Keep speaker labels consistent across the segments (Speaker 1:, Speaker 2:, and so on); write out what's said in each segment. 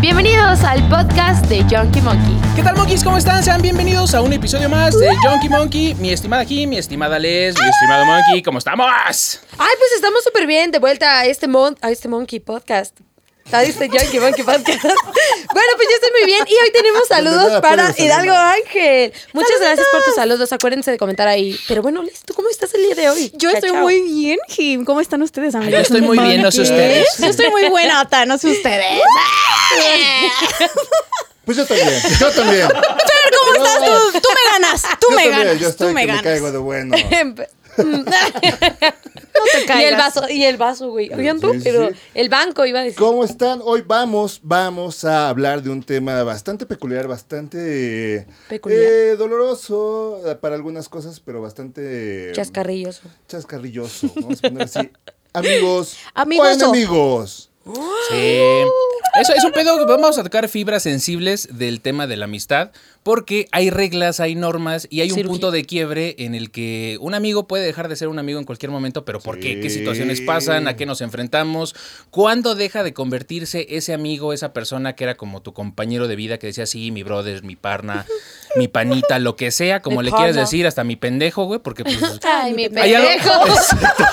Speaker 1: Bienvenidos al podcast de Junkie Monkey.
Speaker 2: ¿Qué tal, monkeys? ¿Cómo están? Sean bienvenidos a un episodio más de Junkie Monkey. Mi estimada Jim, mi estimada Les, mi estimado Monkey, ¿cómo estamos?
Speaker 3: Ay, pues estamos súper bien de vuelta a este, mon a este Monkey Podcast. A este Yankee Monkey Podcast. bueno, pues yo estoy muy bien y hoy tenemos saludos
Speaker 4: nada
Speaker 3: para
Speaker 4: puede salir
Speaker 3: Hidalgo Ángel. Muchas
Speaker 1: ¡Saluditos!
Speaker 3: gracias por tus saludos. Acuérdense de comentar ahí. Pero bueno, Liz, ¿tú cómo estás el día de hoy?
Speaker 5: Yo estoy
Speaker 3: Chao, chao.
Speaker 5: muy bien, Jim. ¿Cómo están ustedes, amigos?
Speaker 2: Yo estoy muy bien, no sé ustedes.
Speaker 5: Yo estoy muy buenota, no sé ustedes.
Speaker 4: Pues yo también, yo también.
Speaker 5: Fer, ¿cómo estás tú? Tú me ganas, tú
Speaker 4: yo
Speaker 5: me
Speaker 4: también,
Speaker 5: ganas,
Speaker 4: yo estoy
Speaker 5: tú me
Speaker 4: que me
Speaker 5: ganas.
Speaker 4: caigo de bueno.
Speaker 3: y el
Speaker 5: caigas.
Speaker 3: vaso, y el vaso, güey. Oigan tú,
Speaker 4: Sí, sí,
Speaker 3: pero
Speaker 4: sí.
Speaker 3: el banco iba a decir.
Speaker 4: ¿Cómo están? Hoy vamos, vamos a hablar de un tema bastante peculiar, bastante eh,
Speaker 3: Peculiar.
Speaker 4: eh, doloroso eh, para algunas cosas, pero bastante eh,
Speaker 3: Chascarrillos.
Speaker 4: chascarrilloso. Vamos a poner así. Amigos,
Speaker 5: Amigoso.
Speaker 4: o enemigos.
Speaker 2: Sí. Eso es un pedo que vamos a tocar fibras sensibles del tema de la amistad, porque hay reglas, hay normas y hay un
Speaker 3: Cirugía.
Speaker 2: punto de quiebre en el que un amigo puede dejar de ser un amigo en cualquier momento, pero ¿por qué? ¿Qué
Speaker 4: Sí.
Speaker 2: situaciones pasan? ¿A qué nos enfrentamos? ¿Cuándo deja de convertirse ese amigo, esa persona que era como tu compañero de vida que decía, sí, mi brother, mi parna, mi panita, lo que sea, como
Speaker 3: Mi
Speaker 2: le quieras
Speaker 3: parna.
Speaker 2: decir, hasta mi pendejo, güey, porque pues,
Speaker 3: Ay, mi
Speaker 2: Hay algo-
Speaker 3: pendejo.
Speaker 2: Exacto.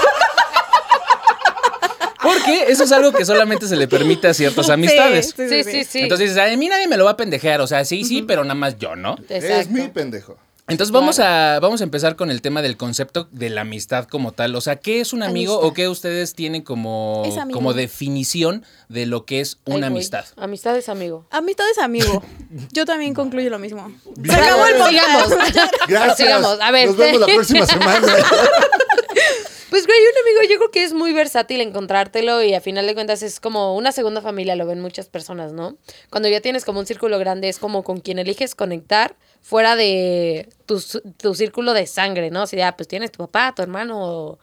Speaker 2: Porque eso es algo que solamente se le permite a
Speaker 4: Pues
Speaker 2: ciertas amistades.
Speaker 3: Sí, sí, sí.
Speaker 2: Entonces dices, "Ay, a mí nadie me lo va a pendejear. O sea, sí, sí, pero nada más yo, ¿no?
Speaker 4: Es mi pendejo.
Speaker 2: Entonces vamos a, vamos a empezar con el tema del concepto de la amistad como tal. O sea, ¿qué es un amigo
Speaker 5: Amistad.
Speaker 2: o qué ustedes tienen como,
Speaker 5: Es amigo.
Speaker 2: como definición de lo que es
Speaker 3: Ay,
Speaker 2: una
Speaker 3: güey.
Speaker 2: amistad?
Speaker 3: Amistad es amigo.
Speaker 5: Amistad es amigo. Yo también concluyo lo mismo. Se
Speaker 4: Bravo,
Speaker 5: acabó el podcast.
Speaker 3: Sigamos.
Speaker 4: Gracias.
Speaker 3: Pues Sigamos, a ver.
Speaker 4: Nos vemos la próxima semana.
Speaker 3: Pues, güey, un amigo yo creo que es muy versátil encontrártelo y a final de cuentas es como una segunda familia, lo ven muchas personas, ¿no? Cuando ya tienes como un círculo grande es como con quien eliges conectar fuera de tu, s- tu círculo de sangre, ¿no? O sea, ya, pues tienes tu papá, tu hermano o,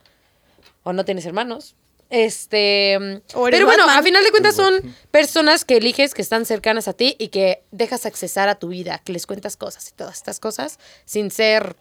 Speaker 3: o no tienes hermanos. Este,
Speaker 5: O eres
Speaker 3: pero bueno,
Speaker 5: Batman.
Speaker 3: a final de cuentas son personas que eliges que están cercanas a ti y que dejas accesar a tu vida, que les cuentas cosas y todas estas cosas sin ser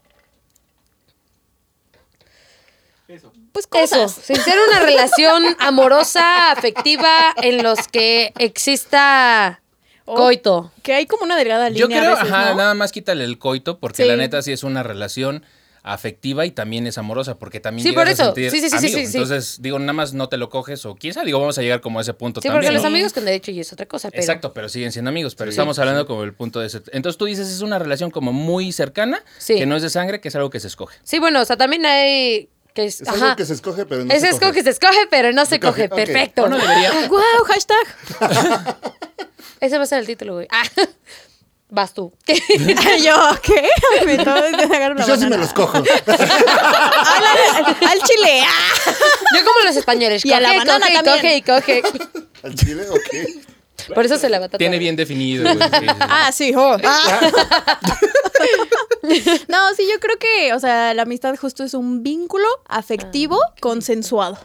Speaker 5: Pues
Speaker 3: Eso,
Speaker 5: cosas.
Speaker 3: sin ser una relación amorosa, afectiva, en los que exista
Speaker 5: O-
Speaker 3: coito.
Speaker 5: Que hay como una delgada línea.
Speaker 2: Yo creo,
Speaker 5: a veces,
Speaker 2: ajá,
Speaker 5: ¿no?
Speaker 2: nada más quítale el coito, porque
Speaker 5: Sí.
Speaker 2: la neta sí es una relación afectiva y también es amorosa, porque también
Speaker 3: Sí,
Speaker 2: llegas
Speaker 3: por
Speaker 2: a
Speaker 3: eso.
Speaker 2: sentir
Speaker 3: Sí, sí, sí, sí,
Speaker 2: amigo.
Speaker 3: sí, sí.
Speaker 2: Entonces, digo, nada más no te lo coges o quién sabe, digo, vamos a llegar como a ese punto
Speaker 3: Sí, porque
Speaker 2: también.
Speaker 3: los
Speaker 2: ¿no?
Speaker 3: amigos con derecho y es otra cosa, pero.
Speaker 2: Exacto, pero siguen siendo amigos, pero estamos hablando como el punto de ese. Entonces tú dices, es una relación como muy cercana,
Speaker 3: Sí.
Speaker 2: que no es de sangre, que es algo que se escoge.
Speaker 3: Sí, bueno, o sea, también hay. Que es,
Speaker 4: Es
Speaker 3: ajá.
Speaker 4: algo que se escoge, pero no
Speaker 3: Es
Speaker 4: se
Speaker 3: algo
Speaker 4: coge.
Speaker 3: que se escoge, pero no se
Speaker 4: Se coge,
Speaker 3: coge.
Speaker 4: ok.
Speaker 3: Perfecto.
Speaker 2: Uno debería.
Speaker 5: Wow, hashtag.
Speaker 3: Ese va a ser el título, güey. Ah, vas tú.
Speaker 5: Yo, ¿qué? Me acabo de agarrar
Speaker 4: Pues
Speaker 5: una
Speaker 4: yo sí me
Speaker 5: banana.
Speaker 4: los cojo.
Speaker 5: Háblale al, al chile. ¡ah!
Speaker 3: Yo como los españoles.
Speaker 5: Y a la
Speaker 3: coge,
Speaker 5: banana
Speaker 3: coge,
Speaker 5: también.
Speaker 3: coge y coge.
Speaker 4: ¿Al chile? Ok.
Speaker 3: Por eso se la batata.
Speaker 2: Tiene bien definido. güey, sí, sí, sí.
Speaker 5: Ah, sí, jo. Ah. No, sí, yo creo que, o sea, la amistad justo es un vínculo afectivo consensuado.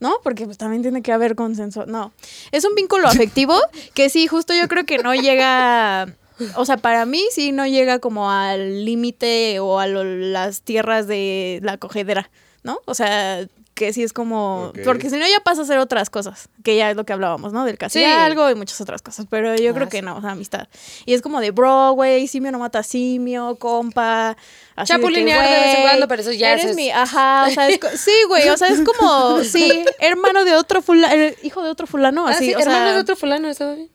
Speaker 5: ¿No? Porque pues también tiene que haber consenso. No. Es un vínculo afectivo que sí, justo yo creo que no llega. O sea, para mí sí no llega como al límite o a lo- las tierras de la cogedera, ¿no? O sea, que sí es como.
Speaker 4: Ok.
Speaker 5: Porque si no ya pasa a hacer otras cosas, que ya es lo que hablábamos, ¿no? Del casi
Speaker 3: Sí.
Speaker 5: algo y muchas otras cosas. Pero yo
Speaker 3: Ah,
Speaker 5: creo
Speaker 3: sí.
Speaker 5: que no, o sea, amistad. Y es como de, bro, güey, simio no mata simio, compa. así de que,
Speaker 3: Chapulinear de vez en
Speaker 5: güey,
Speaker 3: cuando, pero eso ya
Speaker 5: Eres
Speaker 3: es-
Speaker 5: mi, ajá, o sea, es co- sí, güey, o sea, es como, sí, hermano de otro fulano, hijo de otro fulano,
Speaker 3: Ah,
Speaker 5: así,
Speaker 3: sí,
Speaker 5: o
Speaker 3: hermano
Speaker 5: sea,
Speaker 3: de otro fulano, ¿estaba bien?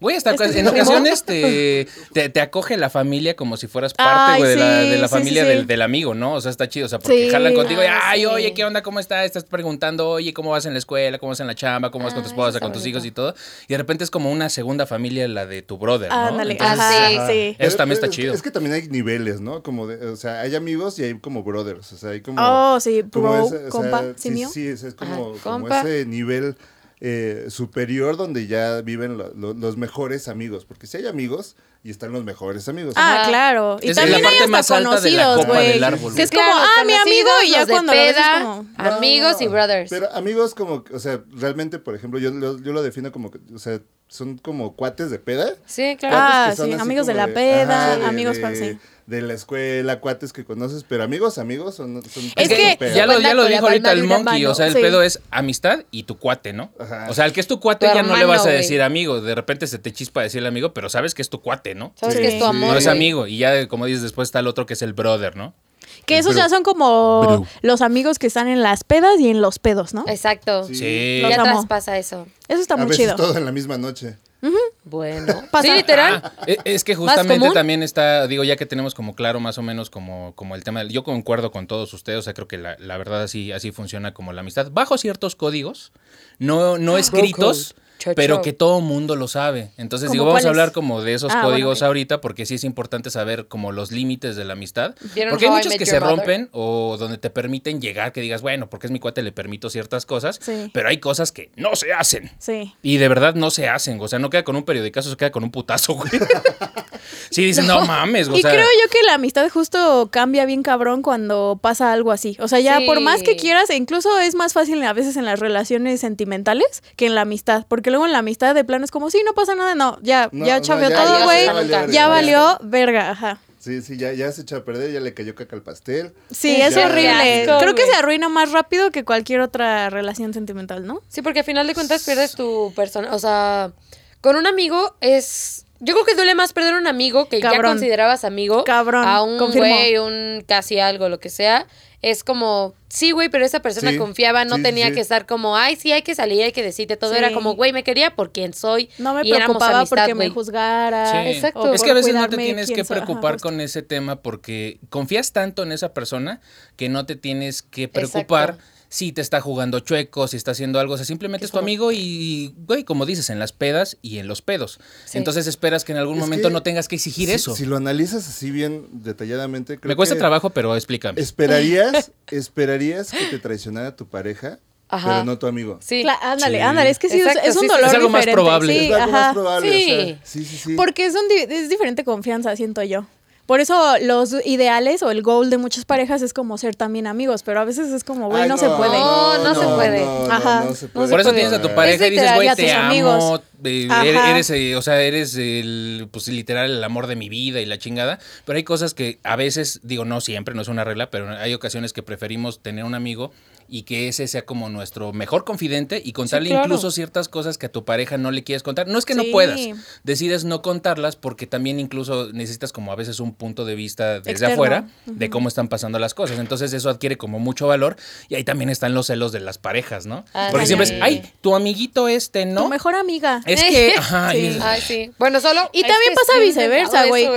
Speaker 2: Güey, hasta
Speaker 5: Este es
Speaker 2: en
Speaker 5: mi primo.
Speaker 2: ocasiones te, te, te acoge la familia como si fueras parte,
Speaker 5: Ay,
Speaker 2: güey, de, la, de la
Speaker 5: sí, sí,
Speaker 2: familia
Speaker 5: sí.
Speaker 2: Del, del amigo, ¿no? O sea, está chido, o sea, porque
Speaker 5: Sí.
Speaker 2: jalan contigo y,
Speaker 3: Ah,
Speaker 2: ay,
Speaker 3: sí.
Speaker 2: oye, ¿qué onda? ¿Cómo estás? Estás preguntando, oye, ¿cómo vas en la escuela? ¿Cómo vas en la chamba? ¿Cómo vas con tu
Speaker 3: Ah,
Speaker 2: esposa?
Speaker 3: eso
Speaker 2: ¿Con
Speaker 3: está
Speaker 2: tus
Speaker 3: bonito.
Speaker 2: hijos y todo? Y de repente es como una segunda familia la de tu brother, ¿no?
Speaker 5: ándale,
Speaker 2: Entonces,
Speaker 3: Ah, sí.
Speaker 5: ajá, sí.
Speaker 2: Eso también está
Speaker 4: es-
Speaker 2: chido.
Speaker 4: Es que también hay niveles, ¿no? Como de, o sea, hay amigos y hay como brothers. O sea, hay como.
Speaker 5: Oh, sí,
Speaker 4: como
Speaker 5: bro,
Speaker 4: ese- o sea,
Speaker 5: compa,
Speaker 4: sí,
Speaker 5: simio.
Speaker 4: Sí, es, es como,
Speaker 3: Ajá,
Speaker 4: como
Speaker 3: compa.
Speaker 4: ese nivel eh, superior donde ya viven lo- lo- los mejores amigos. Porque si hay amigos, y están los mejores amigos.
Speaker 5: Ah,
Speaker 3: Ajá.
Speaker 5: claro. Y
Speaker 2: Es la
Speaker 5: también hay
Speaker 2: parte más
Speaker 5: hasta
Speaker 2: alta de la
Speaker 5: conocidos,
Speaker 2: copa
Speaker 5: güey.
Speaker 2: del árbol,
Speaker 5: Que es
Speaker 3: Claro,
Speaker 5: como, ah, mi amigo,
Speaker 3: conocidos,
Speaker 5: y ya
Speaker 3: los de
Speaker 5: cuando lo ves es
Speaker 3: peda,
Speaker 5: como... "Ah,
Speaker 4: No,
Speaker 3: Amigos
Speaker 4: no,
Speaker 3: y
Speaker 4: no.
Speaker 3: brothers.
Speaker 4: Pero amigos como, o sea, realmente, por ejemplo, yo, lo- yo lo defino como, que, o sea, son como cuates de peda.
Speaker 3: sí, claro.
Speaker 5: Ah,
Speaker 4: Cuates que son
Speaker 5: sí,
Speaker 4: así
Speaker 5: amigos de
Speaker 4: como
Speaker 5: la peda,
Speaker 4: ajá,
Speaker 5: amigos
Speaker 4: de,
Speaker 5: para- sí.
Speaker 4: de la escuela, cuates que conoces, pero amigos, amigos son... son
Speaker 5: Es
Speaker 4: son
Speaker 5: que-
Speaker 4: pedas.
Speaker 2: ya lo, ya lo
Speaker 3: Con la
Speaker 2: dijo ahorita
Speaker 3: palma de
Speaker 2: el
Speaker 3: una
Speaker 2: monkey,
Speaker 5: mano,
Speaker 2: o sea, el
Speaker 5: sí.
Speaker 2: pedo es amistad y tu cuate, ¿no?
Speaker 4: Ajá.
Speaker 2: O sea, el que es tu cuate
Speaker 3: Tu
Speaker 2: ya no le vas a
Speaker 3: hermano,
Speaker 2: decir
Speaker 3: güey.
Speaker 2: amigo, de repente se te chispa decirle amigo, pero sabes que es tu cuate, ¿no?
Speaker 5: pues,
Speaker 3: Sabes
Speaker 5: Sí.
Speaker 3: que es tu
Speaker 5: Sí.
Speaker 3: amor.
Speaker 2: No es
Speaker 3: güey.
Speaker 2: amigo y ya como dices después está el otro que es el brother, ¿no?
Speaker 5: Que esos
Speaker 4: Pero-
Speaker 5: ya son como
Speaker 2: pero-
Speaker 5: los amigos que están en las pedas y en los pedos, ¿no?
Speaker 3: Exacto.
Speaker 4: Sí.
Speaker 2: Sí.
Speaker 5: Los
Speaker 3: Ya
Speaker 5: amo.
Speaker 3: traspasa eso.
Speaker 5: Eso está
Speaker 4: a
Speaker 5: muy
Speaker 4: veces
Speaker 5: chido.
Speaker 4: todo en la misma noche.
Speaker 3: Bueno.
Speaker 5: Pasa.
Speaker 3: Sí, literal.
Speaker 2: E- Es que justamente
Speaker 3: común?
Speaker 2: también está, digo, ya que tenemos como claro más o menos como, como el tema, del- yo concuerdo con todos ustedes, o sea, creo que la, la verdad así, así funciona como la amistad, bajo ciertos códigos, no, no escritos,
Speaker 3: Ah, Chao,
Speaker 2: pero
Speaker 3: chao.
Speaker 2: que todo mundo lo sabe. Entonces,
Speaker 5: ¿Cómo
Speaker 2: digo, vamos a
Speaker 5: cuáles?
Speaker 2: hablar como de esos
Speaker 5: Ah, bueno,
Speaker 2: códigos
Speaker 5: ok.
Speaker 2: ahorita, porque sí es importante saber como los límites de la amistad,
Speaker 3: ¿Vieron
Speaker 2: porque hay
Speaker 3: How I
Speaker 2: muchos
Speaker 3: Met
Speaker 2: que
Speaker 3: Your
Speaker 2: se
Speaker 3: Mother?
Speaker 2: rompen o donde te permiten llegar, que digas, bueno, porque es mi cuate, le permito ciertas cosas,
Speaker 5: Sí.
Speaker 2: pero hay cosas que no se hacen.
Speaker 5: Sí.
Speaker 2: Y de verdad no se hacen, o sea, no queda con un periodicazo, se queda con un putazo, güey. Sí, dicen, no, mames, o
Speaker 5: Y
Speaker 2: sea.
Speaker 5: creo yo que la amistad justo cambia bien cabrón cuando pasa algo así. O sea, ya
Speaker 3: Sí.
Speaker 5: por más que quieras, e incluso es más fácil a veces en las relaciones sentimentales que en la amistad. Porque luego en la amistad de plano es como, sí, no pasa nada, no, ya,
Speaker 4: No,
Speaker 5: ya
Speaker 4: no,
Speaker 5: chaveó
Speaker 4: ya-
Speaker 5: todo,
Speaker 3: ya
Speaker 5: güey.
Speaker 3: se valió
Speaker 5: Ya,
Speaker 3: verga, ya.
Speaker 5: valió verga, ajá.
Speaker 4: Sí, sí, ya, ya se echó a perder, ya le cayó caca al pastel.
Speaker 5: Sí,
Speaker 3: Sí,
Speaker 5: es
Speaker 4: ya.
Speaker 5: horrible.
Speaker 3: Qué asco,
Speaker 5: Creo que
Speaker 3: güey.
Speaker 5: se arruina más rápido que cualquier otra relación sentimental, ¿no?
Speaker 3: Sí, porque al final de cuentas pierdes tu persona. O sea, con un amigo es. Yo creo que duele más perder un amigo que ya
Speaker 5: Cabrón.
Speaker 3: considerabas amigo
Speaker 5: Cabrón,
Speaker 3: a un
Speaker 5: confirmo.
Speaker 3: güey, un casi algo, lo que sea. Es como, sí, güey, pero esa persona
Speaker 4: Sí,
Speaker 3: confiaba, no
Speaker 4: sí, sí,
Speaker 3: tenía
Speaker 4: sí.
Speaker 3: que estar como, ay, sí, hay que salir, hay que decirte todo.
Speaker 5: Sí.
Speaker 3: Era como, güey, me quería por quien soy.
Speaker 5: No me
Speaker 3: y éramos
Speaker 5: preocupaba
Speaker 3: amistad,
Speaker 5: porque
Speaker 3: güey.
Speaker 5: me juzgara.
Speaker 2: Sí.
Speaker 3: Exacto.
Speaker 5: o
Speaker 2: Es
Speaker 5: por
Speaker 2: que a veces no te
Speaker 5: cuidarme
Speaker 2: tienes
Speaker 5: quién
Speaker 2: que
Speaker 5: soy. Ajá,
Speaker 2: preocupar
Speaker 5: justo.
Speaker 2: con ese tema porque confías tanto en esa persona que no te tienes que preocupar
Speaker 3: Exacto.
Speaker 2: si te está jugando chueco, si está haciendo algo. O sea, simplemente es tu
Speaker 3: como-
Speaker 2: amigo y, güey, como dices, en las pedas y en los pedos.
Speaker 3: Sí.
Speaker 2: Entonces esperas que en algún
Speaker 4: Es
Speaker 2: momento
Speaker 4: que
Speaker 2: no tengas que exigir
Speaker 4: si,
Speaker 2: eso.
Speaker 4: Si lo analizas así bien detalladamente, creo
Speaker 2: Me cuesta
Speaker 4: que
Speaker 2: trabajo, pero explícame.
Speaker 4: Esperarías, esperarías que te traicionara tu pareja,
Speaker 3: Ajá.
Speaker 4: pero no tu amigo.
Speaker 3: Sí.
Speaker 5: Cla- ándale, ándale, es que sí,
Speaker 3: Exacto,
Speaker 5: es un
Speaker 3: sí, sí,
Speaker 5: dolor
Speaker 2: es algo más
Speaker 5: diferente,
Speaker 2: probable.
Speaker 5: sí,
Speaker 4: es algo
Speaker 5: ajá.
Speaker 4: más probable.
Speaker 3: Sí.
Speaker 4: o sea, sí, sí, sí.
Speaker 5: Porque es, un di- es diferente confianza, siento yo. Por eso los ideales o el goal de muchas parejas es como ser también amigos, pero a veces es como, güey,
Speaker 4: Ay,
Speaker 5: no, se puede.
Speaker 3: No, no se puede.
Speaker 4: no,
Speaker 5: Ajá.
Speaker 4: no se puede.
Speaker 5: Por
Speaker 2: Pues Por eso
Speaker 5: puede.
Speaker 2: tienes a tu pareja y dices,
Speaker 3: literal,
Speaker 5: y
Speaker 2: güey,
Speaker 5: a
Speaker 2: te
Speaker 5: tus
Speaker 2: amo.
Speaker 5: amigos.
Speaker 2: eh,
Speaker 5: Ajá.
Speaker 2: eres, eres, eh, o sea, eres el, pues literal el amor de mi vida y la chingada. Pero hay cosas que a veces, digo, no siempre, no es una regla, pero hay ocasiones que preferimos tener un amigo y que ese sea como nuestro mejor confidente y contarle
Speaker 3: claro.
Speaker 2: incluso ciertas cosas que a tu pareja no le quieres contar. No es que no
Speaker 5: Sí.
Speaker 2: puedas, decides no contarlas porque también incluso necesitas como a veces un punto de vista desde
Speaker 5: Externo.
Speaker 2: afuera de cómo están pasando las cosas. Entonces eso adquiere como mucho valor y ahí también están los celos de las parejas, ¿no?
Speaker 3: Ah,
Speaker 2: Porque siempre es,
Speaker 3: sí.
Speaker 2: ay, tu amiguito este, ¿no?
Speaker 5: Tu mejor amiga.
Speaker 2: Es que, ajá,
Speaker 5: Sí.
Speaker 2: y dices,
Speaker 3: Ay, sí. Bueno, solo.
Speaker 5: Y
Speaker 3: es
Speaker 5: también
Speaker 3: que
Speaker 5: pasa
Speaker 3: sí,
Speaker 5: viceversa,
Speaker 3: eso,
Speaker 5: güey.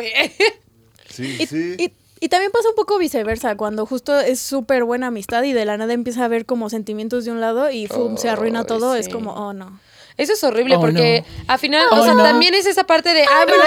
Speaker 4: Sí,
Speaker 5: Y,
Speaker 4: sí.
Speaker 5: y- y también pasa un poco viceversa, cuando justo es súper buena amistad y de la nada empieza a haber como sentimientos de un lado y fum, se arruina
Speaker 3: Ay,
Speaker 5: todo, es
Speaker 3: sí.
Speaker 5: como, oh no.
Speaker 3: Eso es horrible
Speaker 2: Oh,
Speaker 3: porque al final,
Speaker 2: Oh,
Speaker 3: o sea,
Speaker 2: no.
Speaker 3: también es esa parte de, ah, bueno,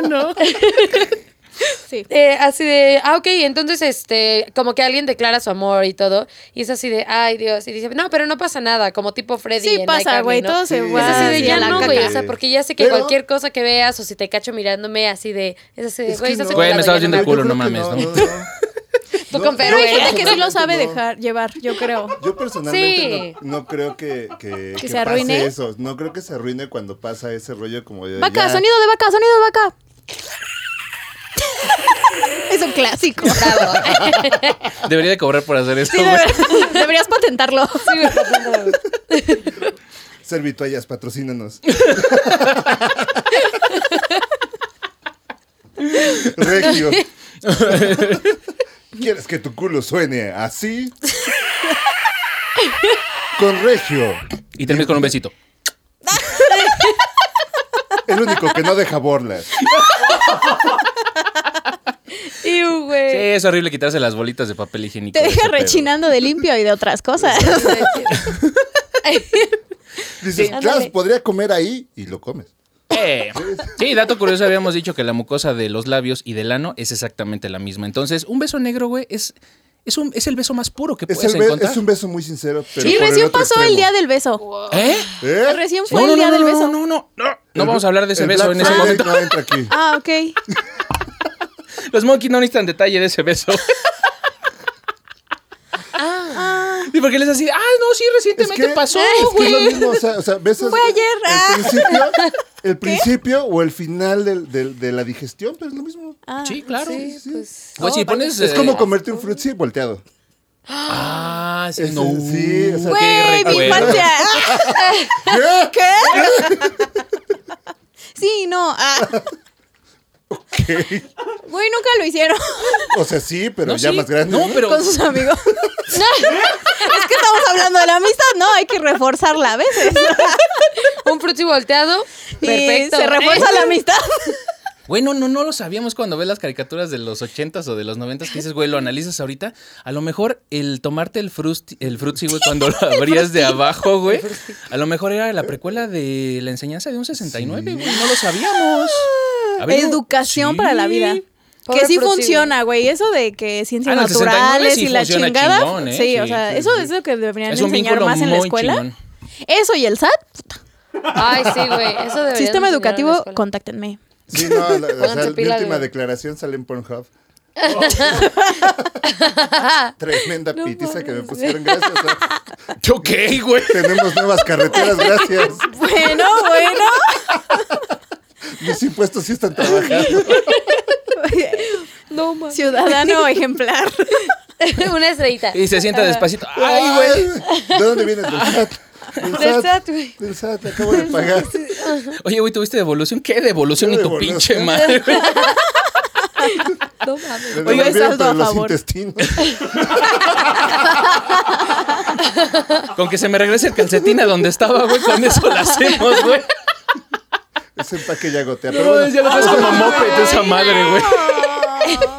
Speaker 5: No, no, no. sí.
Speaker 3: eh, así de, ah, ok, entonces, este, como que alguien declara su amor y todo, y es así de, ay, Dios, y dice, no, pero no pasa nada, como tipo Freddy.
Speaker 5: Sí
Speaker 3: en
Speaker 5: pasa,
Speaker 3: iCarly,
Speaker 5: güey,
Speaker 3: ¿no?
Speaker 5: todo se
Speaker 4: Sí.
Speaker 5: va
Speaker 3: Es así de,
Speaker 5: hacia
Speaker 3: ya
Speaker 5: la
Speaker 3: no,
Speaker 5: caca.
Speaker 3: güey, o sea, porque ya sé que
Speaker 4: Pero-
Speaker 3: cualquier cosa que veas o si te cacho mirándome, así de, es así de,
Speaker 4: Es
Speaker 3: güey,
Speaker 4: que
Speaker 3: estás
Speaker 4: no.
Speaker 2: Güey, me
Speaker 3: ocupado,
Speaker 2: estabas
Speaker 3: ya
Speaker 2: viendo
Speaker 3: no
Speaker 2: el culo,
Speaker 4: Yo
Speaker 2: no
Speaker 4: creo que
Speaker 2: mames, ¿no?
Speaker 3: Tú
Speaker 4: No,
Speaker 3: con
Speaker 4: pero
Speaker 5: Pero hay
Speaker 3: Ferrero,
Speaker 5: gente
Speaker 3: güey.
Speaker 5: que sí lo
Speaker 4: Yo
Speaker 5: sabe
Speaker 4: creo que no.
Speaker 5: dejar llevar, yo creo.
Speaker 4: Yo personalmente
Speaker 3: Sí.
Speaker 4: no, no creo que, que,
Speaker 5: se
Speaker 4: pase
Speaker 5: arruine?
Speaker 4: eso. No creo que se arruine cuando pasa ese rollo como de.
Speaker 5: Vaca,
Speaker 4: ya-
Speaker 5: sonido de vaca, sonido de vaca. es un clásico.
Speaker 3: Bravo.
Speaker 2: debería de cobrar por hacer eso,
Speaker 5: Sí, de
Speaker 2: güey.
Speaker 5: verdad, deberías patentarlo.
Speaker 3: Sí, güey, no, no.
Speaker 4: Servitoallas, patrocínanos. Regio. ¿Quieres que tu culo suene así? Con Regio,
Speaker 2: Y terminas con un besito.
Speaker 4: el único que no deja borlas.
Speaker 3: Iu,
Speaker 2: Sí,
Speaker 3: güey.
Speaker 2: es horrible quitarse las bolitas de papel higiénico.
Speaker 5: Te
Speaker 2: de ese
Speaker 5: deja
Speaker 2: pedo.
Speaker 5: rechinando de limpio y de otras cosas.
Speaker 4: Dices, claro, podría comer ahí y lo comes.
Speaker 2: Eh, Sí, dato curioso, habíamos dicho que la mucosa de los labios y del ano es exactamente la misma. Entonces, un beso negro, güey, es Es, un, es el beso más puro que
Speaker 4: Es,
Speaker 2: puedes
Speaker 4: el be-
Speaker 2: encontrar.
Speaker 4: es un beso muy sincero. Pero
Speaker 5: y
Speaker 4: por
Speaker 5: recién
Speaker 4: otro
Speaker 5: pasó el
Speaker 4: extremo.
Speaker 5: día del beso.
Speaker 2: ¿Eh?
Speaker 4: ¿Eh?
Speaker 5: Recién
Speaker 2: No,
Speaker 5: fue
Speaker 2: no,
Speaker 5: el día
Speaker 2: no,
Speaker 5: del
Speaker 2: no,
Speaker 5: beso.
Speaker 2: no, no, no, no. No vamos a hablar de ese
Speaker 4: El
Speaker 2: beso
Speaker 4: Black
Speaker 2: en ese
Speaker 4: Friday
Speaker 2: momento.
Speaker 4: no entra aquí.
Speaker 5: Ah, ok.
Speaker 2: Los monkeys no necesitan detalle de ese beso. ¿Y por qué les así? Ah, no, sí, recientemente pasó,
Speaker 4: es que
Speaker 2: güey.
Speaker 4: es lo mismo, o sea, o sea, besas
Speaker 5: Fue ayer. Ah.
Speaker 4: el principio, el principio o el final del, del- de la digestión, pero es lo mismo.
Speaker 5: Ah,
Speaker 2: Sí, claro.
Speaker 3: Sí, pues.
Speaker 2: Güey, si pones.
Speaker 4: Es
Speaker 2: eh,
Speaker 4: como comerte un frutzi volteado.
Speaker 2: Ah, sí,
Speaker 4: Es-
Speaker 2: no.
Speaker 4: sí, o sea,
Speaker 2: Qué
Speaker 5: Güey, mi
Speaker 2: recuerdo.
Speaker 5: infancia.
Speaker 4: ¿Qué?
Speaker 5: ¿Qué? Sí, no. ah. Güey, nunca lo hicieron
Speaker 4: O sea, sí, pero
Speaker 2: No,
Speaker 4: ya
Speaker 2: sí.
Speaker 4: más grande.
Speaker 2: No, pero.
Speaker 5: con sus amigos. Es que estamos hablando de la amistad, no, hay que reforzarla a veces.
Speaker 3: Un frutzi volteado.
Speaker 5: Y
Speaker 3: Perfecto.
Speaker 5: se refuerza la amistad.
Speaker 2: Güey, no, no, no lo sabíamos cuando ves las caricaturas de los 80s o de los 90s que dices, güey, lo analizas ahorita. A lo mejor el tomarte el, frusti, el frutzi, güey, cuando lo abrías de abajo, güey, a lo mejor era la precuela de la enseñanza de un 69, güey. No lo sabíamos. A ver, no-
Speaker 5: Ah, Educación
Speaker 2: Sí.
Speaker 5: para la vida.
Speaker 3: Pobre
Speaker 5: que sí
Speaker 3: Fruity, güey.
Speaker 5: funciona, güey. Eso de que ciencias
Speaker 2: Ah, no, el 69
Speaker 5: naturales
Speaker 2: sí
Speaker 5: y la
Speaker 2: funciona
Speaker 5: chingada.
Speaker 2: chingón, ¿eh?
Speaker 5: Sí, o
Speaker 2: Sí,
Speaker 5: sea,
Speaker 2: sí,
Speaker 5: eso
Speaker 2: sí.
Speaker 5: es lo que deberían
Speaker 2: Es un
Speaker 5: enseñar
Speaker 2: vínculo
Speaker 5: más en la
Speaker 2: muy
Speaker 5: escuela.
Speaker 2: chingón.
Speaker 5: Eso y el SAT,
Speaker 3: Ay, sí, güey. Eso debería.
Speaker 5: sistema educativo, contáctenme.
Speaker 4: Sí, no, la, o sea,
Speaker 3: Pónganse
Speaker 4: mi
Speaker 3: pila,
Speaker 4: última
Speaker 3: güey.
Speaker 4: declaración sale en Pornhub. Tremenda pitiza que me pusieron, gracias. a-
Speaker 2: ¿Yo qué, güey?
Speaker 4: Tenemos nuevas carreteras, gracias.
Speaker 5: Bueno, bueno.
Speaker 4: Mis impuestos sí están trabajando.
Speaker 3: No, mames.
Speaker 5: Ciudadano ejemplar.
Speaker 3: Una estrellita.
Speaker 2: Y se
Speaker 5: Ah.
Speaker 2: sienta despacito. ¡Ay, güey!
Speaker 4: güey! ¿De dónde vienes? Del SAT. Del
Speaker 3: Del
Speaker 4: SAT.
Speaker 3: SAT, güey.
Speaker 4: Del SAT, acabo de pagar.
Speaker 2: Oye, güey, ¿tuviste devolución? ¿Qué devolución
Speaker 4: ¿Qué
Speaker 2: ni tu
Speaker 4: devolución?
Speaker 2: pinche madre? güey?
Speaker 3: No mames.
Speaker 4: Me
Speaker 5: Oiga,
Speaker 4: devolvieron,
Speaker 5: es saldo
Speaker 4: pero
Speaker 5: a
Speaker 4: los
Speaker 5: favor.
Speaker 4: intestinos.
Speaker 2: Con que se me regrese el calcetín a donde estaba, güey, con eso la hacemos, güey.
Speaker 4: Ese empaque ya gotea.
Speaker 2: No,
Speaker 4: pero bueno, ah.
Speaker 2: ya lo ves como moped esa madre, güey.
Speaker 3: Ah.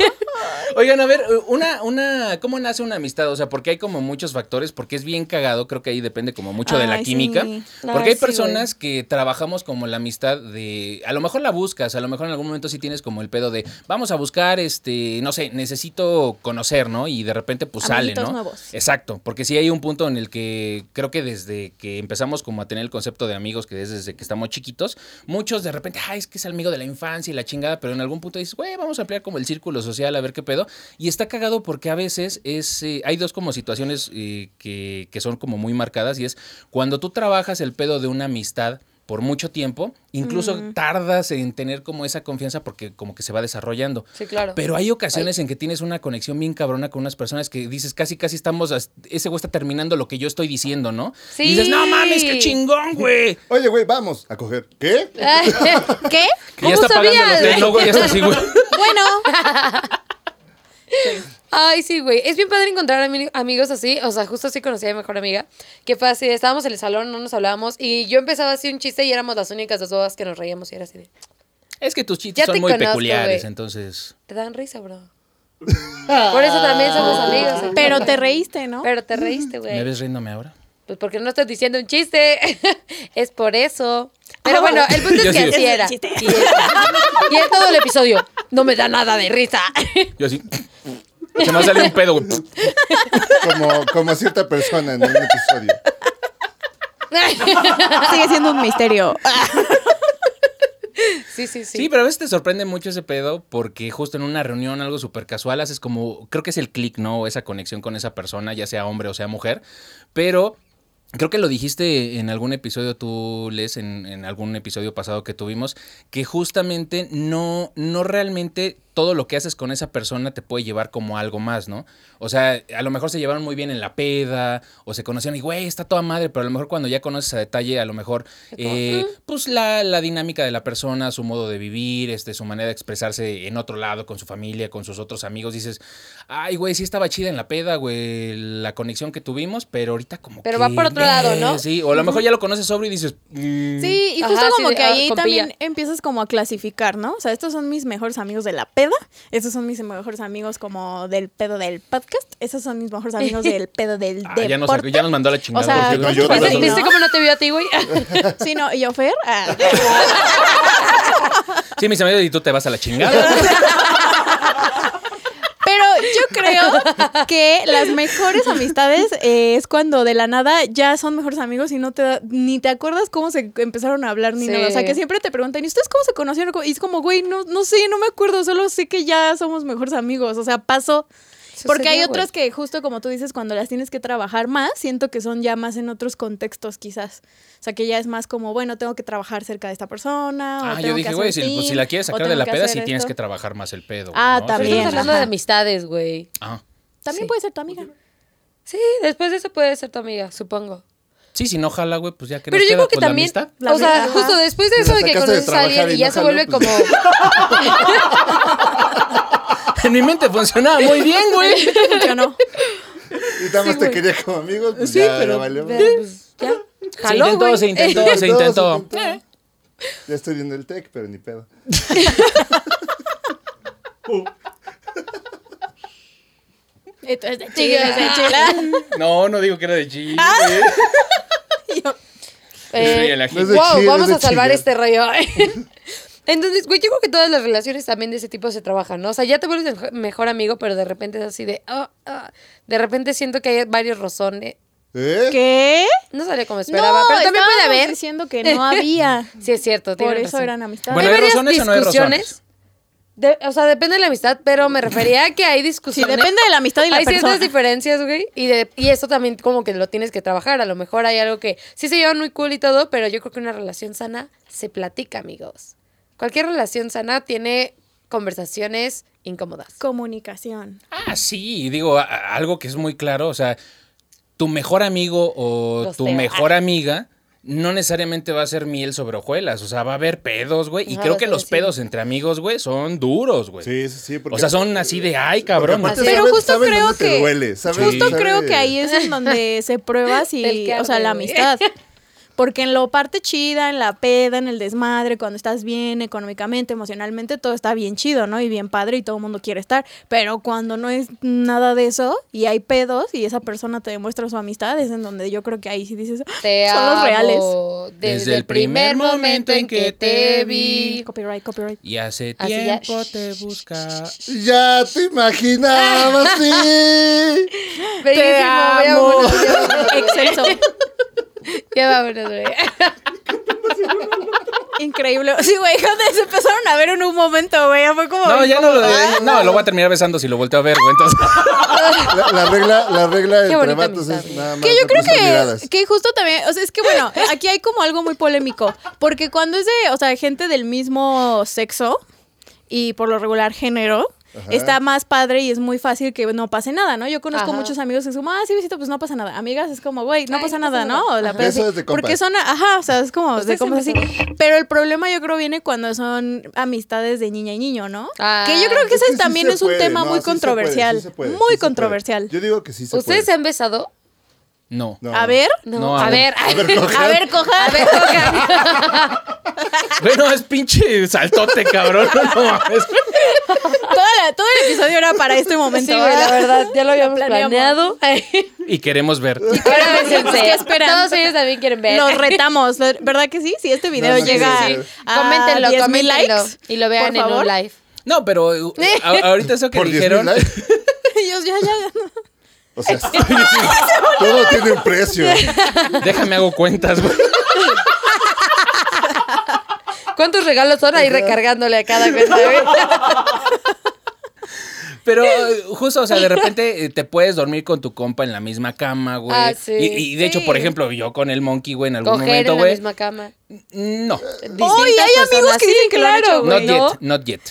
Speaker 2: Oigan, a ver, una, una, ¿cómo nace una amistad? O sea, porque hay como muchos factores, porque es bien cagado, creo que ahí depende como mucho de la
Speaker 5: Ay, sí.
Speaker 2: química. Porque
Speaker 3: Ay,
Speaker 2: hay
Speaker 3: sí,
Speaker 2: personas que trabajamos como la amistad de, a lo mejor la buscas, a lo mejor en algún momento sí tienes como el pedo de, vamos a buscar, este, no sé, necesito conocer, ¿no? Y de repente pues sale,
Speaker 5: Amiguitos
Speaker 2: ¿no?
Speaker 5: nuevos.
Speaker 2: Exacto, porque sí hay un punto en el que creo que desde que empezamos como a tener el concepto de amigos, que es desde que estamos chiquitos, muchos de repente, ay, es que es amigo de la infancia y la chingada, pero en algún punto dices, güey, vamos a ampliar como el círculo social, a ver qué pedo. Y está cagado porque a veces es, eh, hay dos como situaciones eh, que, que son como muy marcadas y es cuando tú trabajas el pedo de una amistad por mucho tiempo, incluso tardas en tener como esa confianza porque como que se va desarrollando.
Speaker 3: Sí, claro.
Speaker 2: Pero hay ocasiones en que tienes una conexión bien cabrona con unas personas que dices, casi, casi estamos, as- ese güey está terminando lo que yo estoy diciendo, ¿no? Y dices,
Speaker 3: Sí.
Speaker 2: no mames, qué chingón, güey.
Speaker 4: Oye, güey, vamos a coger. ¿Qué?
Speaker 5: ¿Qué?
Speaker 2: Que ya
Speaker 3: ¿Cómo
Speaker 2: está pagando el
Speaker 3: sabías?
Speaker 2: hotel, no, güey, ya está así, güey.
Speaker 5: Bueno,
Speaker 3: Ay, sí, güey. Es bien padre encontrar ami- amigos así. O sea, justo así conocí a mi mejor amiga. Que fue así, estábamos en el salón, no nos hablábamos. Y yo empezaba así un chiste y éramos las únicas dos bobas que nos reíamos. Y era así de,
Speaker 2: Es que tus chistes
Speaker 3: Ya
Speaker 2: son
Speaker 3: te
Speaker 2: muy
Speaker 3: conozco,
Speaker 2: peculiares,
Speaker 3: güey.
Speaker 2: entonces.
Speaker 3: te dan risa, bro. Por eso también somos amigos. ¿entiendes?
Speaker 5: pero te reíste, ¿no?
Speaker 3: Pero te
Speaker 2: ¿Me
Speaker 3: reíste, güey.
Speaker 2: ves riéndome ahora?
Speaker 3: Pues porque no estás diciendo un chiste. es por eso. Pero bueno, el punto
Speaker 2: Yo
Speaker 3: es que
Speaker 2: sí.
Speaker 3: así
Speaker 5: Ah,
Speaker 3: era.
Speaker 5: Es el chiste.
Speaker 3: Y, y en todo el episodio, no me da nada de risa.
Speaker 2: Yo así. Se me va a salir un pedo, güey.
Speaker 4: Como, como cierta persona en un episodio.
Speaker 5: Ah, Sigue siendo un misterio.
Speaker 3: sí, sí, sí.
Speaker 2: Sí, pero a veces te sorprende mucho ese pedo porque justo en una reunión, algo súper casual, haces como, creo que es el click, ¿no? O esa conexión con esa persona, ya sea hombre o sea mujer, pero... Creo que lo dijiste en algún episodio, tú les, en, en algún episodio pasado que tuvimos, que justamente no, no realmente todo lo que haces con esa persona te puede llevar como algo más, ¿no? O sea, a lo mejor se llevaron muy bien en la peda, o se conocieron y, güey, está toda madre, pero a lo mejor cuando ya conoces a detalle, a lo mejor, eh, pues la, la dinámica de la persona, su modo de vivir, este, su manera de expresarse en otro lado, con su familia, con sus otros amigos, dices, ay, güey, sí estaba chida en la peda, güey, la conexión que tuvimos, pero ahorita como
Speaker 3: Pero
Speaker 2: que,
Speaker 3: va por otro lado, ¿no?
Speaker 2: Sí, o a lo mejor ya lo conoces sobre y dices, mm,
Speaker 5: Sí, y
Speaker 3: Ajá,
Speaker 5: justo
Speaker 3: sí,
Speaker 5: como
Speaker 3: de,
Speaker 5: que
Speaker 3: ah,
Speaker 5: ahí
Speaker 3: con
Speaker 5: también
Speaker 3: pilla.
Speaker 5: empiezas como a clasificar, ¿no? O sea, estos son mis mejores amigos de la peda, estos son mis mejores amigos como del pedo del podcast, estos son mis mejores amigos del pedo del
Speaker 2: ah,
Speaker 5: deporte.
Speaker 2: ya, nos, ya nos mandó a la chingada.
Speaker 5: sea,
Speaker 2: por cierto.
Speaker 4: no, yo-
Speaker 5: Pero
Speaker 3: ¿Viste,
Speaker 5: sí,
Speaker 3: Pues, viste
Speaker 5: ¿no?
Speaker 3: cómo no te vio a ti, güey?
Speaker 5: Sí, no, y yo Fer, ah,
Speaker 2: Sí, mis amigos, y tú te vas a la chingada.
Speaker 5: Pero Yo creo que las mejores amistades eh, es cuando de la nada ya son mejores amigos y no te da- ni te acuerdas cómo se empezaron a hablar ni
Speaker 3: Sí.
Speaker 5: nada. O sea, que siempre te preguntan, ¿y ustedes cómo se conocieron? Y es como, güey, no, no sé, no me acuerdo, solo sé que ya somos mejores amigos. O sea, pasó. Porque hay otras que justo como tú dices, cuando las tienes que trabajar más, siento que son ya más en otros contextos quizás. O sea, que ya es más como, bueno, tengo que trabajar cerca de esta persona. o
Speaker 2: Ah, yo
Speaker 5: tengo que
Speaker 2: dije,
Speaker 5: hacer
Speaker 2: güey, si, pues,
Speaker 5: team,
Speaker 2: si la quieres
Speaker 5: o
Speaker 2: sacar de
Speaker 5: tengo
Speaker 2: la
Speaker 5: que
Speaker 2: peda,
Speaker 5: hacer
Speaker 2: sí tienes
Speaker 5: esto".
Speaker 2: que trabajar más el pedo.
Speaker 5: Ah,
Speaker 2: ¿no?
Speaker 5: también.
Speaker 3: Estamos hablando
Speaker 5: ajá.
Speaker 3: de amistades, güey.
Speaker 2: Ah.
Speaker 5: También
Speaker 3: Sí.
Speaker 5: puede ser tu amiga.
Speaker 3: Sí, después de eso puede ser tu amiga, supongo.
Speaker 2: Sí, si no jala, güey, pues ya que nos
Speaker 3: Pero yo
Speaker 2: queda,
Speaker 3: creo que
Speaker 2: pues, la
Speaker 3: también,
Speaker 2: amistad.
Speaker 5: La
Speaker 3: o sea,
Speaker 5: amistad, ajá.
Speaker 3: justo después de
Speaker 4: Si
Speaker 3: eso
Speaker 4: la
Speaker 3: de que
Speaker 4: sacaste de
Speaker 3: conoces a alguien
Speaker 4: trabajar y
Speaker 3: y ya
Speaker 4: no
Speaker 3: se
Speaker 4: jaló, pues-
Speaker 3: vuelve como...
Speaker 2: En mi mente funcionaba muy bien, güey.
Speaker 5: Funcionó.
Speaker 4: Y nada más te quería como amigos, pues sí, ya, pero, valió.
Speaker 3: Pero, pues, ya,
Speaker 2: Se
Speaker 3: jaló,
Speaker 2: intentó,
Speaker 3: güey.
Speaker 2: se intentó, se intentó.
Speaker 4: Todo se intentó. Ya estoy viendo el tech, pero ni pedo.
Speaker 5: Entonces, chicas, de chila.
Speaker 2: No, no digo que era de chile.
Speaker 3: Eh,
Speaker 2: Sí, a la
Speaker 4: No es de
Speaker 3: wow,
Speaker 4: chile,
Speaker 3: vamos
Speaker 4: es
Speaker 3: a
Speaker 4: de
Speaker 3: salvar
Speaker 4: chile.
Speaker 3: este rollo. Entonces, güey, yo creo que todas las relaciones también de ese tipo se trabajan, ¿no? O sea, ya te vuelves el jo- mejor amigo, pero de repente es así de... ah, ah. De repente siento que hay varios rozones.
Speaker 4: ¿Eh?
Speaker 5: ¿Qué?
Speaker 3: No salió como esperaba, pero también puede
Speaker 5: estábamos
Speaker 3: haber.
Speaker 5: diciendo que no había.
Speaker 3: Sí, es cierto.
Speaker 5: Por
Speaker 3: tienen
Speaker 5: eso
Speaker 3: razón.
Speaker 5: eran amistades.
Speaker 2: Bueno, ¿hay
Speaker 3: varias
Speaker 2: razones o no hay razones?
Speaker 3: De- o sea, depende de la amistad, pero me refería a que hay
Speaker 5: sí,
Speaker 3: discusiones.
Speaker 5: depende de la amistad y la
Speaker 3: hay
Speaker 5: persona.
Speaker 3: ciertas diferencias, güey. Y, de- y eso también como que lo tienes que trabajar. A lo mejor hay algo que sí se llevan muy cool y todo, pero yo creo que una relación sana se platica, amigos. Cualquier relación sana tiene conversaciones incómodas.
Speaker 5: Comunicación.
Speaker 2: Ah, sí, digo, a- a- algo que es muy claro, o sea, tu mejor amigo o
Speaker 3: Los
Speaker 2: tu
Speaker 3: teo.
Speaker 2: mejor amiga no necesariamente va a ser miel sobre hojuelas, o sea, va a haber pedos, güey, y
Speaker 3: Ajá,
Speaker 2: creo
Speaker 3: vas
Speaker 2: que
Speaker 3: a
Speaker 2: los
Speaker 3: decir.
Speaker 2: pedos entre amigos, güey, son duros, güey.
Speaker 4: Sí, sí, sí. porque-
Speaker 2: o sea, son así de, ay,
Speaker 4: porque
Speaker 2: cabrón.
Speaker 4: aparte
Speaker 3: Así es.
Speaker 4: saben-
Speaker 5: Pero justo
Speaker 4: saben
Speaker 5: creo
Speaker 4: dónde te
Speaker 5: que-
Speaker 4: duele, saben-
Speaker 5: Justo
Speaker 4: saben-
Speaker 5: creo que ahí es en donde se prueba
Speaker 3: El
Speaker 5: si,
Speaker 3: que
Speaker 5: o sea, la
Speaker 3: arde, güey.
Speaker 5: amistad. Porque en lo parte chida, en la peda, en el desmadre, cuando estás bien económicamente, emocionalmente, todo está bien chido, ¿no? Y bien padre y todo el mundo quiere estar. Pero cuando no es nada de eso y hay pedos y esa persona te demuestra su amistad, es en donde yo creo que ahí sí dices, "Ah,
Speaker 3: Te
Speaker 5: son los
Speaker 3: amo
Speaker 5: reales.
Speaker 3: Desde, el primer momento en que te vi.
Speaker 5: Copyright, copyright.
Speaker 2: Y hace
Speaker 3: Así ya-
Speaker 2: tiempo te busca.
Speaker 4: Ya te imaginaba así.
Speaker 3: Bellísimo, ya vámonos, ya vámonos.
Speaker 5: Excelso.
Speaker 3: Ya vámonos, güey.
Speaker 5: Increíble. Sí, güey, joder, se empezaron a ver en un momento, güey. Fue como.
Speaker 2: No, ya no lo,
Speaker 3: Ah.
Speaker 2: no, lo voy a terminar besando si lo volteo a ver, güey, entonces.
Speaker 4: La, la regla, la regla entre
Speaker 3: bonita
Speaker 4: vatos
Speaker 3: amistad,
Speaker 4: es
Speaker 3: güey.
Speaker 4: nada más.
Speaker 5: Que yo
Speaker 4: no
Speaker 5: creo
Speaker 4: cruzar miradas.
Speaker 5: que, que justo también, o sea, es que bueno, aquí hay como algo muy polémico, porque cuando es de, o sea, gente del mismo sexo y por lo regular género,
Speaker 4: Ajá.
Speaker 5: está más padre y es muy fácil que no pase nada, ¿no? Yo conozco
Speaker 3: Ajá.
Speaker 5: muchos amigos que es como, ah, sí, visito, pues no pasa nada. Amigas, es como, güey, no
Speaker 3: Ay,
Speaker 5: pasa
Speaker 3: no pasa
Speaker 5: nada,
Speaker 3: nada.
Speaker 5: ¿no? O la
Speaker 3: Ajá.
Speaker 5: pedo
Speaker 4: Eso
Speaker 5: así.
Speaker 4: es de compas.
Speaker 5: Porque son, ajá, o sea, es como de
Speaker 3: Ustedes
Speaker 5: compas así.
Speaker 3: siempre
Speaker 5: Pero el problema yo creo viene cuando son amistades de niña y niño, ¿no?
Speaker 3: Ah.
Speaker 5: que yo creo que
Speaker 4: Es
Speaker 5: ese
Speaker 4: que sí
Speaker 5: también
Speaker 4: se
Speaker 5: es un
Speaker 4: puede,
Speaker 5: tema
Speaker 4: no,
Speaker 5: muy
Speaker 4: sí se puede,
Speaker 5: controversial.
Speaker 4: sí se puede,
Speaker 5: muy
Speaker 4: sí se puede.
Speaker 5: controversial.
Speaker 4: Yo digo que sí se
Speaker 3: ¿Ustedes se
Speaker 4: puede.
Speaker 3: han besado?
Speaker 2: No.
Speaker 4: No.
Speaker 5: A ver.
Speaker 3: No.
Speaker 2: No,
Speaker 3: a,
Speaker 2: a
Speaker 3: ver,
Speaker 2: ver.
Speaker 3: a ver,
Speaker 5: A ver, coja.
Speaker 3: A ver, cojan.
Speaker 2: Bueno, es pinche saltote, cabrón. No mames.
Speaker 5: Toda la- todo el episodio era para este momento.
Speaker 3: Sí, güey, la verdad, ya lo habíamos
Speaker 5: planeamos.
Speaker 3: planeado. Ahora
Speaker 2: Y queremos ver.
Speaker 3: bésense.
Speaker 5: ¿Qué esperan?
Speaker 3: Todos ellos también quieren ver.
Speaker 5: Los retamos, lo- ¿verdad que sí? Si este video
Speaker 4: No, no,
Speaker 5: llega
Speaker 4: sí, sí, sí.
Speaker 3: Ah,
Speaker 5: a
Speaker 3: coméntenlo,
Speaker 5: 10,000
Speaker 3: coméntenlo.
Speaker 5: likes,
Speaker 3: y lo vean
Speaker 5: por
Speaker 3: en un
Speaker 5: favor.
Speaker 3: live.
Speaker 2: No, pero eh, a- ahorita eso que
Speaker 4: Por 10.000
Speaker 2: dijeron.
Speaker 4: likes.
Speaker 5: Ellos ya, ya.
Speaker 4: O sea, todo tiene un precio.
Speaker 2: Déjame hago cuentas, güey.
Speaker 3: ¿Cuántos regalos son ahí recargándole a cada cuenta?
Speaker 2: Pero eh, justo, o sea, de repente eh, te puedes dormir con tu compa en la misma cama, güey.
Speaker 3: Ah, sí.
Speaker 2: y, y de hecho,
Speaker 5: Sí.
Speaker 2: por ejemplo, yo con el monkey, güey, en algún
Speaker 3: Coger
Speaker 2: momento,
Speaker 3: en la
Speaker 2: güey.
Speaker 3: misma cama.
Speaker 2: No.
Speaker 5: Hoy hay amigos que dicen que lo han hecho,
Speaker 2: Not
Speaker 5: güey.
Speaker 2: yet, not yet.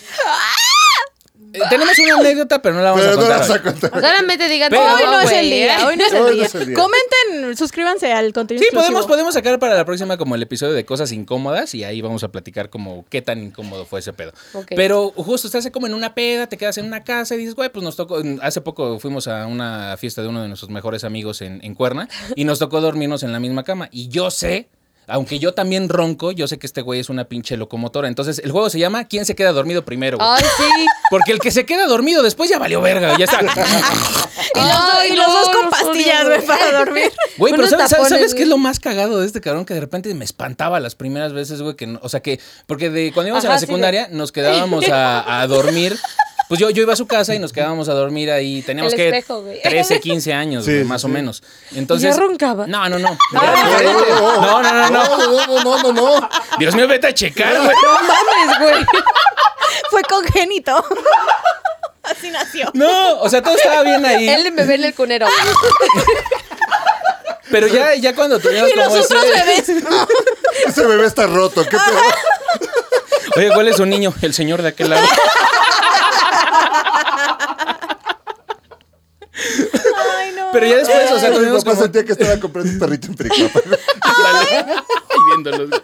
Speaker 2: Eh, tenemos una anécdota, pero no la vamos
Speaker 4: Pero
Speaker 2: a
Speaker 4: no
Speaker 2: contar.
Speaker 4: vas
Speaker 2: hoy.
Speaker 4: a contar.
Speaker 3: Solamente digan
Speaker 2: Pero-
Speaker 5: Hoy no es el
Speaker 3: güey.
Speaker 5: día, hoy no es el
Speaker 4: Hoy
Speaker 5: día.
Speaker 4: no es el día.
Speaker 5: Comenten, suscríbanse al contenido
Speaker 2: Sí,
Speaker 5: exclusivo.
Speaker 2: podemos, podemos sacar para la próxima como el episodio de cosas incómodas y ahí vamos a platicar como qué tan incómodo fue ese pedo.
Speaker 3: Ok.
Speaker 2: Pero justo estás como en una peda, te quedas en una casa y dices, güey, pues nos tocó, hace poco fuimos a una fiesta de uno de nuestros mejores amigos en, en Cuerna y nos tocó dormirnos en la misma cama. Y yo sé, aunque yo también ronco, yo sé que este güey es una pinche locomotora. Entonces el juego se llama ¿Quién se queda dormido primero? güey?
Speaker 3: Ay, sí.
Speaker 2: Porque el que se queda dormido después ya valió verga, ya está.
Speaker 5: Y los, do-
Speaker 3: Ay,
Speaker 5: y los
Speaker 3: no,
Speaker 5: dos con
Speaker 3: los odio,
Speaker 5: pastillas,
Speaker 3: güey.
Speaker 5: güey, para dormir.
Speaker 2: Güey, pero
Speaker 3: Unos
Speaker 2: ¿sabes, sabes-
Speaker 3: tapones,
Speaker 2: sabes qué es
Speaker 3: güey.
Speaker 2: lo más cagado de este cabrón? Que de repente me espantaba las primeras veces, güey, que, no- o sea, que, porque de cuando íbamos a
Speaker 3: Ajá,
Speaker 2: la
Speaker 3: sí, de-
Speaker 2: secundaria nos quedábamos a, a dormir Pues yo, yo iba a su casa y nos quedábamos a dormir ahí. Teníamos
Speaker 3: El
Speaker 2: que
Speaker 3: espejo, güey.
Speaker 2: 13, 15 años,
Speaker 4: Sí,
Speaker 2: güey,
Speaker 4: sí,
Speaker 2: más o
Speaker 4: sí.
Speaker 2: menos. Entonces.
Speaker 3: ¿Ya roncaba? Ah.
Speaker 2: No, no, no. No, no, no, no.
Speaker 4: No, no, no, no, no.
Speaker 2: Dios mío, vete a checar, güey.
Speaker 3: mames, güey.
Speaker 5: Fue congénito. Así nació.
Speaker 2: No, o sea, todo estaba bien ahí.
Speaker 3: Él me ve en el cunero.
Speaker 5: Ah,
Speaker 2: Pero ya, ya cuando tuvimos
Speaker 5: Y
Speaker 2: como
Speaker 5: nosotros
Speaker 2: ese-
Speaker 5: bebés.
Speaker 4: Ese bebé está roto. ¿Qué pedo?
Speaker 2: Oye, ¿cuál es su niño? El señor de aquel lado.
Speaker 5: Ay, no.
Speaker 2: Pero ya después, o sea,
Speaker 4: Mi
Speaker 2: tuvimos
Speaker 4: papá
Speaker 2: como...
Speaker 4: sentía que estaba comprando un perrito en Pericuapa.
Speaker 2: Ay, viéndolos.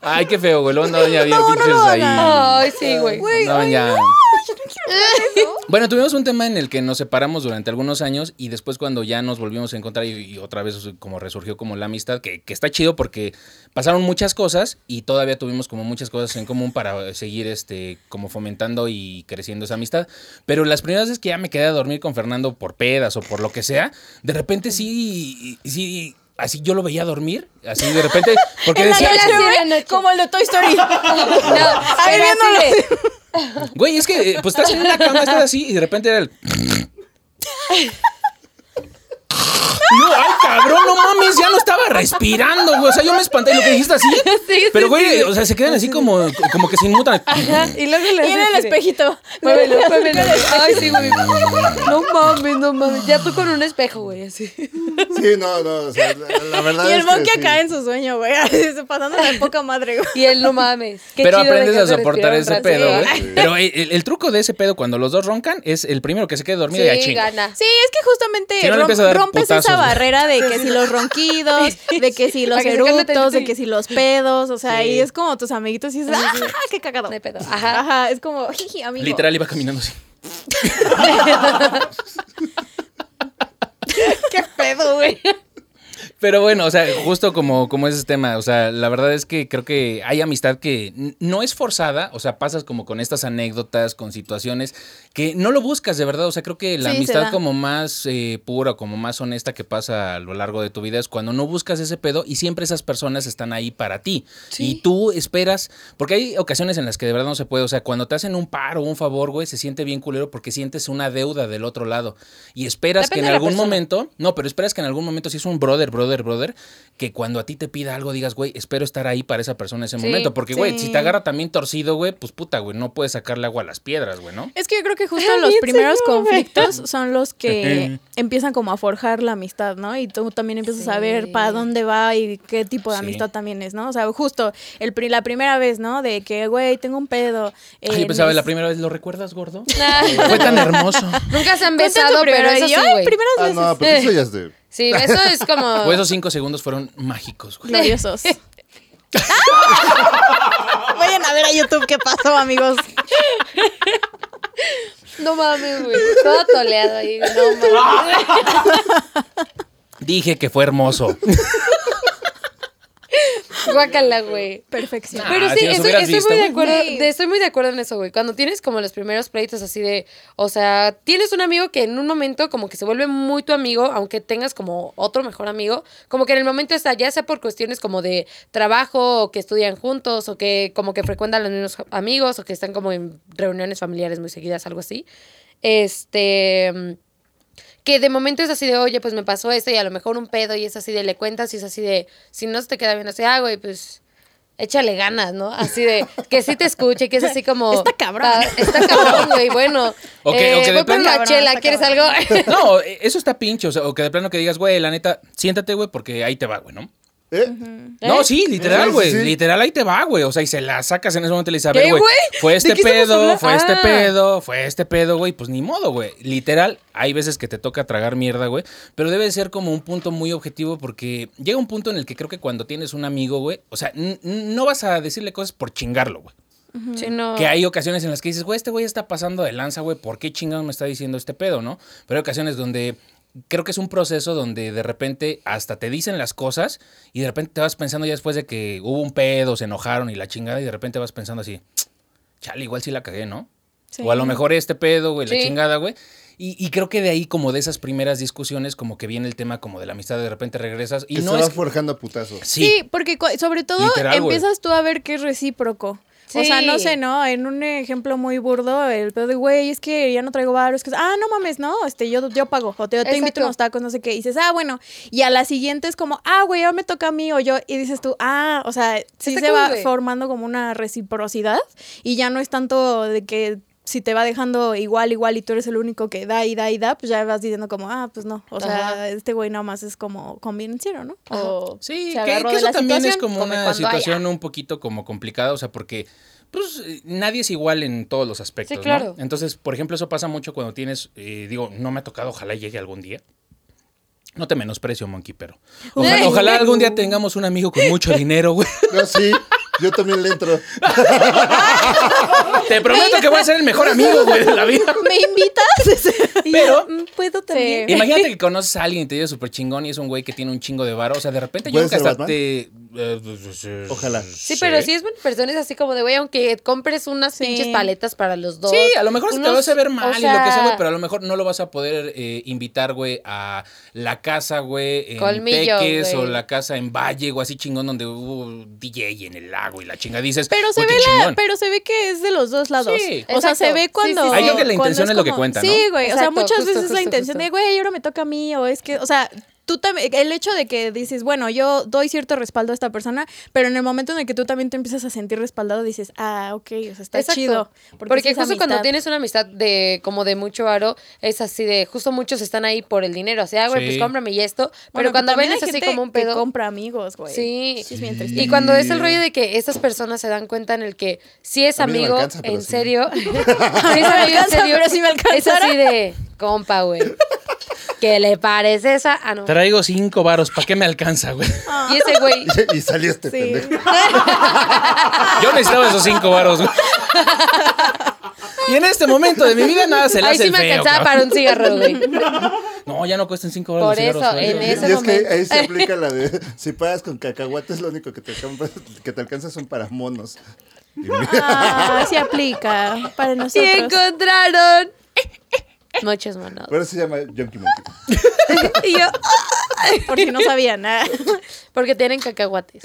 Speaker 2: Ay, qué feo, güey. Lo andaban ya bien
Speaker 5: No, no
Speaker 2: pinches
Speaker 5: lo
Speaker 2: ahí.
Speaker 5: hagan.
Speaker 3: Ay, sí, güey.
Speaker 5: Güey,
Speaker 2: Andaban
Speaker 5: ay,
Speaker 2: ya-
Speaker 5: eso.
Speaker 2: Bueno, tuvimos un tema en el que nos separamos durante algunos años y después cuando ya nos volvimos a encontrar y, y otra vez como resurgió como la amistad, que, que está chido porque pasaron muchas cosas y todavía tuvimos como muchas cosas en común para seguir este como fomentando y creciendo esa amistad. Pero las primeras veces que ya me quedé a dormir con Fernando por pedas o por lo que sea, de repente sí, sí, así yo lo veía dormir, así de repente, porque
Speaker 5: En la
Speaker 2: decía...
Speaker 5: noche,
Speaker 3: Sí,
Speaker 5: güey,
Speaker 3: la noche.
Speaker 5: como el de Toy Story.
Speaker 3: No,
Speaker 5: Ahí
Speaker 3: pero
Speaker 5: viéndolo.
Speaker 3: así de-
Speaker 2: Güey, es que eh, pues estás en una cama, estás así y de repente era el. No, ay, cabrón, no mames, ya no estaba respirando, güey. O sea, yo me espanté lo que dijiste así.
Speaker 3: sí,
Speaker 2: pero,
Speaker 3: sí,
Speaker 2: güey,
Speaker 3: sí.
Speaker 2: o sea, se quedan así como, como que se inmutan.
Speaker 3: Ajá, y luego le
Speaker 5: Y en el
Speaker 3: haces así de-
Speaker 5: espejito.
Speaker 3: Muévelo, muévelo. Ay, sí, güey. No mames, no mames. Ya tú con un espejo, güey, así.
Speaker 4: Sí, no, no. O sea, la, la verdad
Speaker 5: Y el
Speaker 4: es que
Speaker 5: monkey
Speaker 4: sí.
Speaker 5: acá en su sueño, güey. así, Pasando la poca madre, güey.
Speaker 3: Y él no mames. Qué
Speaker 2: pero
Speaker 3: chido
Speaker 2: aprendes
Speaker 3: dejar
Speaker 2: a
Speaker 3: de
Speaker 2: soportar
Speaker 3: respirar un
Speaker 2: ese
Speaker 3: rato.
Speaker 2: pedo,
Speaker 3: Sí.
Speaker 2: güey. Pero eh, el, el truco de ese pedo cuando los dos roncan es el primero que se quede dormido y a
Speaker 3: Sí,
Speaker 2: chinga.
Speaker 3: gana.
Speaker 5: Sí, es que justamente
Speaker 2: Si no le
Speaker 5: rom-
Speaker 2: empieza a dar
Speaker 5: rompes
Speaker 2: putazos,
Speaker 5: esa
Speaker 2: güey.
Speaker 5: barrera de que si los ronquidos, de que si los
Speaker 3: Para que se calme
Speaker 5: eructos, de
Speaker 3: tantito.
Speaker 5: que si los pedos, o sea,
Speaker 3: Sí.
Speaker 5: ahí es como tus amiguitos y dices, ¡ah, qué cagado!
Speaker 3: No hay pedo.
Speaker 5: Ajá.
Speaker 3: Ajá.
Speaker 5: es como, jiji, amigo.
Speaker 2: Literal iba caminando así.
Speaker 3: Qué pedo, güey.
Speaker 2: Pero bueno, o sea, justo como, como ese tema, o sea, la verdad es que creo que hay amistad que n- no es forzada, o sea, pasas como con estas anécdotas, con situaciones que no lo buscas de verdad, o sea, creo que la
Speaker 5: Sí, se
Speaker 2: amistad
Speaker 5: da.
Speaker 2: como más eh, pura, como más honesta que pasa a lo largo de tu vida es cuando no buscas ese pedo y siempre esas personas están ahí para ti. Y tú esperas, porque hay ocasiones en las que de verdad no se puede, o sea, cuando te hacen un paro, un favor, güey, se siente bien culero porque sientes una deuda del otro lado y esperas
Speaker 3: Depende
Speaker 2: que
Speaker 3: de
Speaker 2: en
Speaker 3: la
Speaker 2: algún
Speaker 3: persona.
Speaker 2: momento momento- no, pero esperas que en algún momento, si es un brother, brother, brother, que cuando a ti te pida algo digas, güey, espero estar ahí para esa persona en ese
Speaker 3: Sí,
Speaker 2: momento. Porque, güey,
Speaker 5: sí.
Speaker 2: si te agarra también torcido, güey, pues puta, güey, no puedes sacarle agua a las piedras, güey, ¿no?
Speaker 5: Es que yo creo que justo los
Speaker 3: Ah, bien,
Speaker 5: primeros
Speaker 3: señor, güey.
Speaker 5: conflictos son los que
Speaker 2: Ujú.
Speaker 5: empiezan como a forjar la amistad, ¿no? Y tú también empiezas a ver
Speaker 3: Sí.
Speaker 5: para dónde va y qué tipo de
Speaker 2: Sí.
Speaker 5: amistad también es, ¿no? O sea, justo el pri- la primera vez, ¿no? De que, güey, tengo un pedo.
Speaker 2: Ay,
Speaker 5: eh,
Speaker 2: yo pensaba,
Speaker 5: neces-
Speaker 2: la primera vez, ¿lo recuerdas, gordo?
Speaker 3: Nah.
Speaker 2: Fue tan hermoso.
Speaker 3: Nunca se han
Speaker 5: Cuenta tu
Speaker 3: besado, pero
Speaker 5: primera
Speaker 3: eso
Speaker 5: vez.
Speaker 3: sí,
Speaker 5: Yo, ay,
Speaker 3: güey.
Speaker 5: primeras
Speaker 4: Ah,
Speaker 5: veces.
Speaker 4: no, pero eso ya es de.
Speaker 3: Sí, eso es como...
Speaker 2: O esos cinco segundos fueron mágicos, güey.
Speaker 5: gloriosos. Ah. Vayan a ver a YouTube qué pasó, amigos.
Speaker 3: No mames, güey. Todo toleado ahí. No mames.
Speaker 2: Dije que fue hermoso.
Speaker 3: Guácala, güey.
Speaker 5: Perfección.
Speaker 2: Nah.
Speaker 3: Pero
Speaker 2: Ah,
Speaker 3: sí,
Speaker 2: si los
Speaker 3: estoy,
Speaker 2: hubieras
Speaker 3: estoy
Speaker 2: visto,
Speaker 3: muy de
Speaker 2: güey.
Speaker 3: acuerdo,
Speaker 5: Sí.
Speaker 3: de- estoy muy de acuerdo en eso, güey. Cuando tienes como los primeros pleitos así de, o sea, tienes un amigo que en un momento como que se vuelve muy tu amigo, aunque tengas como otro mejor amigo, como que en el momento está, ya sea por cuestiones como de trabajo, o que estudian juntos, o que como que frecuentan los mismos amigos, o que están como en reuniones familiares muy seguidas, algo así. Este que de momento es así de, oye, pues me pasó esto y a lo mejor un pedo y es así de, le cuentas y es así de, si no se te queda bien así, ah, güey, pues échale ganas, ¿no? Así de, que sí te escuche, que es así como...
Speaker 5: Está cabrón.
Speaker 3: "Ah, está cabrón, güey, bueno. eh,
Speaker 2: O que- o que de
Speaker 3: voy por
Speaker 2: plano-
Speaker 3: una
Speaker 5: Cabrón,
Speaker 3: chela,
Speaker 5: está
Speaker 3: ¿quieres
Speaker 5: cabrón.
Speaker 3: algo?
Speaker 2: No, eh, eso está pinche, o sea, o que de plano que digas, güey, la neta, siéntate, güey, porque ahí te va, güey, ¿no?
Speaker 4: ¿Eh?
Speaker 2: No,
Speaker 3: ¿Eh?
Speaker 2: sí, literal,
Speaker 4: Sí,
Speaker 2: güey.
Speaker 4: sí, sí.
Speaker 2: Literal, ahí te va, güey. O sea, y se la sacas en ese momento y le dices, a ver,
Speaker 3: ¿Qué,
Speaker 2: güey.
Speaker 3: güey?
Speaker 2: Fue
Speaker 3: ¿De
Speaker 2: este
Speaker 3: qué estamos
Speaker 2: pedo,
Speaker 3: hablando?
Speaker 2: fue este
Speaker 3: Ah.
Speaker 2: pedo, fue este pedo, güey. Pues ni modo, güey. Literal, hay veces que te toca tragar mierda, güey. Pero debe de ser como un punto muy objetivo porque llega un punto en el que creo que cuando tienes un amigo, güey, o sea, n- n- no vas a decirle cosas por chingarlo, güey.
Speaker 3: Sí, no.
Speaker 2: Que hay ocasiones en las que dices, güey, este güey está pasando de lanza, güey, ¿por qué chingados me está diciendo este pedo, no? Pero hay ocasiones donde creo que es un proceso donde de repente hasta te dicen las cosas y de repente te vas pensando ya después de que hubo un pedo, se enojaron y la chingada, y de repente vas pensando así, chale, igual sí la cagué, ¿no?
Speaker 5: Sí.
Speaker 2: O a lo mejor este pedo, güey, la
Speaker 3: Sí.
Speaker 2: chingada, güey. Y, y creo que de ahí, como de esas primeras discusiones, como que viene el tema como de la amistad, de repente regresas y
Speaker 4: que
Speaker 2: no
Speaker 4: se
Speaker 2: es...
Speaker 4: va forjando a putazos.
Speaker 5: Sí, porque cu- sobre todo
Speaker 2: Literal, güey.
Speaker 5: empiezas tú a ver que es recíproco. O sea, no
Speaker 3: Sí.
Speaker 5: sé, ¿no? En un ejemplo muy burdo, el pedo de, güey, es que ya no traigo varo, es que, ah, no mames, no, este, yo, yo pago, o te, yo te invito
Speaker 3: Exacto.
Speaker 5: unos tacos, no sé qué, y dices, ah, bueno, y a la siguiente es como, ah, güey, ahora me toca a mí o yo, y dices tú, ah, o sea, sí
Speaker 3: Está
Speaker 5: se
Speaker 3: cool,
Speaker 5: va
Speaker 3: güey.
Speaker 5: formando como una reciprocidad y ya no es tanto de que si te va dejando igual, igual y tú eres el único que da y da y da, pues ya vas diciendo como, ah, pues no, o sea,
Speaker 3: Ajá.
Speaker 5: este güey nada más es como convenciero, ¿no? O
Speaker 2: Sí,
Speaker 5: se
Speaker 2: que- que,
Speaker 5: agarró de
Speaker 2: eso
Speaker 5: la
Speaker 2: también es
Speaker 5: situación,
Speaker 2: como
Speaker 5: come
Speaker 2: una
Speaker 5: cuando haya.
Speaker 2: situación un poquito como complicada, o sea, porque pues eh, nadie es igual en todos los aspectos,
Speaker 3: Sí, claro.
Speaker 2: ¿no? Entonces, por ejemplo, eso pasa mucho cuando tienes, eh, digo, no me ha tocado, ojalá llegue algún día. No te menosprecio, Monkey, pero ojalá, ojalá algún día tengamos un amigo con mucho dinero, güey.
Speaker 4: No, sí, yo también le entro.
Speaker 2: Te prometo que voy a ser el mejor amigo, güey, de la vida.
Speaker 5: ¿Me invitas? Y
Speaker 2: Pero-
Speaker 5: yo, "Mm, puedo también.
Speaker 2: Imagínate que conoces a alguien y te dice súper chingón y es un güey que tiene un chingo de varo. O sea, de repente yo
Speaker 4: ¿Puede
Speaker 2: nunca
Speaker 4: ser
Speaker 2: hasta
Speaker 4: Batman?
Speaker 2: te. eh, pues, eh,
Speaker 4: Ojalá.
Speaker 3: Sí, pero si es buena persona, es así como de, güey, aunque compres unas
Speaker 5: Sí.
Speaker 3: pinches paletas para los dos.
Speaker 2: Sí, a lo mejor se te
Speaker 3: unos-
Speaker 2: vas a ver mal
Speaker 3: o
Speaker 2: y lo que sea,
Speaker 3: sea,
Speaker 2: güey, pero a lo mejor no lo vas a poder eh, invitar, güey, a la casa, güey, en
Speaker 3: Colmillo,
Speaker 2: Teques
Speaker 3: güey.
Speaker 2: o la casa en Valle o así chingón donde hubo DJ en el lago y la chinga dices.
Speaker 5: Pero se
Speaker 2: "Güey,
Speaker 5: ve
Speaker 2: qué
Speaker 5: la,
Speaker 2: chingón".
Speaker 5: pero se ve que es de los dos lados.
Speaker 2: Sí.
Speaker 5: o sea, se
Speaker 3: Exacto.
Speaker 5: ve
Speaker 3: Sí,
Speaker 5: cuando.
Speaker 3: sí, sí. Ahí yo creo que
Speaker 2: la
Speaker 5: cuando
Speaker 2: intención es lo que
Speaker 5: como-
Speaker 2: cuenta, ¿no?
Speaker 5: Sí, güey. o sea,
Speaker 3: Exacto,
Speaker 5: muchas
Speaker 3: justo,
Speaker 5: veces la
Speaker 3: justo,
Speaker 5: intención
Speaker 3: justo.
Speaker 5: de, güey, ahora me toca a mí, o es que, o sea, tú también, el hecho de que dices, bueno, yo doy cierto respaldo a esta persona, pero en el momento en el que tú también te empiezas a sentir respaldado, dices, ah, ok, o sea, está
Speaker 3: Exacto.
Speaker 5: chido.
Speaker 3: Porque,
Speaker 5: sí es
Speaker 3: justo cuando
Speaker 5: amistad.
Speaker 3: tienes una amistad de como de mucho aro, es así de, justo muchos están ahí por el dinero. O sea, ah, güey,
Speaker 2: Sí.
Speaker 3: pues cómprame y esto.
Speaker 5: Bueno,
Speaker 3: Pero cuando
Speaker 5: también
Speaker 3: ven es
Speaker 5: hay
Speaker 3: así
Speaker 5: gente
Speaker 3: como un
Speaker 5: que
Speaker 3: pedo.
Speaker 5: compra amigos, güey.
Speaker 3: Sí.
Speaker 5: Sí, es bien triste.
Speaker 3: Y cuando es el rollo de que estas personas se dan cuenta en el que si es
Speaker 4: A mí no me
Speaker 3: amigo,
Speaker 4: alcanza, pero
Speaker 3: en
Speaker 4: sí.
Speaker 3: serio, si es
Speaker 5: me
Speaker 3: amigo en
Speaker 5: alcanza,
Speaker 3: serio,
Speaker 5: pero si me
Speaker 3: es así
Speaker 5: alcanzara.
Speaker 3: de compa, güey. ¿Qué le parece esa? Ah, no.
Speaker 2: Traigo cinco varos, ¿para qué me alcanza, güey?
Speaker 3: Y ese güey,
Speaker 4: Y salió este
Speaker 5: Sí.
Speaker 4: pendejo.
Speaker 2: Yo necesitaba esos cinco varos, güey. Y en este momento de mi vida nada se le
Speaker 3: ahí
Speaker 2: hace
Speaker 3: sí
Speaker 2: el
Speaker 3: me
Speaker 2: feo,
Speaker 3: alcanzaba
Speaker 2: cabrón.
Speaker 3: para un cigarro, güey.
Speaker 2: No, ya no cuestan cinco varos
Speaker 3: Por
Speaker 2: los cigarros,
Speaker 3: eso,
Speaker 2: güey.
Speaker 3: en
Speaker 4: Y-
Speaker 3: ese
Speaker 4: y es que
Speaker 3: momento.
Speaker 4: ahí se aplica la de si pagas con cacahuates, lo único que te, compras- que te alcanza son para monos. Y-
Speaker 5: Ah, sí aplica para
Speaker 3: Y
Speaker 5: nosotros.
Speaker 3: encontraron muchos monos.
Speaker 4: Por eso se llama Junkie Monkey.
Speaker 5: Y yo, por si no sabían ah. nada.
Speaker 3: Porque tienen cacahuates.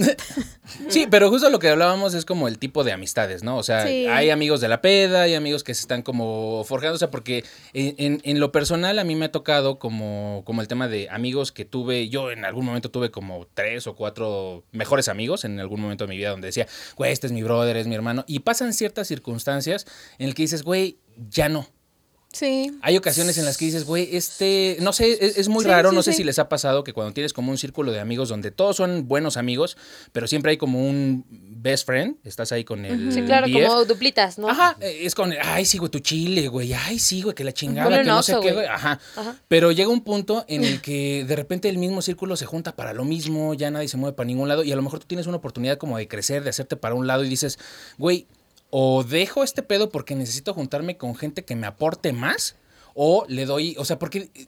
Speaker 2: Sí, pero justo lo que hablábamos es como el tipo de amistades, ¿no? O sea,
Speaker 5: Sí.
Speaker 2: hay amigos de la peda, hay amigos que se están como forjando, o sea, porque en, en- en lo personal a mí me ha tocado como, como el tema de amigos que tuve, yo en algún momento tuve como tres o cuatro mejores amigos en algún momento de mi vida donde decía, güey, este es mi brother, es mi hermano, y pasan ciertas circunstancias en el que dices, güey, ya no.
Speaker 5: Sí.
Speaker 2: Hay ocasiones en las que dices, güey, este, no sé, es, es muy
Speaker 5: Sí,
Speaker 2: raro,
Speaker 5: sí,
Speaker 2: no sé
Speaker 5: sí.
Speaker 2: si les ha pasado que cuando tienes como un círculo de amigos donde todos son buenos amigos, pero siempre hay como un best friend, estás ahí con el...
Speaker 3: Sí, claro,
Speaker 2: BF.
Speaker 3: como duplitas, ¿no?
Speaker 2: Ajá, eh, es con, el, ay, sí, güey, tu chile, güey, ay, sí, güey, que la chingada,
Speaker 3: Ponle
Speaker 2: que
Speaker 3: un
Speaker 2: no
Speaker 3: oso,
Speaker 2: sé qué,
Speaker 3: güey.
Speaker 2: güey, ajá. Pero llega un punto en el que de repente el mismo círculo se junta para lo mismo, ya nadie se mueve para ningún lado y a lo mejor tú tienes una oportunidad como de crecer, de hacerte para un lado y dices, güey, o dejo este pedo porque necesito juntarme con gente que me aporte más o le doy, o sea, porque eh,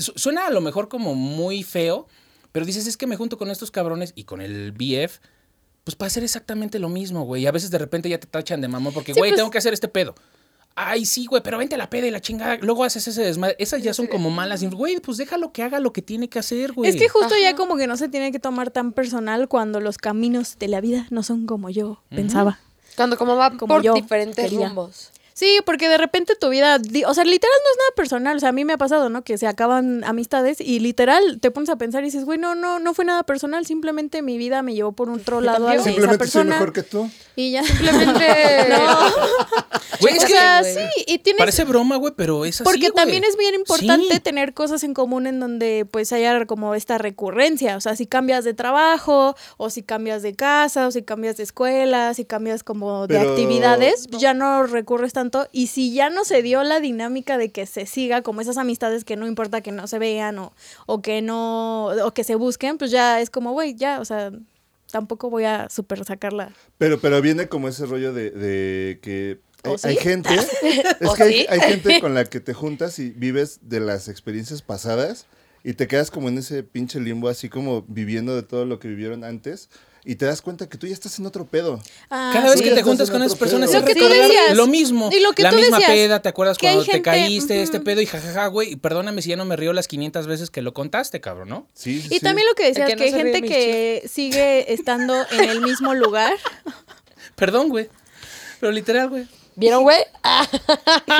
Speaker 2: su- suena a lo mejor como muy feo, pero dices, es que me junto con estos cabrones y con el BF. Pues para hacer exactamente lo mismo, güey. Y a veces de repente ya te tachan de mamón porque,
Speaker 5: Sí,
Speaker 2: güey,
Speaker 5: pues-
Speaker 2: tengo que hacer este pedo. Ay, sí, güey, pero vente a la peda y la chingada. Luego haces ese desmadre. Esas ya son como malas. Y, Güey, pues déjalo que haga lo que tiene que hacer, güey.
Speaker 5: Es que justo ya como que no se tiene que tomar tan personal cuando los caminos de la vida no son como yo pensaba.
Speaker 3: Cuando como va
Speaker 5: Como
Speaker 3: por
Speaker 5: yo
Speaker 3: diferentes
Speaker 5: quería.
Speaker 3: rumbos.
Speaker 5: Sí, porque de repente tu vida, di- o sea, literal no es nada personal, o sea, a mí me ha pasado, ¿no? Que se acaban amistades y literal te pones a pensar y dices, güey, no, no, no fue nada personal, simplemente mi vida me llevó por otro lado a la de esa
Speaker 4: Simplemente soy
Speaker 5: persona.
Speaker 4: mejor que tú.
Speaker 5: Y ya.
Speaker 3: Simplemente.
Speaker 5: No.
Speaker 2: Güey, es
Speaker 5: o
Speaker 2: que
Speaker 5: sea,
Speaker 3: güey.
Speaker 5: sí, y tienes
Speaker 2: parece broma, güey, pero es así,
Speaker 5: Porque
Speaker 2: güey.
Speaker 5: también es bien importante
Speaker 2: Sí.
Speaker 5: tener cosas en común en donde pues haya como esta recurrencia. O sea, si cambias de trabajo, o si cambias de casa, o si cambias de escuela, si cambias como de
Speaker 4: Pero-
Speaker 5: actividades, ya no recurres tanto. Y si ya no se dio la dinámica de que se siga como esas amistades que no importa que no se vean o, o que no, o que se busquen, pues ya es como, güey, ya, o sea, tampoco voy a super sacarla.
Speaker 4: Pero, pero viene como ese rollo de, de que
Speaker 5: ¿O
Speaker 4: hay,
Speaker 5: sí?
Speaker 4: hay gente. Es
Speaker 3: ¿O
Speaker 4: que hay,
Speaker 3: sí?
Speaker 4: hay gente con la que te juntas y vives de las experiencias pasadas y te quedas como en ese pinche limbo, así como viviendo de todo lo que vivieron antes. Y te das cuenta que tú ya estás en otro pedo.
Speaker 5: Ah,
Speaker 2: Cada vez
Speaker 4: sí.
Speaker 2: que te
Speaker 4: Estás
Speaker 2: juntas
Speaker 4: en
Speaker 2: con esas
Speaker 4: otro pedo.
Speaker 2: personas,
Speaker 4: Lo
Speaker 2: es
Speaker 5: que tú
Speaker 2: recordar
Speaker 5: decías.
Speaker 2: lo mismo.
Speaker 5: Y lo que
Speaker 2: la
Speaker 5: tú
Speaker 2: misma
Speaker 5: decías,
Speaker 2: peda, ¿te acuerdas
Speaker 5: que hay
Speaker 2: cuando te
Speaker 5: gente-
Speaker 2: caíste,
Speaker 5: ujú.
Speaker 2: este pedo? Y jajaja, güey. Y perdóname si ya no me río las 500 veces que lo contaste, cabrón, ¿no?
Speaker 4: Sí, sí,
Speaker 5: Y
Speaker 4: sí.
Speaker 5: también lo que decías, que,
Speaker 3: que no
Speaker 5: hay
Speaker 3: se ríe
Speaker 5: gente
Speaker 3: mis
Speaker 5: que sigue estando en el mismo lugar.
Speaker 2: Perdón, güey. Pero literal, güey.
Speaker 3: ¿Vieron, güey? Ah,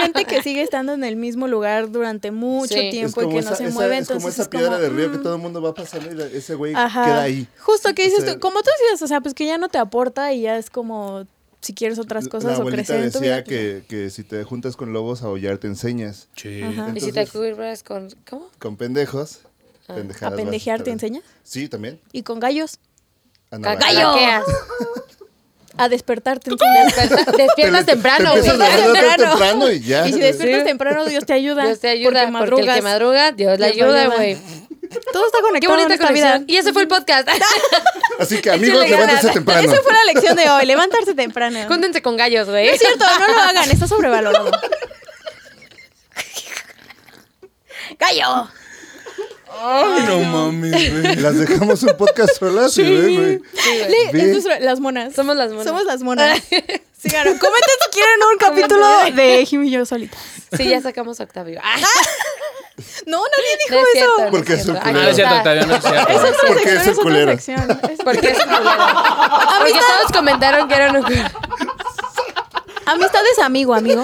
Speaker 5: Gente que sigue estando en el mismo lugar durante mucho
Speaker 3: Sí.
Speaker 5: tiempo y que no se mueve,
Speaker 4: es como
Speaker 5: entonces
Speaker 4: esa
Speaker 5: es
Speaker 4: piedra
Speaker 5: como,
Speaker 4: de río que
Speaker 5: mm,
Speaker 4: todo el mundo va pasando y la- ese güey
Speaker 5: ajá.
Speaker 4: queda ahí.
Speaker 5: Justo que
Speaker 4: O
Speaker 5: dices
Speaker 4: sea,
Speaker 5: tú, como tú decías, o sea, pues que ya no te aporta y ya es como si quieres otras
Speaker 4: la-
Speaker 5: cosas
Speaker 4: la
Speaker 5: o
Speaker 4: abuelita
Speaker 5: crecer en tu
Speaker 4: decía
Speaker 5: vida.
Speaker 4: que, que si te juntas con lobos a aullar te enseñas.
Speaker 2: Sí.
Speaker 5: Ajá.
Speaker 3: y si te
Speaker 4: Entonces-
Speaker 3: cubras con. ¿Cómo?
Speaker 4: Con pendejos,
Speaker 5: A
Speaker 4: pendejadas. vas
Speaker 5: pendejear te
Speaker 4: estar-
Speaker 5: enseña.
Speaker 4: Sí, también.
Speaker 5: Y con gallos,
Speaker 4: A
Speaker 3: ¡Cagallo!
Speaker 4: navajear.
Speaker 5: a despertarte. enseña.
Speaker 3: Despierta-
Speaker 4: Te-
Speaker 3: Despiertas
Speaker 4: te-
Speaker 3: temprano,
Speaker 4: te
Speaker 3: güey.
Speaker 4: empiezas a levantar temprano y ya.
Speaker 5: Y si despiertas temprano, Dios te ayuda.
Speaker 3: Dios te ayuda, porque, el que
Speaker 5: madrugas.
Speaker 3: madruga, Dios le
Speaker 5: Dios lo
Speaker 3: ayuda,
Speaker 5: ayuda.
Speaker 3: güey.
Speaker 5: Todo está
Speaker 3: Qué
Speaker 5: conectado en
Speaker 3: bonita
Speaker 5: esta
Speaker 3: conexión.
Speaker 5: vida.
Speaker 3: Y ese fue el podcast.
Speaker 4: Así que
Speaker 3: Échale
Speaker 4: amigos, levántense
Speaker 3: ganas.
Speaker 4: temprano.
Speaker 5: Esa fue la lección de hoy, levantarse temprano.
Speaker 3: Júntense con gallos, güey.
Speaker 5: No es cierto, no lo hagan, está sobrevalorado. ¡Gallo!
Speaker 2: Ay, no mames, güey.
Speaker 4: Las dejamos un podcast solas, sí. güey.
Speaker 5: Le-
Speaker 4: Ve.
Speaker 5: es nuestro- las monas.
Speaker 3: Somos las monas.
Speaker 5: Somos las monas. Sí, claro. Comenten si quieren un capítulo de Jimmy y yo solita.
Speaker 3: Sí, ya sacamos a Octavio. Ah,
Speaker 5: No, nadie dijo
Speaker 3: no es
Speaker 5: eso.
Speaker 3: cierto. no
Speaker 4: Porque
Speaker 3: es
Speaker 4: es un culero.
Speaker 3: cierto.
Speaker 2: Ah, No,
Speaker 3: Aquí
Speaker 2: no es cierto,
Speaker 3: está.
Speaker 2: Octavio, no es cierto.
Speaker 5: Esa
Speaker 4: Porque
Speaker 5: sección
Speaker 4: es el
Speaker 5: otra
Speaker 4: culero.
Speaker 5: sección. Es-
Speaker 3: Porque es un culero. Porque todos comentaron que era un culero.
Speaker 5: Amistades amigo, amigo.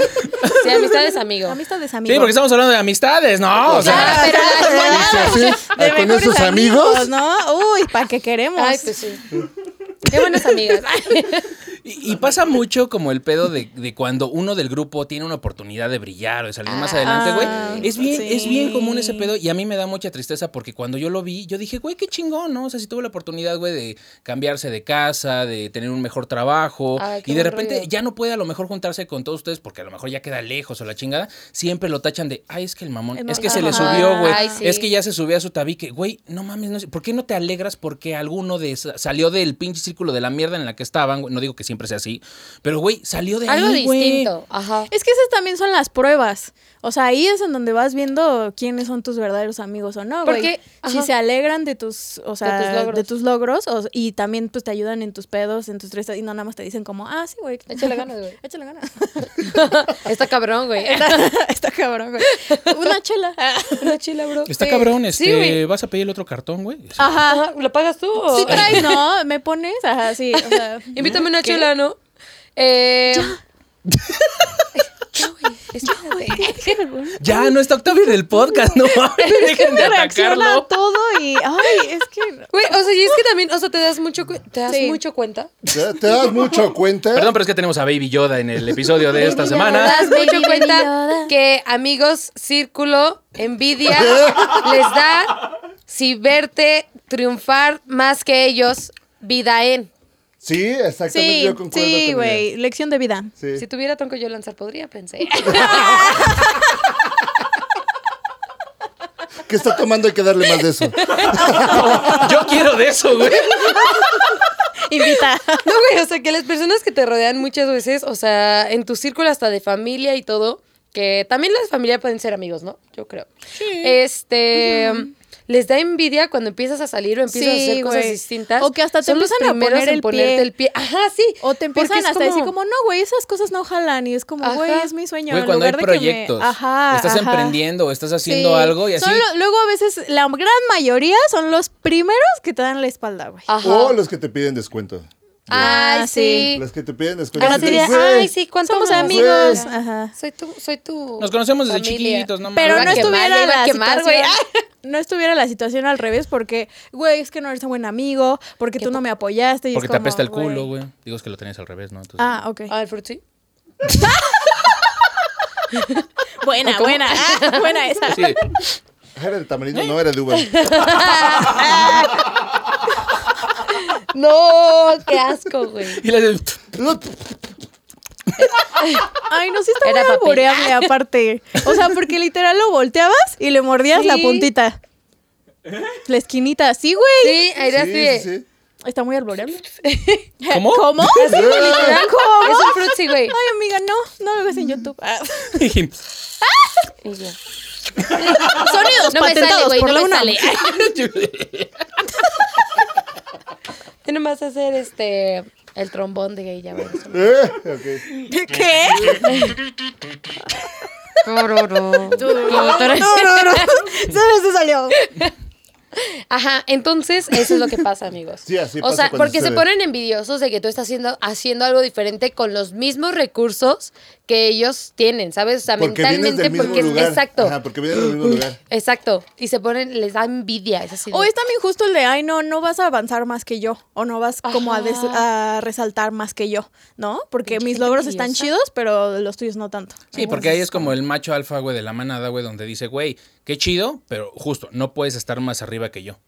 Speaker 3: Sí, amistades amigo.
Speaker 5: Amistades amigo.
Speaker 2: Sí, porque estamos hablando de amistades, ¿no? O sea,
Speaker 3: Ah, pero las monas.
Speaker 4: Sí, así, ah,
Speaker 5: De
Speaker 4: con
Speaker 5: mejores
Speaker 4: esos amigos.
Speaker 5: ¿no? Uy, ¿para qué queremos?
Speaker 3: Ay, pues sí. Qué buenas amigas.
Speaker 2: Y, y pasa mucho como el pedo de, de cuando uno del grupo tiene una oportunidad de brillar o de salir más adelante, güey.
Speaker 5: Ah,
Speaker 2: Es bien,
Speaker 5: sí.
Speaker 2: es bien común ese pedo y a mí me da mucha tristeza porque cuando yo lo vi, yo dije, güey, qué chingón, ¿no? O sea, si tuvo la oportunidad, güey, de cambiarse de casa, de tener un mejor trabajo
Speaker 3: Ay, qué
Speaker 2: y de
Speaker 3: buen
Speaker 2: repente
Speaker 3: rollo.
Speaker 2: ya no puede a lo mejor juntarse con todos ustedes porque a lo mejor ya queda lejos o la chingada, siempre lo tachan de, ay, es que el mamón,
Speaker 5: El
Speaker 2: es que
Speaker 5: mamón.
Speaker 2: se le
Speaker 5: Ajá.
Speaker 2: subió, güey,
Speaker 3: Ay, sí.
Speaker 2: es que ya se subió a su tabique, güey, no mames, no sé, ¿por qué no te alegras porque alguno de esa- salió del pinche círculo de la mierda en la que estaban? güey? No digo que siempre sea así, pero güey, salió de
Speaker 3: Algo
Speaker 2: ahí, güey.
Speaker 3: distinto. Ajá.
Speaker 5: Es que esas también son las pruebas. O sea, ahí es en donde vas viendo quiénes son tus verdaderos amigos o no, güey.
Speaker 3: Porque,
Speaker 5: Si
Speaker 3: ajá.
Speaker 5: se alegran de tus, o sea, de
Speaker 3: tus
Speaker 5: tus logros,
Speaker 3: logros.
Speaker 5: o- y también pues te ayudan en tus pedos, en tus tristezas y no nada más te dicen como, "Ah, sí, güey,
Speaker 3: Échale ganas, güey.
Speaker 5: Échale ganas."
Speaker 3: Está cabrón, güey.
Speaker 5: Está cabrón, güey. Una chela. Una chela, bro.
Speaker 2: Está
Speaker 5: Sí. Ah.
Speaker 2: cabrón,
Speaker 3: Sí,
Speaker 2: este,
Speaker 3: güey.
Speaker 2: vas a pedir el otro cartón, güey.
Speaker 5: Ajá.
Speaker 3: Ajá, ¿Lo pagas tú? o-
Speaker 5: Si traes, no, me pones, ajá, sí, o sea,
Speaker 3: Invítame una chela, ¿no? Eh. Ya, güey, espérate.
Speaker 2: Ya, no está Octavio en el podcast, no mames, dejen de
Speaker 5: reacciona a
Speaker 2: atacarlo.
Speaker 5: todo y ay, es que
Speaker 3: Güey, o sea, y es que también, o sea, te das mucho, cu- te das
Speaker 5: Sí.
Speaker 3: mucho cuenta.
Speaker 4: ¿Te, te das mucho cuenta.
Speaker 2: Perdón, pero es que tenemos a Baby Yoda en el episodio de esta
Speaker 3: Te
Speaker 2: semana.
Speaker 3: das
Speaker 5: Baby,
Speaker 3: mucho
Speaker 5: baby
Speaker 3: cuenta
Speaker 5: Yoda.
Speaker 3: que amigos, círculo, envidia les da si verte triunfar más que ellos, vida en.
Speaker 4: Sí, exactamente.
Speaker 5: sí,
Speaker 4: yo concuerdo con
Speaker 5: sí,
Speaker 4: ella.
Speaker 5: güey, lección de vida.
Speaker 4: Sí.
Speaker 3: Si tuviera tonco yo lanzar, podría, pensé.
Speaker 4: ¿Qué está tomando? Hay que darle más de eso.
Speaker 2: Yo quiero de eso, güey.
Speaker 5: Invita.
Speaker 3: No, güey, o sea, que las personas que te rodean muchas veces, o sea, en tu círculo hasta de familia y todo, que también las familias pueden ser amigos, ¿no? Yo creo. Este. Les da envidia cuando empiezas a salir o empiezas
Speaker 5: Sí,
Speaker 3: a hacer cosas
Speaker 5: güey.
Speaker 3: distintas.
Speaker 5: O que hasta te
Speaker 3: Son los
Speaker 5: empiezan a
Speaker 3: primeros
Speaker 5: poner
Speaker 3: en
Speaker 5: el
Speaker 3: ponerte
Speaker 5: pie.
Speaker 3: el pie. Ajá, sí.
Speaker 5: O te empiezan
Speaker 3: Porque es
Speaker 5: hasta a decir como, no, güey, esas cosas no jalan. Y es como,
Speaker 3: Ajá.
Speaker 5: güey, es mi sueño.
Speaker 2: Güey,
Speaker 5: en
Speaker 2: cuando hay
Speaker 5: lugar de que me-
Speaker 2: proyectos,
Speaker 5: Ajá,
Speaker 2: estás
Speaker 5: ajá.
Speaker 2: emprendiendo o estás haciendo
Speaker 5: Sí.
Speaker 2: algo y así.
Speaker 5: Son lo- luego a veces, la gran mayoría son los primeros que te dan la espalda, güey.
Speaker 3: Ajá.
Speaker 4: O los que te piden descuento.
Speaker 3: Ay,
Speaker 5: Ah,
Speaker 3: sí.
Speaker 4: Los que te piden descuento.
Speaker 3: Ahora
Speaker 5: Ahora te
Speaker 3: te
Speaker 4: Dices,
Speaker 5: diría,
Speaker 4: "Güey,
Speaker 3: ay, sí, ¿cuánto
Speaker 5: Somos
Speaker 3: me vas a
Speaker 5: amigos.
Speaker 3: dar?
Speaker 5: Ajá.
Speaker 3: Soy tu, soy tu.
Speaker 2: Nos conocemos desde
Speaker 3: familia.
Speaker 2: chiquitos, no mames.
Speaker 5: Pero
Speaker 3: Iba
Speaker 5: no
Speaker 3: a quemar,
Speaker 5: estuviera
Speaker 3: iba a
Speaker 5: la
Speaker 3: quemar, güey. Ah.
Speaker 5: situación. No estuviera la situación al revés, porque, güey, es que no eres un buen amigo, porque tú no me apoyaste. Y es
Speaker 2: Porque te
Speaker 5: como,
Speaker 2: apesta el culo, güey. Digo es que lo tenías al revés, ¿no? Entonces,
Speaker 5: Ah, ok.
Speaker 3: Ah, el frutzi.
Speaker 5: buena, buena. Ah, buena esa.
Speaker 2: sí.
Speaker 4: Ah, Era de tamarindo, no era de uva.
Speaker 3: Ah. No, qué asco, güey.
Speaker 2: Y le
Speaker 5: Ay, no, sí está muy
Speaker 3: Era papel.
Speaker 5: albureable aparte. O sea, porque literal lo volteabas y le mordías
Speaker 3: Sí.
Speaker 5: la puntita. La esquinita, sí, güey.
Speaker 3: Sí, era así.
Speaker 4: Sí, sí,
Speaker 3: de-
Speaker 4: sí.
Speaker 5: Está muy albureable.
Speaker 2: ¿Cómo?
Speaker 5: ¿Cómo?
Speaker 3: Sí, güey, literal.
Speaker 5: ¿Cómo?
Speaker 3: Es un frutzi, güey.
Speaker 5: Ay, amiga, no, no lo hagas en YouTube. Ah.
Speaker 3: Y yo,
Speaker 5: Sonidos
Speaker 3: No me sale,
Speaker 5: patentados
Speaker 3: güey,
Speaker 5: por
Speaker 3: no
Speaker 5: la
Speaker 3: me
Speaker 5: UNAM.
Speaker 3: sale. Tú nomás vas a hacer este el trombón de gay, ya ves.
Speaker 4: Eh, ok.
Speaker 5: ¿Qué?
Speaker 3: Tururú.
Speaker 5: No, no, no. Solo se salió.
Speaker 3: Ajá, entonces eso es lo que pasa, amigos.
Speaker 4: Sí, así
Speaker 3: o
Speaker 4: pasa
Speaker 3: sea,
Speaker 4: cuando
Speaker 3: porque se
Speaker 4: sucede.
Speaker 3: ponen envidiosos de que tú estás haciendo, haciendo algo diferente con los mismos recursos que ellos tienen, ¿sabes? O sea,
Speaker 4: Porque vienes
Speaker 3: mentalmente,
Speaker 4: del mismo
Speaker 3: porque
Speaker 4: lugar.
Speaker 3: exacto,
Speaker 4: Ajá, porque vienes del mismo lugar.
Speaker 3: exacto. Y se ponen, les da envidia. Es así de-
Speaker 5: O es también justo el de, ay, no, no vas a avanzar más que yo, o no vas como a, des-
Speaker 3: Ajá.
Speaker 5: a resaltar más que yo, ¿no? Porque
Speaker 3: Pinche
Speaker 5: mis
Speaker 3: gente
Speaker 5: logros están
Speaker 3: envidiosa.
Speaker 5: chidos, pero los tuyos no tanto.
Speaker 2: Sí, porque ahí es como el macho alfa, güey, de la manada, güey, donde dice, güey, qué chido, pero justo, no puedes estar más arriba que yo.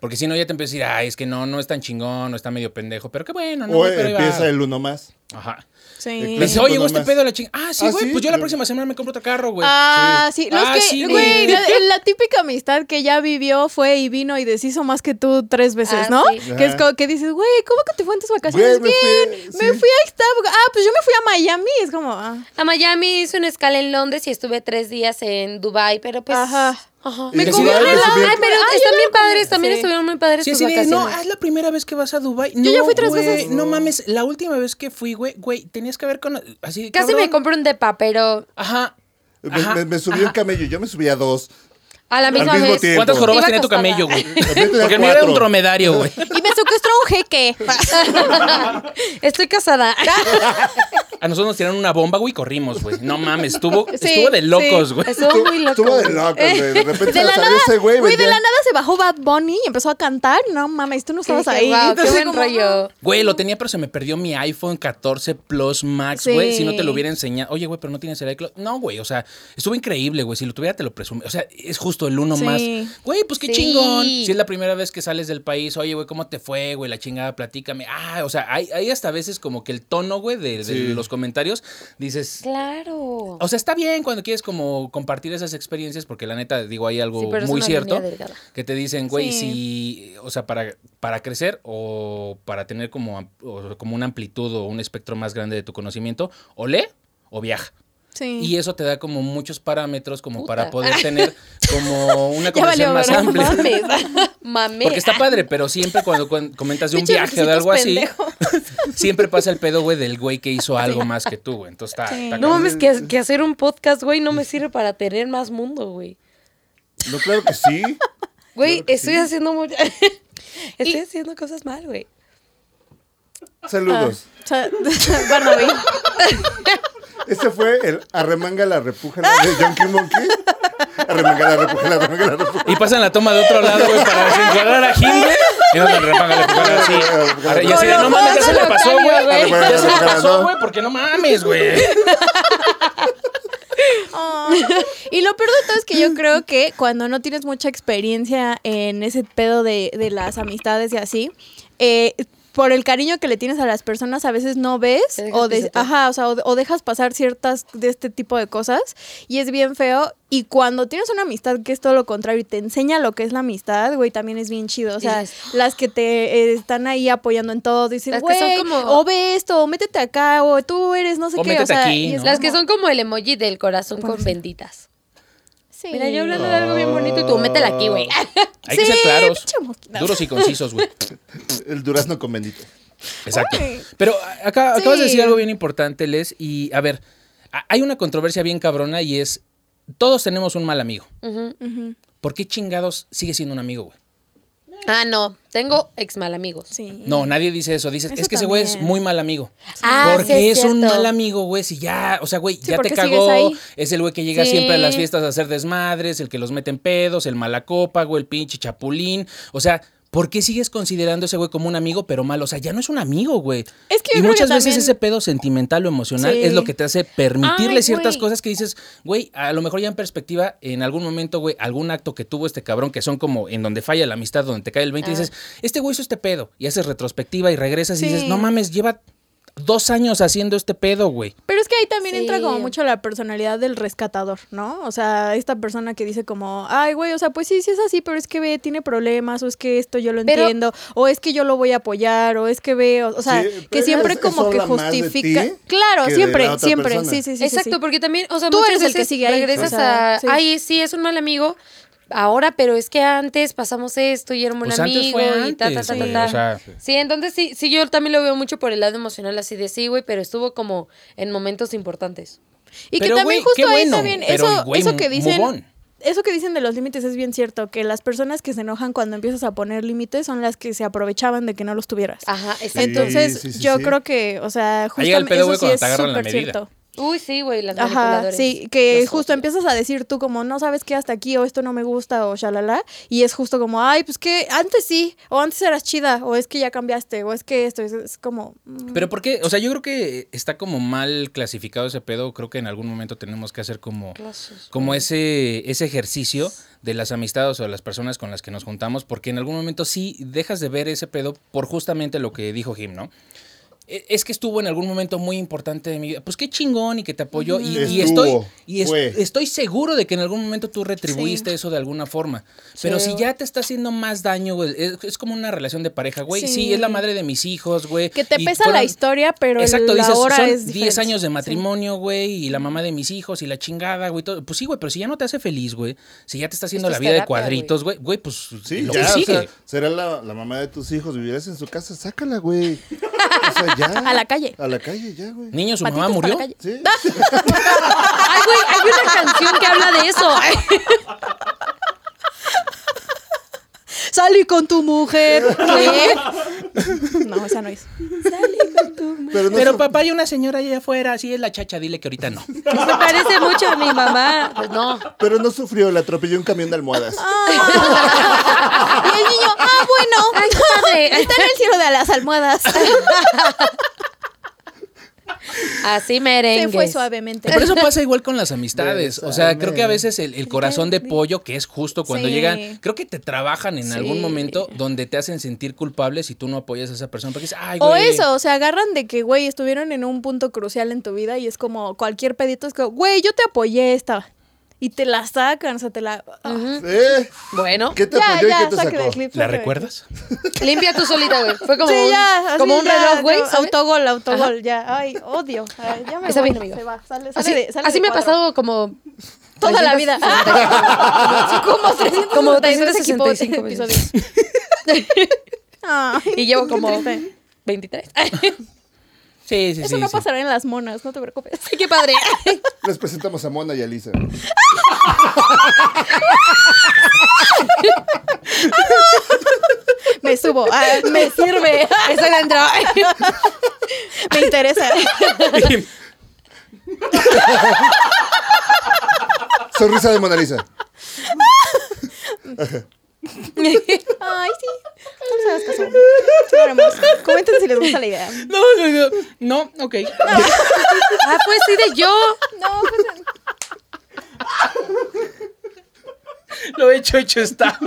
Speaker 2: Porque si no, ya te empiezas a decir, ay, es que no, no es tan chingón, no está medio pendejo, pero qué bueno, no,
Speaker 4: O
Speaker 2: güey, pero ahí va".
Speaker 4: empieza el uno más.
Speaker 2: Ajá.
Speaker 5: Sí. Pues
Speaker 2: Le
Speaker 4: Clásico
Speaker 2: dice, oye, güey,
Speaker 4: nomás.
Speaker 2: este pedo de la chingada. Ah, sí,
Speaker 4: Ah,
Speaker 2: güey,
Speaker 4: sí,
Speaker 2: pues yo la
Speaker 4: pero-
Speaker 2: próxima semana me compro otro carro, güey.
Speaker 5: Ah, sí, los
Speaker 2: Ah,
Speaker 5: que,
Speaker 2: sí,
Speaker 5: güey,
Speaker 2: güey.
Speaker 5: la, la típica amistad que ya vivió fue y vino y deshizo más que tú tres veces,
Speaker 3: Ah,
Speaker 5: ¿no?
Speaker 3: sí.
Speaker 5: Que es
Speaker 4: Ajá.
Speaker 5: como que dices, güey, ¿cómo que te fue en tus vacaciones?
Speaker 4: Güey, me
Speaker 5: Bien,
Speaker 4: fui-
Speaker 5: me
Speaker 4: sí.
Speaker 5: fui a Starbucks. Ah, pues yo me fui a Miami, es como, ah.
Speaker 3: A Miami hice una escala en Londres y estuve tres días en Dubai, pero pues...
Speaker 5: Ajá.
Speaker 4: Y
Speaker 5: Me
Speaker 4: que
Speaker 5: comí
Speaker 4: si va
Speaker 5: un
Speaker 4: a
Speaker 5: helado.
Speaker 4: recibir-
Speaker 3: Ay, pero
Speaker 5: Ay, yo
Speaker 3: están
Speaker 5: no
Speaker 3: bien
Speaker 5: comí.
Speaker 3: padres, también
Speaker 5: Sí.
Speaker 3: estuvieron muy padres
Speaker 2: Sí,
Speaker 3: tus
Speaker 2: así de,
Speaker 3: vacaciones.
Speaker 2: no, es la primera vez que vas a Dubai. No,
Speaker 5: ya fui tres
Speaker 2: güey,
Speaker 5: veces.
Speaker 2: No mames, la última vez que fui, güey, güey, tenías que haber con... Así,
Speaker 3: Casi
Speaker 2: cabrón.
Speaker 3: me compro un depa, pero
Speaker 2: Ajá.
Speaker 4: Me,
Speaker 2: ajá,
Speaker 4: me- me subí
Speaker 2: ajá.
Speaker 4: un camello, yo me subí a dos.
Speaker 3: a la misma
Speaker 4: mismo
Speaker 3: vez...
Speaker 4: tiempo.
Speaker 2: ¿Cuántas jorobas
Speaker 3: Iba
Speaker 2: tenía tu
Speaker 3: acostada.
Speaker 2: camello, güey?
Speaker 4: tenía
Speaker 2: Porque no era
Speaker 4: cuatro.
Speaker 2: un dromedario, güey.
Speaker 5: Y me secuestró un jeque.
Speaker 3: Estoy casada.
Speaker 2: A nosotros nos tiraron una bomba, güey, y corrimos, güey. No mames, estuvo,
Speaker 5: Sí,
Speaker 2: estuvo de locos, güey.
Speaker 3: Estuvo muy loco.
Speaker 4: Estuvo de loco, güey. De repente
Speaker 5: De la
Speaker 4: salió
Speaker 5: nada,
Speaker 4: ese güey.
Speaker 5: güey, de
Speaker 4: vendía-
Speaker 5: la nada se bajó Bad Bunny y empezó a cantar. No mames, tú no
Speaker 3: Que
Speaker 5: estabas
Speaker 3: dije,
Speaker 5: ahí.
Speaker 3: "Guau, qué
Speaker 5: Entonces,
Speaker 3: buen
Speaker 5: como, ah,
Speaker 3: rollo.
Speaker 2: Güey, lo tenía, pero se me perdió mi iPhone 14 Plus Max,
Speaker 5: Sí.
Speaker 2: güey. Si no te lo hubiera enseñado. Oye, güey, pero no tienes el iCloud. No, güey, o sea, estuvo increíble, güey. Si lo tuviera, te lo presumo. O sea, es justo el uno
Speaker 5: Sí.
Speaker 2: más. Güey, pues qué
Speaker 3: Sí.
Speaker 2: chingón. Si es la primera vez que sales del país, oye, güey, ¿cómo te fue, güey? La chingada, platícame. Ah, o sea, hay, hay hasta veces como que el tono, güey, de, de
Speaker 4: Sí.
Speaker 2: los comentarios, dices.
Speaker 3: Claro.
Speaker 2: O sea, está bien cuando quieres como compartir esas experiencias, porque la neta, digo, hay algo
Speaker 3: Sí, pero es
Speaker 2: muy
Speaker 3: una
Speaker 2: cierto.
Speaker 3: línea delgada.
Speaker 2: Que te dicen, güey,
Speaker 5: Sí.
Speaker 2: si, o sea, para, para crecer o para tener como, am- o como una amplitud o un espectro más grande de tu conocimiento, o lee o viaja.
Speaker 5: Sí.
Speaker 2: Y eso te da como muchos parámetros como
Speaker 3: Puta.
Speaker 2: para poder tener como una
Speaker 5: Ya valió,
Speaker 2: conversación más
Speaker 5: ¿verdad?
Speaker 2: amplia.
Speaker 3: Mames. Mames.
Speaker 2: Porque está padre, pero siempre cuando cuen- comentas de un
Speaker 5: Pinches
Speaker 2: viaje o de
Speaker 5: requisitos
Speaker 2: algo así,
Speaker 5: pendejos.
Speaker 2: siempre pasa el pedo, güey, del güey que hizo algo más que tú, güey. Entonces está...
Speaker 5: Sí.
Speaker 2: está
Speaker 3: No
Speaker 2: cabrón.
Speaker 3: mames, que, que hacer un podcast, güey, no me sirve para tener más mundo, güey.
Speaker 4: No, claro que sí.
Speaker 3: Güey,
Speaker 4: Claro que
Speaker 3: estoy
Speaker 4: sí.
Speaker 3: haciendo mucha- Estoy
Speaker 5: Y-
Speaker 3: haciendo cosas mal, güey.
Speaker 4: Saludos.
Speaker 5: Ah, O sea, Barnaby.
Speaker 4: Ese fue el arremanga la repújala de Yankee Monkey. Arremanga la repújala, arremanga la repújala.
Speaker 2: Y pasan la toma de otro lado, güey, para desencuadrar a Jim, güey. Y no te repagan la toma así. Ahora, Y así de, no mames, ya se le pasó, güey. Ya se le pasó, güey, porque no mames, güey.
Speaker 5: Y lo peor de todo es que yo creo que cuando no tienes mucha experiencia en ese pedo de, de las amistades y así, eh, por el cariño que le tienes a las personas, a veces no ves
Speaker 3: Te dejas
Speaker 5: o, de-
Speaker 3: pisotear.
Speaker 5: ajá, o, sea, o- o dejas pasar ciertas de este tipo de cosas y es bien feo. Y cuando tienes una amistad que es todo lo contrario y te enseña lo que es la amistad, güey, también es bien chido. O sea,
Speaker 3: Dices,
Speaker 5: las que te eh, están ahí apoyando en todo, dicen,
Speaker 3: Las que son
Speaker 5: güey,
Speaker 3: como-
Speaker 5: o ve esto, o métete acá, o tú eres no sé
Speaker 2: O
Speaker 5: qué.
Speaker 2: métete
Speaker 5: o sea,
Speaker 2: aquí,
Speaker 5: y es
Speaker 2: ¿no?
Speaker 3: Las
Speaker 5: como-
Speaker 3: que son como el emoji del corazón con
Speaker 5: Corazón.
Speaker 3: benditas.
Speaker 5: Sí.
Speaker 3: Mira, yo hablando de algo bien bonito y tú, métela aquí, güey.
Speaker 2: Ah. Hay que
Speaker 5: Sí,
Speaker 2: ser claros,
Speaker 5: pinche mosquito.
Speaker 2: duros y concisos, güey.
Speaker 4: El durazno con bendito.
Speaker 2: Exacto.
Speaker 5: Ay.
Speaker 2: Pero a- acá, acabas de
Speaker 5: Sí.
Speaker 2: decir algo bien importante, Les. Y a ver, a- hay una controversia bien cabrona y es: todos tenemos un mal amigo. ¿Por qué chingados sigue siendo un amigo, güey?
Speaker 3: Ah, no. Tengo ex mal amigos.
Speaker 5: Sí.
Speaker 2: No, nadie dice eso. Dices,
Speaker 5: Eso
Speaker 2: es que ese güey es
Speaker 5: también.
Speaker 2: muy mal amigo.
Speaker 3: Ah,
Speaker 2: porque
Speaker 3: sí
Speaker 2: es,
Speaker 3: es
Speaker 2: un
Speaker 3: cierto.
Speaker 2: mal amigo, güey. Si ya, o sea, güey, ya
Speaker 5: porque
Speaker 2: te
Speaker 5: sigues
Speaker 2: cagó.
Speaker 5: ahí.
Speaker 2: Es el güey que llega
Speaker 3: Sí.
Speaker 2: siempre a las fiestas a hacer desmadres, el que los mete en pedos, el malacópago, el pinche chapulín. O sea, ¿por qué sigues considerando a ese güey como un amigo, pero malo? O sea, ya no es un amigo, güey.
Speaker 5: Es que yo
Speaker 2: y
Speaker 5: creo
Speaker 2: muchas
Speaker 5: que
Speaker 2: veces
Speaker 5: también-
Speaker 2: ese pedo sentimental o emocional
Speaker 5: Sí.
Speaker 2: es lo que te hace permitirle
Speaker 3: Ay,
Speaker 2: ciertas
Speaker 3: güey.
Speaker 2: cosas que dices, güey, a lo mejor ya en perspectiva, en algún momento, güey, algún acto que tuvo este cabrón, que son como en donde falla la amistad, donde te cae el 20, y dices, este güey hizo este pedo. Y haces retrospectiva y regresas y dices,
Speaker 5: Sí.
Speaker 2: no mames, lleva dos años haciendo este pedo, güey.
Speaker 5: Pero es que ahí también entra
Speaker 3: Sí.
Speaker 5: como mucho la personalidad del rescatador, ¿no? O sea, esta persona que dice como, ay, güey, o sea, pues sí, sí es así, pero es que ve, tiene problemas, o es que esto yo lo
Speaker 3: Pero-
Speaker 5: entiendo, o es que yo lo voy a apoyar, o es que ve, o, o sea,
Speaker 4: Sí,
Speaker 5: que
Speaker 4: pero
Speaker 5: siempre
Speaker 4: es-
Speaker 5: como
Speaker 4: eso
Speaker 5: que
Speaker 4: habla más de
Speaker 5: justifica.
Speaker 4: ti
Speaker 5: Claro,
Speaker 4: que de la
Speaker 5: siempre,
Speaker 4: otra
Speaker 5: siempre,
Speaker 4: persona.
Speaker 5: sí, sí, sí. sí,
Speaker 3: Exacto,
Speaker 5: sí.
Speaker 3: porque también, o sea,
Speaker 5: Tú
Speaker 3: muchas
Speaker 5: eres el que
Speaker 3: veces
Speaker 5: sigue ahí,
Speaker 3: regresas
Speaker 5: o sea,
Speaker 3: a,
Speaker 5: sí.
Speaker 3: ay, sí, es un mal amigo. Ahora, pero es que antes pasamos esto y era un buen
Speaker 2: Pues antes
Speaker 3: amigo
Speaker 2: fue
Speaker 3: y ta, ta,
Speaker 2: antes,
Speaker 3: ta, ta,
Speaker 2: güey,
Speaker 3: ta.
Speaker 2: o sea.
Speaker 3: sí, entonces sí, sí, yo también lo veo mucho por el lado emocional, así de sí, güey, pero estuvo como en momentos importantes.
Speaker 5: Y
Speaker 2: Pero,
Speaker 5: que también
Speaker 2: güey, qué
Speaker 5: justo ahí
Speaker 2: bueno,
Speaker 5: también,
Speaker 2: pero,
Speaker 5: eso,
Speaker 2: güey,
Speaker 5: eso que
Speaker 2: move on.
Speaker 5: dicen. eso que dicen de los límites es bien cierto, que las personas que se enojan cuando empiezas a poner límites son las que se aprovechaban de que no los tuvieras.
Speaker 3: Ajá, exacto.
Speaker 5: Entonces,
Speaker 4: sí, sí,
Speaker 5: yo
Speaker 4: sí.
Speaker 5: creo que, o sea,
Speaker 2: Ahí llega el
Speaker 5: justamente
Speaker 2: pedo, güey,
Speaker 5: eso sí
Speaker 2: cuando
Speaker 5: es
Speaker 2: te agarran la
Speaker 5: súper
Speaker 2: medida.
Speaker 5: cierto.
Speaker 3: Uy, sí, güey, las
Speaker 5: Ajá,
Speaker 3: manipuladoras.
Speaker 5: sí, que
Speaker 3: Los
Speaker 5: justo
Speaker 3: odio.
Speaker 5: empiezas a decir tú como, no sabes qué, hasta aquí, o esto no me gusta, o shalala, y es justo como, ay, pues que antes sí, o antes eras chida, o es que ya cambiaste, o es que esto, es, es como... mm,
Speaker 2: Pero ¿por qué? O sea, yo creo que está como mal clasificado ese pedo. Creo que en algún momento tenemos que hacer como,
Speaker 3: Clases,
Speaker 2: como ese, ese ejercicio de las amistades o de las personas con las que nos juntamos, porque en algún momento sí dejas de ver ese pedo por justamente lo que dijo Jim, ¿no? E- Es que estuvo en algún momento muy importante de mi vida. Pues qué chingón y que te apoyó. Y, y
Speaker 4: Estuvo,
Speaker 2: estoy, y es-
Speaker 4: fue.
Speaker 2: estoy seguro de que en algún momento tú retribuiste eso de alguna forma. Pero
Speaker 3: Sí,
Speaker 2: si
Speaker 3: güey.
Speaker 2: ya te está haciendo más daño, güey, es, es como una relación de pareja, güey. Sí.
Speaker 5: Sí.
Speaker 2: es la madre de mis hijos, güey.
Speaker 5: Que te
Speaker 2: y
Speaker 5: pesa la historia, pero el-
Speaker 2: Exacto,
Speaker 5: la
Speaker 2: dices,
Speaker 5: hora
Speaker 2: son 10
Speaker 5: es diferente.
Speaker 2: años de matrimonio, güey, y la mamá de mis hijos y la chingada, güey, todo. Pues sí, güey, pero si ya no te hace feliz, güey, si ya te está haciendo
Speaker 3: Esto
Speaker 2: la
Speaker 3: es
Speaker 2: vida de
Speaker 3: terapia,
Speaker 2: cuadritos, güey, güey, pues
Speaker 4: Sí,
Speaker 2: lo
Speaker 4: ya,
Speaker 2: que
Speaker 4: o
Speaker 2: sigue.
Speaker 4: sea, será la, la mamá de tus hijos, vivirás en su casa, sácala, güey. O sea, ya.
Speaker 5: A la calle.
Speaker 4: A la calle, ya, güey.
Speaker 2: Niño, su
Speaker 5: patitos
Speaker 2: mamá
Speaker 5: para
Speaker 2: murió.
Speaker 5: la calle.
Speaker 4: Sí.
Speaker 3: Ay, güey, hay una canción que habla de eso. Ay,
Speaker 5: Salí con tu mujer. ¿Qué? No, esa no es.
Speaker 4: Pero no
Speaker 2: Pero
Speaker 4: sé-
Speaker 2: papá, hay una señora allá afuera, así es la chacha, dile que ahorita no.
Speaker 3: Se parece mucho a mi mamá. Pues no.
Speaker 4: Pero no sufrió, le atropelló un camión de almohadas.
Speaker 5: Y el niño, ah, bueno.
Speaker 3: Ay, qué padre.
Speaker 5: Está en el cielo de las almohadas.
Speaker 3: Así
Speaker 5: Se
Speaker 3: merengue.
Speaker 5: fue suavemente.
Speaker 2: Pero eso pasa igual con las amistades. O sea, creo que a veces el, el corazón de pollo, que es justo cuando
Speaker 5: Sí.
Speaker 2: llegan, creo que te trabajan en algún
Speaker 3: Sí.
Speaker 2: momento donde te hacen sentir culpable si tú no apoyas a esa persona. Porque dices, ay, güey.
Speaker 5: O eso, o sea, agarran de que, güey, estuvieron en un punto crucial en tu vida y es como cualquier pedito es como, güey, yo te apoyé esta. Y te la sacan, o sea, te la. ah.
Speaker 4: ¿Eh?
Speaker 3: Bueno,
Speaker 4: ¿Qué te
Speaker 5: Ya,
Speaker 4: apoyó
Speaker 5: ya,
Speaker 4: y qué te
Speaker 5: saquen
Speaker 4: sacó?
Speaker 5: el clip,
Speaker 2: ¿La
Speaker 5: saquen el
Speaker 2: recuerdas?
Speaker 3: limpia tú solita, güey. Fue
Speaker 5: clip.
Speaker 3: como
Speaker 5: Sí,
Speaker 3: un,
Speaker 5: ya, así
Speaker 3: como un
Speaker 5: ya,
Speaker 3: reloj, güey.
Speaker 5: yo,
Speaker 3: ¿sabes?
Speaker 5: Autogol, autogol, ya. Ay, odio. Ay, ya me
Speaker 3: Está
Speaker 5: voy,
Speaker 3: bien, amigo.
Speaker 5: Se va, sale, sale
Speaker 3: Así,
Speaker 5: de- sale
Speaker 3: así
Speaker 5: de
Speaker 3: me ha
Speaker 5: cuadro.
Speaker 3: pasado como
Speaker 5: Toda la vida.
Speaker 3: como como
Speaker 5: 365
Speaker 3: episodios.
Speaker 5: Ay,
Speaker 3: Y llevo como
Speaker 5: triste.
Speaker 3: 23.
Speaker 2: Sí, sí, sí.
Speaker 5: Eso no
Speaker 2: sí.
Speaker 5: pasará en las monas, no te preocupes.
Speaker 3: Ay, qué padre.
Speaker 4: Les presentamos a Mona y a Lisa.
Speaker 5: Me subo, ah, me sirve,
Speaker 3: Eso le entró.
Speaker 5: me interesa.
Speaker 4: Sonrisa de Mona Lisa.
Speaker 5: Ay, sí. Tú no sabes qué son. Lo haremos. Comenten si les gusta la idea.
Speaker 2: No, no, no. No, ok.
Speaker 3: Ah, pues sí, de yo.
Speaker 5: No, pues,
Speaker 2: Lo hecho, hecho está.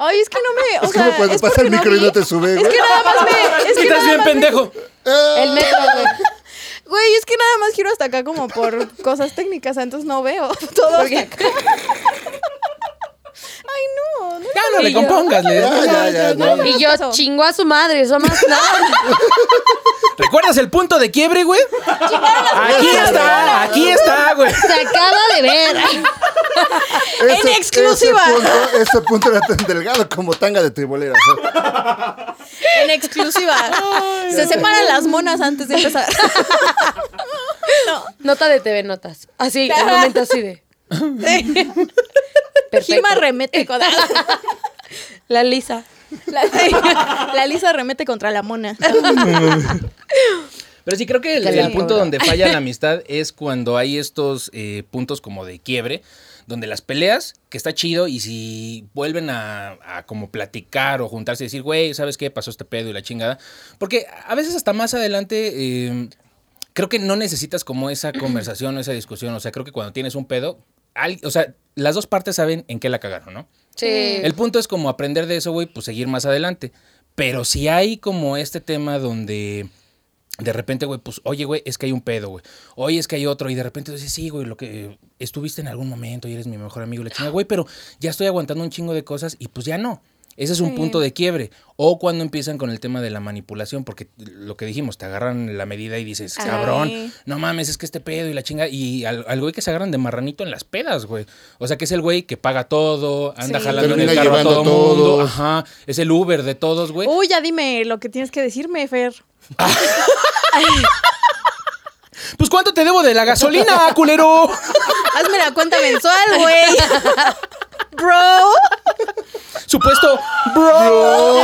Speaker 5: ay, es que no me. O
Speaker 4: Es
Speaker 5: sea,
Speaker 4: como cuando
Speaker 5: es
Speaker 4: pasa el
Speaker 5: porque
Speaker 4: micro y
Speaker 5: vi.
Speaker 4: no te sube,
Speaker 5: Es
Speaker 4: güey.
Speaker 5: que nada más me. Es que
Speaker 2: Estás
Speaker 5: nada
Speaker 2: bien
Speaker 5: más me-
Speaker 2: pendejo.
Speaker 4: ¡Eh!
Speaker 3: El metro, güey.
Speaker 5: Güey, es que nada más giro hasta acá como por cosas técnicas, entonces no veo todo hasta
Speaker 3: Porque-
Speaker 5: acá. Ay, no. no
Speaker 2: Ya no le compongas, le-
Speaker 4: Ya, ya, ya.
Speaker 5: No,
Speaker 4: no.
Speaker 5: no.
Speaker 3: Y yo
Speaker 5: Paso.
Speaker 3: chingo a su madre, eso más nada.
Speaker 2: ¿Recuerdas el punto de quiebre, güey? Aquí está, aquí está, güey.
Speaker 3: Se acaba de ver.
Speaker 4: Ese-
Speaker 5: exclusiva.
Speaker 4: Ese punto, ese punto era tan delgado como tanga de ¿eh? tribolera. o sea,
Speaker 5: En exclusiva. Se separan las monas antes de empezar.
Speaker 3: Nota de TV Notas. Así, el momento así de.
Speaker 5: Gima
Speaker 3: Perfecto.
Speaker 5: remete contra
Speaker 3: La Lisa.
Speaker 5: la, la Lisa remete contra la mona.
Speaker 2: Pero sí, creo que el,
Speaker 3: Que le
Speaker 2: el
Speaker 3: han
Speaker 2: punto
Speaker 3: cobrado.
Speaker 2: donde falla la amistad es cuando hay estos eh, puntos como de quiebre, donde las peleas, que está chido, y si vuelven a, a como platicar o juntarse y decir, güey, ¿sabes qué? Pasó este pedo y la chingada. Porque a veces hasta más adelante... eh, Creo que no necesitas como esa conversación o esa discusión. O sea, creo que cuando tienes un pedo, al- o sea, las dos partes saben en qué la cagaron, ¿no?
Speaker 3: Sí.
Speaker 2: El punto es como aprender de eso, güey, pues seguir más adelante. Pero si hay como este tema donde de repente, güey, pues, oye, güey, es que hay un pedo, güey. Oye, es que hay otro. Y de repente dices, sí, güey, lo que eh, estuviste en algún momento y eres mi mejor amigo. y La chinga, güey, pero ya estoy aguantando un chingo de cosas y pues ya no. Ese es un punto de quiebre. O cuando empiezan con el tema de la manipulación, porque lo que dijimos, te agarran la medida y dices, cabrón, no mames, es que este pedo y la chinga. Y al, al güey que se agarran de marranito en las pedas, güey. O sea, que es el güey que paga todo, anda
Speaker 5: Sí.
Speaker 2: jalando en el
Speaker 4: Termina
Speaker 2: carro a todo
Speaker 4: llevando
Speaker 2: mundo.
Speaker 4: todos.
Speaker 2: Ajá, es el Uber de todos, güey.
Speaker 5: Oh. Uy, ya dime lo que tienes que decirme, Fer.
Speaker 2: Pues ¿cuánto te debo de la gasolina, culero?
Speaker 5: Hazme la cuenta mensual, güey. Bro.
Speaker 2: Supuesto, bro.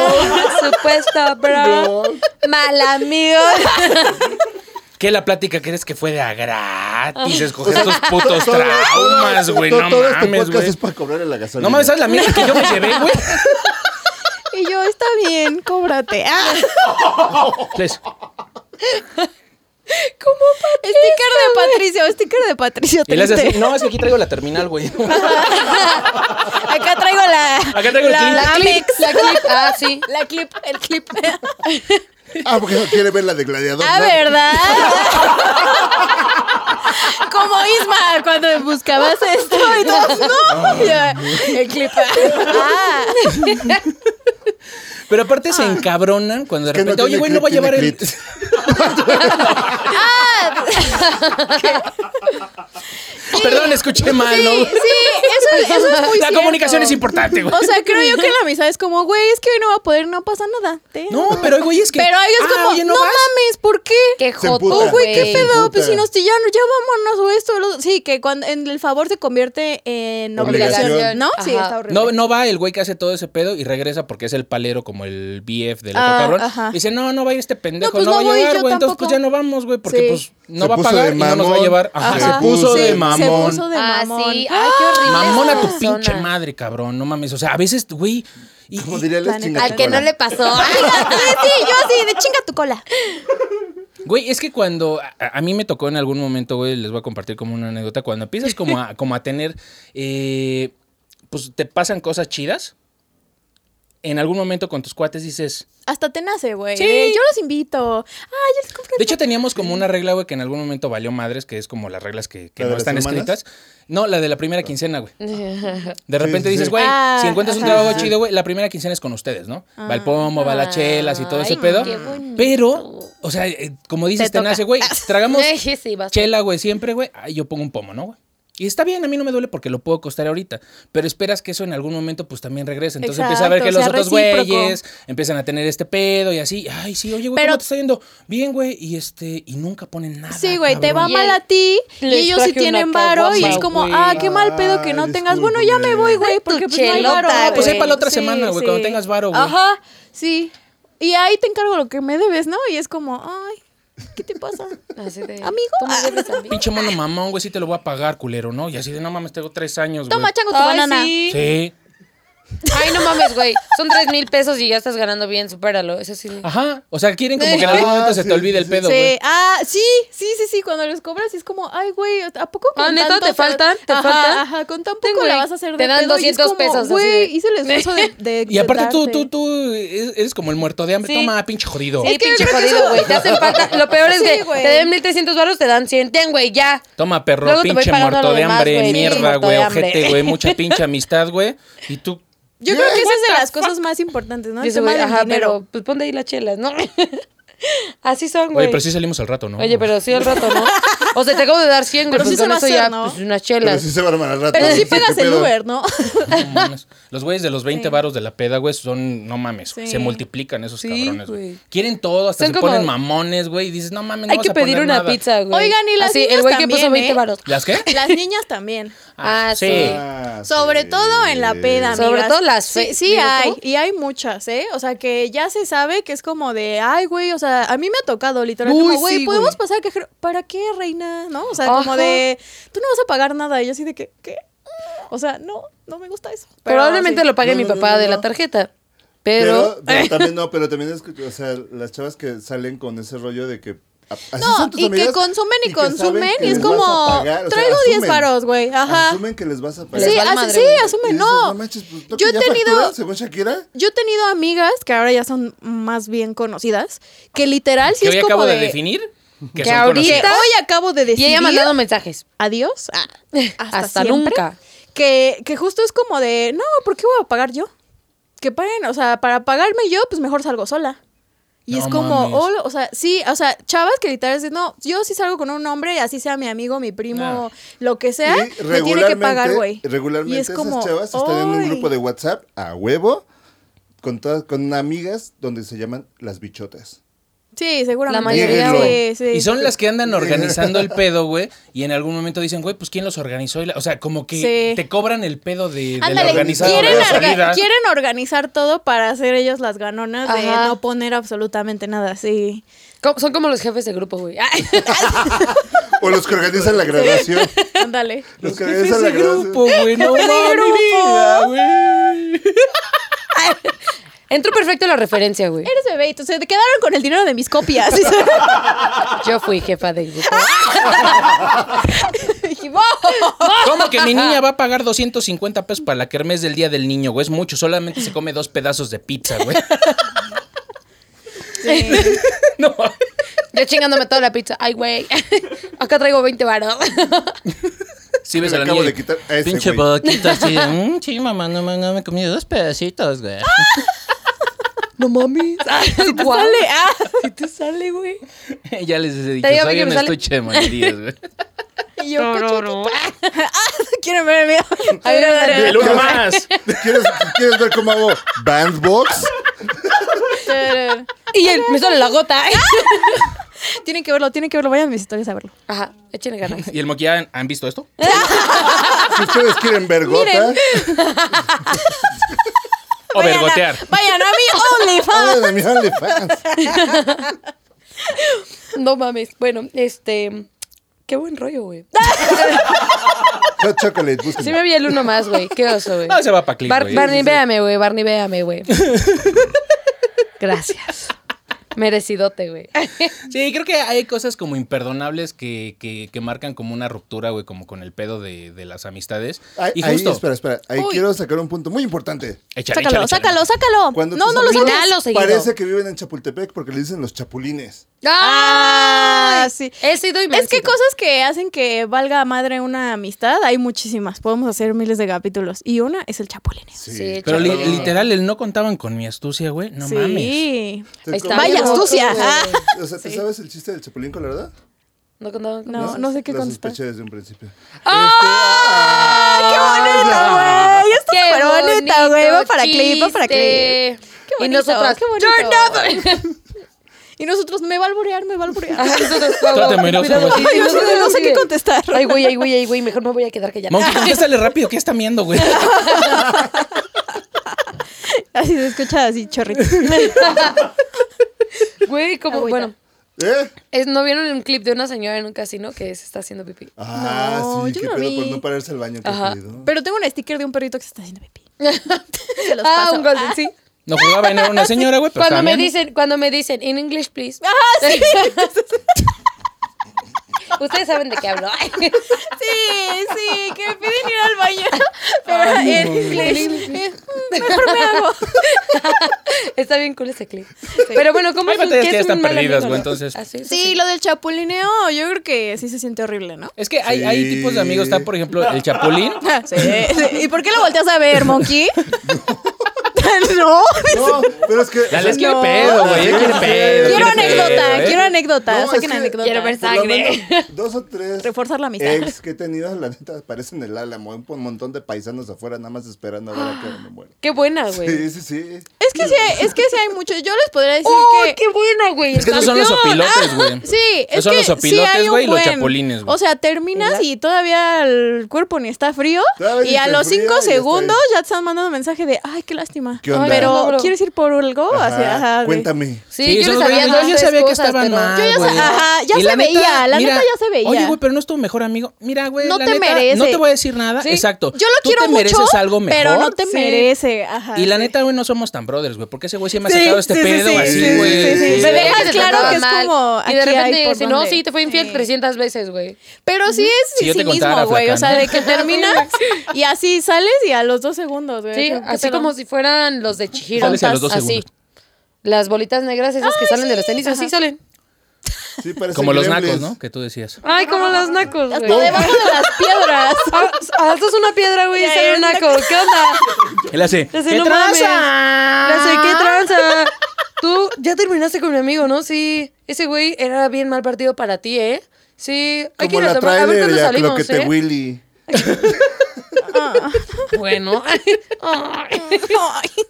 Speaker 3: Supuesto, bro. Mal amigo.
Speaker 2: ¿Qué la plática crees que fue de a gratis?
Speaker 5: Ah.
Speaker 2: Escoger estos putos traumas, güey.
Speaker 4: Todo,
Speaker 2: No
Speaker 4: todo este
Speaker 2: mames,
Speaker 4: podcast
Speaker 2: güey.
Speaker 4: es para cobrarle la gasolina.
Speaker 2: No mames, ¿sabes la mierda que yo me llevé, güey?
Speaker 5: Y yo, está bien, cóbrate. Ah,
Speaker 2: Les-
Speaker 5: sticker de Patricio, sticker de Patricio.
Speaker 2: Y le haces así,
Speaker 5: triste.
Speaker 2: no, es que aquí traigo la terminal, güey.
Speaker 5: Acá traigo la.
Speaker 2: Acá traigo el
Speaker 5: la,
Speaker 2: clip.
Speaker 5: la Amex.
Speaker 3: La clip. Ah, sí.
Speaker 5: La clip, el clip.
Speaker 4: Ah, porque no quiere ver la de Gladiador.
Speaker 5: Ah,
Speaker 4: ¿no?
Speaker 5: ¿verdad? Como Isma, cuando buscabas esto y todos, no. Ya, El clip. Ah,
Speaker 2: Pero aparte se encabronan cuando de
Speaker 4: Es que no
Speaker 2: repente,
Speaker 4: tiene
Speaker 2: oye, güey, no
Speaker 4: clip,
Speaker 2: va a llevar
Speaker 4: tiene
Speaker 2: el.
Speaker 4: clit".
Speaker 5: Ah.
Speaker 2: Perdón, escuché mal, ¿no?
Speaker 5: sí, sí, eso, eso es muy
Speaker 2: La
Speaker 5: cierto.
Speaker 2: comunicación es importante, güey.
Speaker 5: O sea, creo yo que la amistad es como, güey, es que hoy no va a poder, no pasa nada. te
Speaker 2: No,
Speaker 5: amo.
Speaker 2: pero, güey, es que-
Speaker 5: Pero oye, es
Speaker 2: Ah,
Speaker 5: como,
Speaker 2: oye,
Speaker 5: no,
Speaker 2: ¿no vas?"
Speaker 5: mames, ¿por qué?
Speaker 4: Se
Speaker 3: Qué joto,
Speaker 4: emputa.
Speaker 5: Oh, güey, qué
Speaker 4: Se
Speaker 5: pedo,
Speaker 4: emputa.
Speaker 5: pues si nos tillaron, ya vámonos, o esto, o lo- sí, que cuando en el favor se convierte en obligación,
Speaker 4: Obligación.
Speaker 5: ¿no? Sí,
Speaker 3: Ajá.
Speaker 5: está horrible.
Speaker 2: No, no va el güey que hace todo ese pedo y regresa porque es el palero como el BF del otro
Speaker 5: Ah,
Speaker 2: cabrón.
Speaker 5: ajá.
Speaker 2: Dice, no, no va a ir este pendejo,
Speaker 5: No,
Speaker 2: no,
Speaker 5: pues
Speaker 2: va
Speaker 5: no
Speaker 2: a
Speaker 5: voy,
Speaker 2: llevar,
Speaker 5: yo
Speaker 2: güey. Entonces, pues
Speaker 5: tampoco.
Speaker 2: ya no vamos, güey, porque
Speaker 5: Sí.
Speaker 2: pues no
Speaker 4: Se
Speaker 2: va a
Speaker 4: puso
Speaker 2: pagar
Speaker 4: de
Speaker 2: y no nos va a
Speaker 4: mamón.
Speaker 2: llevar.
Speaker 4: Ajá.
Speaker 2: ah, Se
Speaker 5: Ajá.
Speaker 2: puso de
Speaker 4: Se
Speaker 5: Se
Speaker 2: mamón.
Speaker 5: puso de mamón.
Speaker 3: Ah, sí. Ay, qué horrible.
Speaker 2: Mamón a
Speaker 3: esa
Speaker 2: tu pinche
Speaker 3: persona.
Speaker 2: madre, cabrón. No mames. O sea, a veces, güey. y-
Speaker 4: Como
Speaker 2: y-
Speaker 4: diría
Speaker 5: La
Speaker 4: la
Speaker 5: neta.
Speaker 4: chingada.
Speaker 3: Al que no le pasó.
Speaker 5: Sí, sí, yo así, de chinga tu cola.
Speaker 2: Güey, es que cuando a, a mí me tocó en algún momento, güey, les voy a compartir como una anécdota, cuando empiezas como a, como a tener, eh, pues te pasan cosas chidas, en algún momento con tus cuates dices,
Speaker 5: Hasta te nace, güey.
Speaker 2: Sí.
Speaker 5: de, Yo los invito. Ah, yo les compré.
Speaker 2: de hecho teníamos como una regla, güey, que en algún momento valió madres, que es como las reglas que, que
Speaker 4: ¿La de
Speaker 2: no
Speaker 4: las
Speaker 2: están
Speaker 4: hermanas?
Speaker 2: escritas. No, la de la primera quincena, güey. De repente
Speaker 4: sí,
Speaker 2: dices,
Speaker 4: sí.
Speaker 2: güey,
Speaker 5: Ah,
Speaker 2: si encuentras un
Speaker 5: ajá.
Speaker 2: trabajo chido, güey, la primera quincena es con ustedes, ¿no? va el pomo, va las chelas y todo ese
Speaker 3: Ay,
Speaker 2: pedo.
Speaker 3: qué bonito.
Speaker 2: Pero, o sea, eh, como dices,
Speaker 5: Te
Speaker 2: te,
Speaker 5: toca.
Speaker 2: nace, güey, tragamos
Speaker 3: Ay, sí, vas.
Speaker 2: chela, güey, siempre, güey, ay, yo pongo un pomo, ¿no, güey? Y está bien, a mí no me duele porque lo puedo costar ahorita, pero esperas que eso en algún momento pues también regrese. Entonces empieza a ver que
Speaker 5: Exacto,
Speaker 2: los
Speaker 5: sea
Speaker 2: otros
Speaker 5: recíproco.
Speaker 2: güeyes empiezan a tener este pedo y así, ay, sí, oye, güey,
Speaker 5: Pero-
Speaker 2: ¿cómo te está yendo? Bien, güey, y este, y nunca ponen nada.
Speaker 5: Sí, güey, te va
Speaker 2: cabrón.
Speaker 3: Y
Speaker 5: mal
Speaker 3: él-
Speaker 5: a ti y
Speaker 3: les
Speaker 5: ellos sí
Speaker 3: traje una
Speaker 5: tienen varo y es
Speaker 2: caguama,
Speaker 5: como,
Speaker 2: güey.
Speaker 5: ah, qué mal pedo que no
Speaker 4: Ay,
Speaker 5: tengas. Bueno, ya me
Speaker 4: discúlpame.
Speaker 5: voy, güey,
Speaker 3: Ay,
Speaker 5: porque
Speaker 3: tu
Speaker 5: pues no hay
Speaker 3: chelota,
Speaker 5: varo.
Speaker 3: güey.
Speaker 5: güey.
Speaker 3: Pues ahí
Speaker 2: eh, para la otra semana, güey, cuando tengas varo, güey.
Speaker 5: Ajá, sí. Y ahí te encargo lo que me debes, ¿no? Y es como, ay, ¿qué te pasa?
Speaker 3: Así de,
Speaker 5: Amigo.
Speaker 3: ¿Tú me debes a mí?
Speaker 2: Pinche mono mamón, güey, sí te lo voy a pagar, culero, ¿no? Y así de, no mames, tengo tres años, güey.
Speaker 5: Toma, chango, tu
Speaker 3: Ay,
Speaker 5: banana.
Speaker 3: sí.
Speaker 2: Sí.
Speaker 3: Ay, no mames, güey. Son tres mil pesos y ya estás ganando bien, supéralo. Eso sí.
Speaker 2: Ajá. O sea, quieren como que en
Speaker 4: Ah,
Speaker 2: algún momento se
Speaker 4: sí,
Speaker 2: te olvide el
Speaker 4: sí,
Speaker 2: pedo,
Speaker 5: Sí,
Speaker 2: güey.
Speaker 5: ah, sí, sí, sí, sí, cuando los cobras es como, ay, güey, ¿a poco con
Speaker 3: Ah, ¿neta?
Speaker 5: tanto
Speaker 3: ¿Te
Speaker 5: o sea,
Speaker 3: faltan? ¿Te
Speaker 5: ajá,
Speaker 3: faltan?
Speaker 5: Ajá, con tan
Speaker 3: Ten,
Speaker 5: poco la
Speaker 3: güey,
Speaker 5: vas a hacer de
Speaker 3: te dan
Speaker 5: pedo y es
Speaker 3: 200
Speaker 5: como,
Speaker 3: pesos, así de-
Speaker 5: Güey, hice el esfuerzo de, de-
Speaker 2: Y aparte tú,
Speaker 5: de
Speaker 2: tú,
Speaker 5: darte.
Speaker 2: tú eres como el muerto de hambre.
Speaker 3: Sí.
Speaker 2: Toma, pinche jodido.
Speaker 3: Sí,
Speaker 5: Es que yo
Speaker 3: pinche
Speaker 5: creo que
Speaker 3: jodido,
Speaker 5: eso-
Speaker 3: güey. Te hacen falta. Lo peor es
Speaker 5: Sí,
Speaker 3: que
Speaker 5: güey.
Speaker 3: te den 1300 baros, te dan 100. Ten, güey, ya.
Speaker 2: Toma, perro,
Speaker 3: Luego te voy
Speaker 2: pinche
Speaker 3: pagando
Speaker 2: muerto
Speaker 3: lo
Speaker 2: de
Speaker 3: demás,
Speaker 2: hambre,
Speaker 3: güey. Sí,
Speaker 2: mierda,
Speaker 3: muerto
Speaker 2: güey,
Speaker 3: de hambre.
Speaker 2: ojete, güey, mucha pinche amistad, güey. Y tú,
Speaker 5: Yo creo que esa es de las cosas más importantes, ¿no? El
Speaker 3: Dice,
Speaker 5: tema
Speaker 3: güey,
Speaker 5: del
Speaker 3: ajá,
Speaker 5: dinero.
Speaker 3: pero pues ponte ahí las chelas, ¿no? Así son, güey.
Speaker 2: oye, pero sí salimos al rato, ¿no?
Speaker 3: Oye, pero sí al rato, ¿no? O sea, te acabo de dar 100, güey.
Speaker 5: Pero
Speaker 3: Pues
Speaker 5: sí se
Speaker 3: con
Speaker 5: va a
Speaker 3: eso
Speaker 5: hacer,
Speaker 3: ya,
Speaker 5: ¿no?
Speaker 3: pues unas
Speaker 4: Pero
Speaker 3: chelas.
Speaker 4: sí se va a armar al rato.
Speaker 5: Pero sí
Speaker 4: dice,
Speaker 5: pagas
Speaker 4: ¿qué
Speaker 5: el
Speaker 4: pedo?
Speaker 5: Uber, ¿no?
Speaker 2: Pues, No mames. Los güeyes de los 20 varos de la peda, güey, son, no mames,
Speaker 5: Sí.
Speaker 2: se multiplican esos
Speaker 3: Sí,
Speaker 2: cabrones, güey.
Speaker 3: güey.
Speaker 2: Quieren todo, hasta
Speaker 3: Son
Speaker 2: se
Speaker 3: como-
Speaker 2: ponen mamones, güey, y dices, no mames, no
Speaker 3: Hay
Speaker 2: vas
Speaker 3: que
Speaker 2: a poner
Speaker 3: pedir una
Speaker 2: nada".
Speaker 3: pizza, güey.
Speaker 5: Oigan, y las
Speaker 3: Así,
Speaker 5: niñas
Speaker 3: el güey que
Speaker 5: también,
Speaker 3: puso 20
Speaker 5: ¿eh?
Speaker 3: varos.
Speaker 2: ¿Las qué?
Speaker 5: Las niñas también.
Speaker 3: Ah, sí.
Speaker 4: Ah,
Speaker 5: Sobre
Speaker 4: sí.
Speaker 5: todo en la peda, amigas.
Speaker 3: Sobre todo las
Speaker 5: Sí,
Speaker 3: fe-
Speaker 5: sí
Speaker 3: digo,
Speaker 5: hay,
Speaker 3: ¿cómo?
Speaker 5: y hay muchas, ¿eh? O sea, que ya se sabe que es como de, ay, güey, o sea, a mí me ha tocado literal,
Speaker 3: Uy,
Speaker 5: como, güey,
Speaker 3: sí,
Speaker 5: ¿podemos
Speaker 3: güey.
Speaker 5: pasar que ¿Para qué, reina? ¿No? O sea, como
Speaker 3: Ajá.
Speaker 5: de, tú no vas a pagar nada. Y yo así de que, ¿qué? O sea, no, no me gusta eso. Pero
Speaker 3: Probablemente
Speaker 5: sí.
Speaker 3: lo pague
Speaker 4: No,
Speaker 3: mi
Speaker 4: no, no,
Speaker 3: papá
Speaker 4: no,
Speaker 3: de
Speaker 4: no.
Speaker 3: la tarjeta.
Speaker 4: Pero,
Speaker 3: Pero.
Speaker 5: eh.
Speaker 4: pero también no, pero también es que, o sea, las chavas que salen con ese rollo de que a- así
Speaker 5: No,
Speaker 4: son tus
Speaker 5: y
Speaker 4: amigas
Speaker 5: que consumen y
Speaker 4: que saben
Speaker 5: consumen,
Speaker 4: que
Speaker 5: y es
Speaker 4: les vas a
Speaker 5: como,
Speaker 4: pagar, o sea,
Speaker 5: traigo 10
Speaker 4: asumen.
Speaker 5: varos, güey, ajá.
Speaker 4: Asumen que les vas a pagar.
Speaker 5: Sí,
Speaker 3: Les vale
Speaker 5: as-
Speaker 3: madre,
Speaker 5: sí,
Speaker 3: güey.
Speaker 5: asume,
Speaker 4: Y dices,
Speaker 5: no.
Speaker 4: manches, pues, ¿no
Speaker 5: Yo
Speaker 4: que
Speaker 5: he
Speaker 4: ya
Speaker 5: tenido-
Speaker 4: factura, según Shakira.
Speaker 5: Yo he tenido amigas que ahora ya son más bien conocidas, que literal sí
Speaker 2: que
Speaker 5: es
Speaker 2: hoy
Speaker 5: como
Speaker 2: acabo de,
Speaker 5: de
Speaker 2: definir que,
Speaker 3: Que
Speaker 2: son
Speaker 3: ahorita-
Speaker 5: que
Speaker 2: conocidas.
Speaker 5: hoy acabo de decir
Speaker 3: Y ella ha mandado mensajes.
Speaker 5: adiós ah, hasta,
Speaker 3: Hasta
Speaker 5: siempre,
Speaker 3: nunca.
Speaker 5: Que, que justo es como de, no, ¿por qué voy a pagar yo? Que paguen, o sea, para pagarme yo, pues mejor salgo sola. Y
Speaker 2: No
Speaker 5: es como,
Speaker 2: mames.
Speaker 5: "Hola", o sea, sí, o sea, chavas que literal dicen, no, yo sí salgo con un hombre, así sea mi amigo, mi primo,
Speaker 2: Nah.
Speaker 5: lo que sea,
Speaker 4: Y
Speaker 5: ¿Eh? me tiene que pagar,
Speaker 4: Ah. regularmente-
Speaker 5: güey.
Speaker 4: Regularmente
Speaker 5: Y es como,
Speaker 4: esas chavas están en un
Speaker 5: "Ay".
Speaker 4: grupo de WhatsApp a huevo con todas, con amigas donde se llaman las bichotas.
Speaker 5: Sí, seguramente.
Speaker 3: La mayoría,
Speaker 5: Sí,
Speaker 4: güey.
Speaker 5: sí.
Speaker 2: Y son las que andan organizando el pedo, güey. Y en algún momento dicen, güey, pues ¿quién los organizó? Y la- O sea, como que
Speaker 5: Sí.
Speaker 2: te cobran el pedo de, de la
Speaker 5: Ándale,
Speaker 2: organizada de
Speaker 5: quieren,
Speaker 2: la
Speaker 5: arga-
Speaker 2: salida.
Speaker 5: quieren organizar todo para ser ellos las ganonas
Speaker 3: Ajá.
Speaker 5: de no poner absolutamente nada. Sí.
Speaker 3: Co- Son como los jefes de grupo, güey. Ay,
Speaker 4: O los que organizan la graduación.
Speaker 5: Ándale.
Speaker 4: Los que
Speaker 2: Ese
Speaker 4: organizan la graduación.
Speaker 2: grupo, güey, no mames, mi vida, güey.
Speaker 3: Entró perfecto la referencia, güey.
Speaker 5: Eres bebé y tú- se te quedaron con el dinero de mis copias.
Speaker 3: Yo fui jefa de grupo.
Speaker 5: Dije, "Wow".
Speaker 2: ¿Cómo que mi niña va a pagar 250 pesos para la kermés del día del niño, güey? Es mucho, solamente se come dos pedazos de pizza, güey.
Speaker 5: Sí.
Speaker 2: No.
Speaker 3: Yo chingándome toda la pizza. Ay, güey. Acá traigo 20 varos.
Speaker 2: Sí, ves
Speaker 4: Le
Speaker 2: a la
Speaker 4: acabo
Speaker 2: niña.
Speaker 4: de quitar a ese,
Speaker 2: pinche
Speaker 4: güey.
Speaker 2: boquita así. de, "Mm, sí, mamá, no, no, no me he comido dos pedacitos, güey.
Speaker 3: No mames. Si te
Speaker 5: Sale, ah.
Speaker 3: Si te sale, güey.
Speaker 2: ya les he dicho,
Speaker 3: Te digo que
Speaker 2: soy
Speaker 3: me
Speaker 2: un
Speaker 3: sale-
Speaker 2: estuche de monerías, güey.
Speaker 5: Y yo, cachotita. Ah, ¿Quieren ver el mío?
Speaker 3: A ver, a ver, a ver.
Speaker 2: El uno más.
Speaker 4: ¿Quieres, ¿Quieres ver cómo hago bandbox?
Speaker 3: Y él, me sale la gota.
Speaker 5: Tienen que verlo, tienen que verlo. Vayan a mis historias a verlo.
Speaker 3: Ajá, échenle ganas.
Speaker 2: ¿Y el moquillán han visto esto?
Speaker 4: Si ustedes quieren ver gota,
Speaker 2: O
Speaker 5: Vayan a-
Speaker 2: vergotear.
Speaker 5: Vayan a mi OnlyFans.
Speaker 4: hablen de mi OnlyFans.
Speaker 3: No mames. Bueno, este. Qué buen rollo, güey.
Speaker 5: Ah.
Speaker 4: Hot chocolate, búsquenlo.
Speaker 3: Sí me vi el uno más, güey. Qué oso, güey.
Speaker 2: No, Ah, se va pa' clip,
Speaker 3: Bar-
Speaker 2: güey.
Speaker 3: Barney, véame, güey. Barney, véame, güey. Gracias. Merecidote, güey.
Speaker 2: Sí, creo que hay cosas como imperdonables que, que, que marcan como una ruptura, güey, como con el pedo de, de las amistades.
Speaker 4: Ahí,
Speaker 2: y
Speaker 4: ahí,
Speaker 2: justo.
Speaker 4: espera, espera. Ahí
Speaker 5: Uy.
Speaker 4: quiero sacar un punto muy importante.
Speaker 2: Échale, échale,
Speaker 5: Sácalo,
Speaker 2: échale.
Speaker 5: sácalo, sácalo.
Speaker 4: Cuando
Speaker 5: No,
Speaker 4: tus
Speaker 5: no lo
Speaker 4: amigos
Speaker 5: saques.
Speaker 3: Dalo seguido.
Speaker 4: Parece que viven en Chapultepec porque le dicen los chapulines.
Speaker 5: Ah,
Speaker 3: ¡Ay!
Speaker 5: sí.
Speaker 3: He sido y me
Speaker 5: Es
Speaker 3: he
Speaker 5: que
Speaker 3: sido.
Speaker 5: cosas que hacen que valga madre una amistad, hay muchísimas. Podemos hacer miles de capítulos. Y una es el chapulín.
Speaker 3: Sí,
Speaker 2: Pero li-
Speaker 3: Échale.
Speaker 2: literal, el no contaban con mi astucia, güey. No mames.
Speaker 5: sí.
Speaker 4: Entonces,
Speaker 3: Está
Speaker 4: como-
Speaker 5: Vaya
Speaker 3: bien loco,
Speaker 5: astucia.
Speaker 3: güey.
Speaker 5: Ah.
Speaker 4: O sea, ¿te sabes el chiste del chapulín colorado?
Speaker 3: No contaba con
Speaker 5: No,
Speaker 3: eso.
Speaker 5: no sé qué
Speaker 4: Lo
Speaker 5: contestar.
Speaker 4: sospeché desde un principio.
Speaker 5: ¡Ah, ¡Qué bonito, güey! Está
Speaker 3: Qué
Speaker 5: súper bonita,
Speaker 3: bonito
Speaker 5: güey. Va para clip, va para clip.
Speaker 3: chiste.
Speaker 5: Qué
Speaker 3: Y
Speaker 5: bonito,
Speaker 3: nosotras,
Speaker 5: qué bonito.
Speaker 3: "Turn up".
Speaker 5: Y nosotros, me va a alborear, me va a alborear.
Speaker 3: Ajá, nosotros,
Speaker 2: Trata de
Speaker 3: "Guau,
Speaker 2: mirar
Speaker 3: cuidado".
Speaker 2: ojos.
Speaker 5: Ay, no sé- no sé qué contestar.
Speaker 3: Ay, güey, ay, güey, ay, güey. Mejor me voy a quedar callada.
Speaker 2: Monty, contéstale rápido, ¿qué están viendo, güey?
Speaker 5: Así se escucha así, chorrito.
Speaker 3: Güey, como,
Speaker 5: Agüita.
Speaker 3: bueno.
Speaker 4: ¿Eh?
Speaker 3: Es, ¿No vieron un clip de una señora en un casino que se está haciendo pipí?
Speaker 4: Ah,
Speaker 5: No,
Speaker 4: sí,
Speaker 5: yo
Speaker 4: qué
Speaker 5: no
Speaker 4: pedo
Speaker 5: vi.
Speaker 4: por no pararse al baño. qué pedo.
Speaker 5: Pero tengo un sticker de un perrito que se está haciendo pipí. Se los
Speaker 3: ah,
Speaker 5: paso.
Speaker 3: un golden, sí. Ah,
Speaker 2: No jugaba en una señora, güey, pero
Speaker 3: Cuando me
Speaker 2: también.
Speaker 3: dicen, cuando me dicen, in English, please.
Speaker 5: Ah, sí.
Speaker 3: Ustedes saben de qué hablo.
Speaker 5: Sí, sí, que me piden ir al baño. Pero en inglés. eh, mm, Mejor me hago.
Speaker 3: Está bien cool ese clip. Pero bueno, ¿cómo
Speaker 2: Hay
Speaker 3: es un-
Speaker 2: batallas
Speaker 3: qué
Speaker 2: que
Speaker 3: es
Speaker 2: ya están
Speaker 3: un mal
Speaker 2: perdidas,
Speaker 3: amigo,
Speaker 2: güey,
Speaker 3: no? Ah,
Speaker 2: entonces.
Speaker 3: Así es,
Speaker 5: Sí,
Speaker 3: así.
Speaker 5: lo del chapulineo, yo creo que sí se siente horrible, ¿no?
Speaker 2: Es que hay, hay
Speaker 4: Sí.
Speaker 2: tipos de amigos. Está, por ejemplo, el chapulín.
Speaker 5: Ah, Sí, sí. ¿Y por qué lo volteas a ver, Monkey? No.
Speaker 4: No, pero es que.
Speaker 2: Ya
Speaker 4: o sea,
Speaker 2: les quiere
Speaker 5: No.
Speaker 2: pedo, güey. Ya quiere pedo.
Speaker 4: Quiero
Speaker 5: Quiero
Speaker 2: quiere
Speaker 5: anécdota,
Speaker 2: pedo, ¿eh?
Speaker 5: quiero anécdota.
Speaker 4: No,
Speaker 5: Saquen
Speaker 4: es que-
Speaker 5: anécdota.
Speaker 3: Quiero ver
Speaker 4: por lo
Speaker 3: sangre.
Speaker 4: menos Dos o tres.
Speaker 5: Reforzar la amistad.
Speaker 4: Ex que he tenido, la neta, parecen el álamo. Un pon- montón de paisanos afuera, nada más esperando a ver a qué hora me muero.
Speaker 3: Qué buena, Ah, güey.
Speaker 4: Sí, sí, sí.
Speaker 5: Es que sí, hay- es que sí hay muchos. Yo les podría decir
Speaker 3: ¡Oh,
Speaker 5: que. Ah,
Speaker 3: qué buena, güey!
Speaker 2: Es que esos son los opilotes, güey.
Speaker 5: Sí,
Speaker 2: Esos
Speaker 5: es
Speaker 2: son
Speaker 5: que
Speaker 2: los
Speaker 5: sí hay
Speaker 2: opilotes,
Speaker 5: un
Speaker 2: güey, y los
Speaker 5: buen.
Speaker 2: chapulines, güey.
Speaker 5: O sea, terminas y todavía el cuerpo ni está frío.
Speaker 4: Todavía
Speaker 5: y
Speaker 4: ni
Speaker 5: a
Speaker 4: está
Speaker 5: los
Speaker 4: frío,
Speaker 5: cinco
Speaker 4: ya está
Speaker 5: segundos
Speaker 4: ahí.
Speaker 5: ya te están mandando mensaje de, ay, qué lástima.
Speaker 4: ¿Qué onda?
Speaker 5: Pero,
Speaker 3: Ay, no, bro.
Speaker 5: ¿quieres ir por algo? Así,
Speaker 4: Ajá,
Speaker 5: ajá, de-
Speaker 4: Cuéntame.
Speaker 3: Sí,
Speaker 2: Sí,
Speaker 3: yo
Speaker 2: son
Speaker 3: les
Speaker 2: los
Speaker 3: había
Speaker 2: grandes.
Speaker 3: dado
Speaker 2: Yo ya
Speaker 3: tres
Speaker 2: sabía que
Speaker 3: cosas,
Speaker 2: estaban
Speaker 3: pero-
Speaker 2: mal.
Speaker 5: Yo ya
Speaker 2: güey.
Speaker 5: sa- ajá, ya
Speaker 2: Y
Speaker 5: se veía, la neta ya se veía.
Speaker 2: Oye, güey, pero no es tu mejor amigo. Mira, güey,
Speaker 5: No
Speaker 2: la
Speaker 5: te
Speaker 2: neta,
Speaker 5: merece.
Speaker 2: No te voy a decir nada.
Speaker 5: Sí.
Speaker 2: Exacto.
Speaker 5: Ah, Yo lo
Speaker 2: Tú
Speaker 5: quiero
Speaker 2: te mereces
Speaker 5: mucho,
Speaker 2: algo mejor.
Speaker 5: pero no te
Speaker 3: Sí.
Speaker 5: merece. Ajá,
Speaker 2: Y la
Speaker 5: sí.
Speaker 2: neta, güey, no somos tan brothers, güey. Porque ese güey se me ha
Speaker 5: Sí,
Speaker 2: sacado este
Speaker 5: sí, sí,
Speaker 2: pedo
Speaker 5: sí,
Speaker 2: así,
Speaker 4: sí,
Speaker 2: güey.
Speaker 4: sí, sí, sí.
Speaker 5: Me
Speaker 3: Me
Speaker 5: dejas
Speaker 3: dejas
Speaker 5: claro que es como,
Speaker 3: Y de
Speaker 5: aquí hay
Speaker 3: repente
Speaker 5: por
Speaker 3: dice, no,
Speaker 5: dónde".
Speaker 3: sí, te fue infiel
Speaker 5: Sí.
Speaker 3: 300 veces, güey.
Speaker 5: Pero sí es
Speaker 2: Si yo te
Speaker 5: cinismo,
Speaker 2: contara,
Speaker 5: güey.
Speaker 2: flaca,
Speaker 5: O sea,
Speaker 2: ¿no?
Speaker 5: de que terminas y así sales y a los dos segundos, güey.
Speaker 3: Sí,
Speaker 5: ¿qué- qué
Speaker 3: así
Speaker 5: pedo?
Speaker 3: como si fueran los de Chihiro.
Speaker 2: Sales a los dos
Speaker 3: así.
Speaker 2: segundos.
Speaker 3: Las bolitas negras esas que salen de los tenis, así salen.
Speaker 4: Sí, parece
Speaker 2: Como los nacos,
Speaker 4: gremlins.
Speaker 2: ¿no? Que tú decías.
Speaker 3: Ay, como los nacos, güey.
Speaker 5: Hasta debajo de las piedras.
Speaker 3: Ah, Alzas una piedra, güey, y
Speaker 5: Y ahí
Speaker 3: sale un
Speaker 5: un
Speaker 3: naco. ¿Qué onda?
Speaker 2: Él hace.
Speaker 3: Le hace,
Speaker 2: "¿Qué
Speaker 3: "No mames". Le hace, ¿qué tranza? Tú ya terminaste con mi amigo, ¿no? Sí. Ese güey era bien mal partido para ti, ¿eh? Sí. Hay que
Speaker 4: Como
Speaker 3: ir a
Speaker 4: la
Speaker 3: tomar. A ver
Speaker 4: trailer,
Speaker 3: cuándo
Speaker 4: ya, lo
Speaker 3: salimos,
Speaker 4: que te
Speaker 3: ¿eh?
Speaker 4: Willy.
Speaker 3: Bueno. Ay.
Speaker 2: e,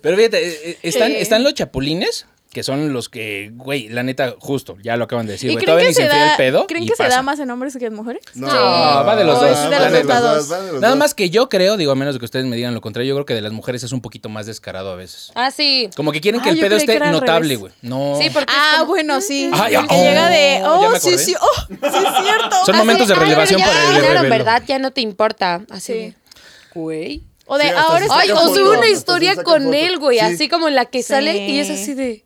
Speaker 2: Pero fíjate, eh, eh, están, están los chapulines, que son los que, güey, la neta, justo, ya lo acaban de decir,
Speaker 5: ¿Y
Speaker 2: güey.
Speaker 5: creen
Speaker 2: Todavía ni
Speaker 5: que,
Speaker 2: se
Speaker 5: se
Speaker 2: enfría
Speaker 5: da,
Speaker 2: el pedo.
Speaker 5: ¿creen
Speaker 2: y
Speaker 5: que se
Speaker 2: pasa.
Speaker 5: da más en hombres que en mujeres?
Speaker 4: No,
Speaker 3: Sí.
Speaker 2: va de los
Speaker 4: va
Speaker 2: dos,
Speaker 4: de
Speaker 2: va de los
Speaker 5: dos.
Speaker 4: va de los
Speaker 2: Nada
Speaker 4: dos.
Speaker 2: más que yo creo, digo, a menos de que ustedes me digan lo contrario, yo creo que de las mujeres es un poquito más descarado a veces.
Speaker 3: Ah, sí.
Speaker 2: Como que quieren que
Speaker 5: Ah,
Speaker 2: el
Speaker 5: yo
Speaker 2: pedo
Speaker 5: creí que
Speaker 2: esté
Speaker 5: era al
Speaker 2: notable,
Speaker 5: revés.
Speaker 2: güey. No.
Speaker 3: Sí, porque es
Speaker 5: Ah,
Speaker 3: como- "Mm,
Speaker 5: bueno, sí.
Speaker 2: Ah, ya-
Speaker 5: El que llega de,
Speaker 2: oh, ya me
Speaker 5: oh, sí,
Speaker 2: acordé.
Speaker 5: sí, oh, sí es cierto.
Speaker 2: Son
Speaker 5: Ah,
Speaker 2: momentos de
Speaker 3: Ay,
Speaker 2: revelación
Speaker 3: pero ya
Speaker 2: para el
Speaker 3: claro,
Speaker 2: rebelo.
Speaker 3: ¿verdad? Ya no te importa. Así.
Speaker 5: Sí.
Speaker 3: Güey.
Speaker 5: O de
Speaker 4: Sí, hasta
Speaker 5: ahora
Speaker 4: se
Speaker 5: está
Speaker 3: Ay,
Speaker 4: saca
Speaker 5: como-
Speaker 3: o
Speaker 4: foto,
Speaker 3: sube una
Speaker 4: hasta
Speaker 3: historia
Speaker 4: se saca
Speaker 3: con
Speaker 4: foto.
Speaker 3: él, güey.
Speaker 4: Sí.
Speaker 3: Así como la que
Speaker 5: Sí.
Speaker 3: sale y es así de.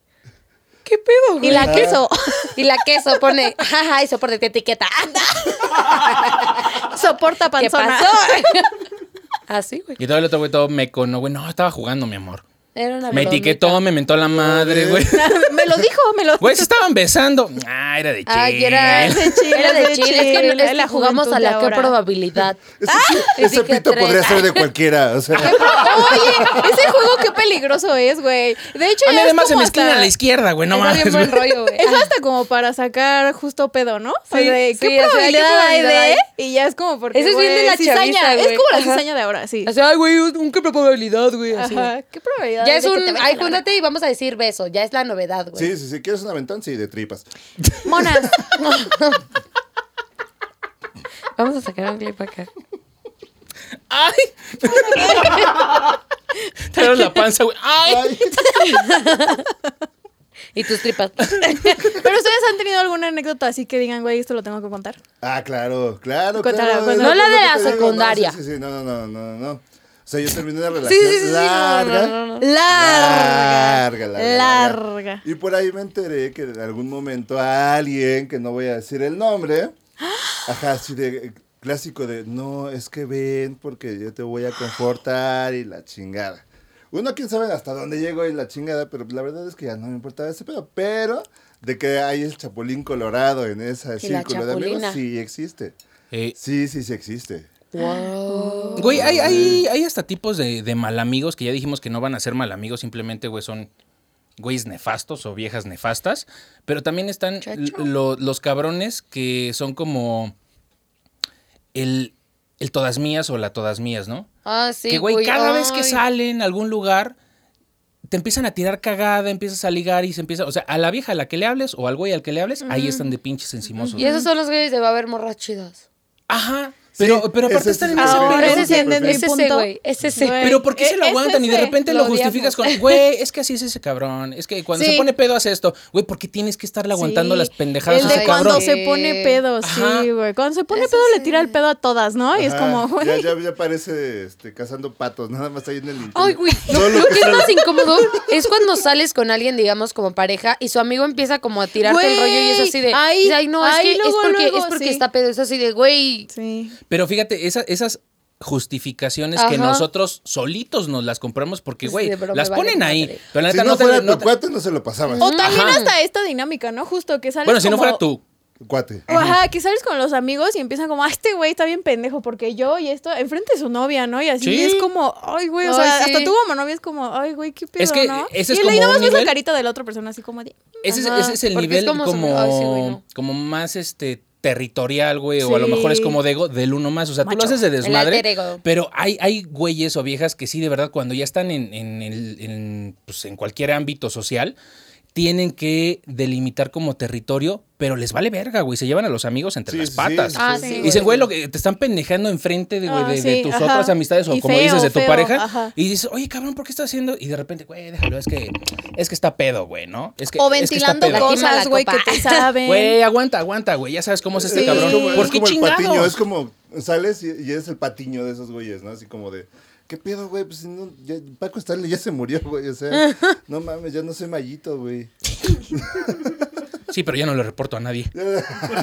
Speaker 3: ¿Qué pedo, güey?
Speaker 5: Y la queso.
Speaker 3: Y la queso pone, jaja, y soporte etiqueta. Anda,
Speaker 5: Soporta
Speaker 3: ¿qué
Speaker 5: panzona.
Speaker 3: pasó? Así, güey.
Speaker 2: Y todo el otro güey todo meco, no, güey, no, estaba jugando, mi amor.
Speaker 3: Era una
Speaker 2: Me
Speaker 3: bromita.
Speaker 2: etiquetó, me mentó la madre, güey.
Speaker 5: me lo dijo, me lo
Speaker 2: Güey, se estaban besando. Ah, era de chile.
Speaker 3: Ay, era,
Speaker 5: Es de chill,
Speaker 3: era
Speaker 5: es
Speaker 3: de
Speaker 5: de
Speaker 3: chill. Es
Speaker 5: chill,
Speaker 3: que, es que
Speaker 5: la
Speaker 3: jugamos a
Speaker 5: juventud
Speaker 3: la
Speaker 5: de
Speaker 3: qué
Speaker 5: ahora.
Speaker 3: probabilidad.
Speaker 4: Ese, ese
Speaker 3: que
Speaker 4: pito
Speaker 3: Ah, tres.
Speaker 4: podría ser de cualquiera. O sea,
Speaker 5: Oye, ese juego qué peligroso es, güey. De hecho,
Speaker 2: A mí
Speaker 5: ya es
Speaker 2: además se
Speaker 5: como
Speaker 2: me esquina
Speaker 5: hasta-
Speaker 2: a la izquierda, güey, no
Speaker 3: Está bien
Speaker 2: mames.
Speaker 3: buen
Speaker 2: güey.
Speaker 3: rollo, güey.
Speaker 5: Es hasta como para sacar justo pedo, ¿no? O sea, de,
Speaker 3: sí,
Speaker 5: ¿Qué
Speaker 3: o sea, ¿qué
Speaker 5: probabilidad hay
Speaker 3: probabilidad hay?
Speaker 5: de? Y ya es como porque.
Speaker 3: Eso es bien de
Speaker 5: güey,
Speaker 3: la chaviza, güey.
Speaker 5: Es como la
Speaker 3: Ajá.
Speaker 5: cizaña de ahora, sí.
Speaker 3: Así, ay, güey, un, un qué probabilidad, güey. así.
Speaker 5: Ajá. ¿Qué probabilidad
Speaker 3: Ya
Speaker 5: hay
Speaker 3: es
Speaker 5: de que
Speaker 3: un,
Speaker 5: te vayas
Speaker 3: ay,
Speaker 5: a la verga?
Speaker 3: júntate y vamos a decir beso. Ya es la novedad, güey.
Speaker 4: sí, sí, sí. ¿Quieres un aventón? Sí, de tripas.
Speaker 5: Monas.
Speaker 3: Vamos a sacar un clip acá.
Speaker 2: Ay. Traeron la panza, güey. Ay.
Speaker 4: Ay,
Speaker 3: Y tus tripas.
Speaker 5: Pero ustedes han tenido alguna anécdota así que digan, güey, esto lo tengo que contar.
Speaker 4: Ah, claro, claro,
Speaker 5: Cuéntala,
Speaker 4: claro. es
Speaker 5: cuéntala.
Speaker 3: No la
Speaker 4: lo
Speaker 3: de
Speaker 4: que
Speaker 3: la
Speaker 4: te digo,
Speaker 3: secundaria.
Speaker 4: No, sí, sí, sí, no, no, no, no, no. O sea, yo terminé una
Speaker 3: sí,
Speaker 4: relación
Speaker 3: sí, sí, sí, no,
Speaker 4: larga.
Speaker 3: no, no,
Speaker 5: Larga.
Speaker 4: Larga, larga,
Speaker 5: Larga.
Speaker 4: Y por ahí me enteré que en algún momento a alguien, que no voy a decir el nombre, ajá, así de clásico de, no, es que ven porque yo te voy a confortar y la chingada. Uno quién sabe hasta dónde llegó y la chingada, pero la verdad es que ya no me importaba ese pedo, pero de que hay el chapulín colorado en ese
Speaker 3: la
Speaker 4: círculo de amigos,
Speaker 3: chapulina.
Speaker 4: sí existe.
Speaker 2: Eh,
Speaker 4: Sí, sí, sí existe.
Speaker 2: Güey, hay, hay, hay hasta tipos de, de mal amigos que ya dijimos que no van a ser mal amigos, simplemente, güey, son güeyes nefastos o viejas nefastas. Pero también están lo- los cabrones que son como el, el todas mías o la todas mías, ¿no?
Speaker 3: Ah, sí.
Speaker 2: que, güey, cada vez que
Speaker 3: ay.
Speaker 2: salen a algún lugar, te empiezan a tirar cagada, empiezas a ligar y se empieza. O sea, a la vieja a la que le hables o al güey al que le hables, ahí están de pinches encimosos.
Speaker 3: Y esos son los güeyes de va a haber morras chidas.
Speaker 2: Ajá.
Speaker 4: Sí,
Speaker 2: Pero, pero aparte
Speaker 4: ese es-
Speaker 2: están en
Speaker 4: ese
Speaker 2: ese
Speaker 4: es-
Speaker 2: pedo.
Speaker 5: Ahora
Speaker 3: Es
Speaker 5: sí
Speaker 3: ese,
Speaker 5: entienden mi
Speaker 3: es ese,
Speaker 5: punto.
Speaker 3: güey. Es ese.
Speaker 5: Güey.
Speaker 2: Pero ¿por qué
Speaker 5: E-
Speaker 2: se lo
Speaker 5: es
Speaker 2: aguantan? y de
Speaker 5: ese,
Speaker 2: repente
Speaker 5: lo
Speaker 2: lo justificas
Speaker 5: odiamos.
Speaker 2: con, güey, es que así es ese cabrón. Es que cuando se
Speaker 5: Sí.
Speaker 2: pone pedo hace esto. Güey, ¿por qué tienes que estarle aguantando las pendejadas
Speaker 5: El
Speaker 2: a
Speaker 5: de
Speaker 2: ese
Speaker 5: cuando
Speaker 2: cabrón?
Speaker 3: Sí.
Speaker 5: se pone pedo,
Speaker 2: Ajá.
Speaker 5: sí, güey. Cuando se pone pedo le tira el pedo a todas, ¿no? Y es
Speaker 4: Ajá,
Speaker 5: como,
Speaker 4: Ya,
Speaker 5: güey.
Speaker 4: ya, ya parece este, cazando patos, nada más ahí en el internet.
Speaker 3: Ay, güey, lo,
Speaker 4: Todo
Speaker 3: lo que es
Speaker 4: sale.
Speaker 3: más incómodo es cuando sales con alguien, digamos, como pareja, y su amigo empieza como a tirarte el rollo y es
Speaker 5: Güey,
Speaker 3: así de,
Speaker 5: ahí,
Speaker 3: dice, ay, no, es
Speaker 5: ahí
Speaker 3: que es
Speaker 5: luego,
Speaker 3: porque,
Speaker 5: luego,
Speaker 3: es porque
Speaker 5: sí.
Speaker 3: está pedo, es así de, güey,
Speaker 5: Sí.
Speaker 2: Pero fíjate, esa- esas justificaciones
Speaker 3: Ajá.
Speaker 2: que nosotros solitos nos las compramos porque,
Speaker 3: Sí,
Speaker 2: güey,
Speaker 3: de broma,
Speaker 2: las
Speaker 3: vale,
Speaker 2: ponen ahí.
Speaker 3: madre.
Speaker 2: Pero la
Speaker 4: Si
Speaker 2: neta
Speaker 4: no
Speaker 2: no te-
Speaker 4: fuera
Speaker 2: no
Speaker 4: tu
Speaker 2: te-
Speaker 4: cuate, no se lo pasabas.
Speaker 5: O también
Speaker 2: Ajá.
Speaker 5: hasta esta dinámica, ¿no? Justo que sales
Speaker 2: Bueno, si no
Speaker 5: como-
Speaker 2: fuera tú.
Speaker 4: Cuate.
Speaker 5: O, Ajá, que sales con los amigos y empiezan como, ah, este güey está bien pendejo porque yo y esto, enfrente de su novia, ¿no? Y así
Speaker 2: Sí.
Speaker 5: y es como, ay, güey, o
Speaker 3: Ay,
Speaker 5: sea,
Speaker 3: sí.
Speaker 5: hasta tú como novia es como, ay, güey, qué pedo,
Speaker 2: Es que
Speaker 5: ¿no?
Speaker 2: ese es
Speaker 5: y
Speaker 2: como
Speaker 5: nada
Speaker 2: un
Speaker 5: más ves la
Speaker 2: nivel-
Speaker 5: carita de la otra persona así como, de,
Speaker 2: Ese, es-
Speaker 3: Ajá,
Speaker 2: ese es el
Speaker 3: porque es
Speaker 2: nivel
Speaker 3: como
Speaker 2: como,
Speaker 3: su- ay, sí, güey, no.
Speaker 2: como más este territorial, güey, o a lo
Speaker 5: Sí.
Speaker 2: mejor es como de ego, del uno más, o sea, tú lo
Speaker 5: Macho.
Speaker 2: haces de
Speaker 3: alter
Speaker 2: desmadre,
Speaker 3: ego.
Speaker 2: pero hay, hay güeyes o viejas que sí, de verdad, cuando ya están en, en, el- en, pues, en cualquier ámbito social, tienen que delimitar como territorio, pero les vale verga, güey, se llevan a los amigos entre
Speaker 4: Sí,
Speaker 2: las
Speaker 4: sí,
Speaker 2: patas.
Speaker 4: sí,
Speaker 3: Ah,
Speaker 4: sí,
Speaker 3: sí,
Speaker 2: Y Dicen, güey, lo que te están pendejando enfrente de, güey,
Speaker 5: Ah,
Speaker 2: de, de
Speaker 5: sí,
Speaker 2: tus
Speaker 5: ajá.
Speaker 2: otras amistades o
Speaker 5: Y
Speaker 2: como
Speaker 5: feo,
Speaker 2: dices de tu
Speaker 5: feo,
Speaker 2: pareja.
Speaker 5: ajá.
Speaker 2: Y dices, oye, cabrón, ¿por qué estás haciendo? Y de repente, güey, déjalo, es que, es que está pedo, güey, ¿no? Es que,
Speaker 5: o
Speaker 2: es que está
Speaker 5: ventilando
Speaker 2: pedo".
Speaker 3: Aquí mala
Speaker 5: cosas, güey, que
Speaker 3: copa.
Speaker 5: te saben.
Speaker 2: Güey, aguanta, aguanta, güey. Ya sabes cómo es este
Speaker 5: Sí.
Speaker 2: cabrón.
Speaker 4: Es como, es
Speaker 2: ¿Por qué
Speaker 4: como el
Speaker 2: chingados?
Speaker 4: patiño, es como sales y, y eres el patiño de esos güeyes, ¿no? Así como de, ¿qué pedo, güey? Pues no, ya- Paco Stanley ya se murió, güey. O sea, no mames, ya no soy mallito, güey.
Speaker 2: Sí, pero ya no le reporto a nadie.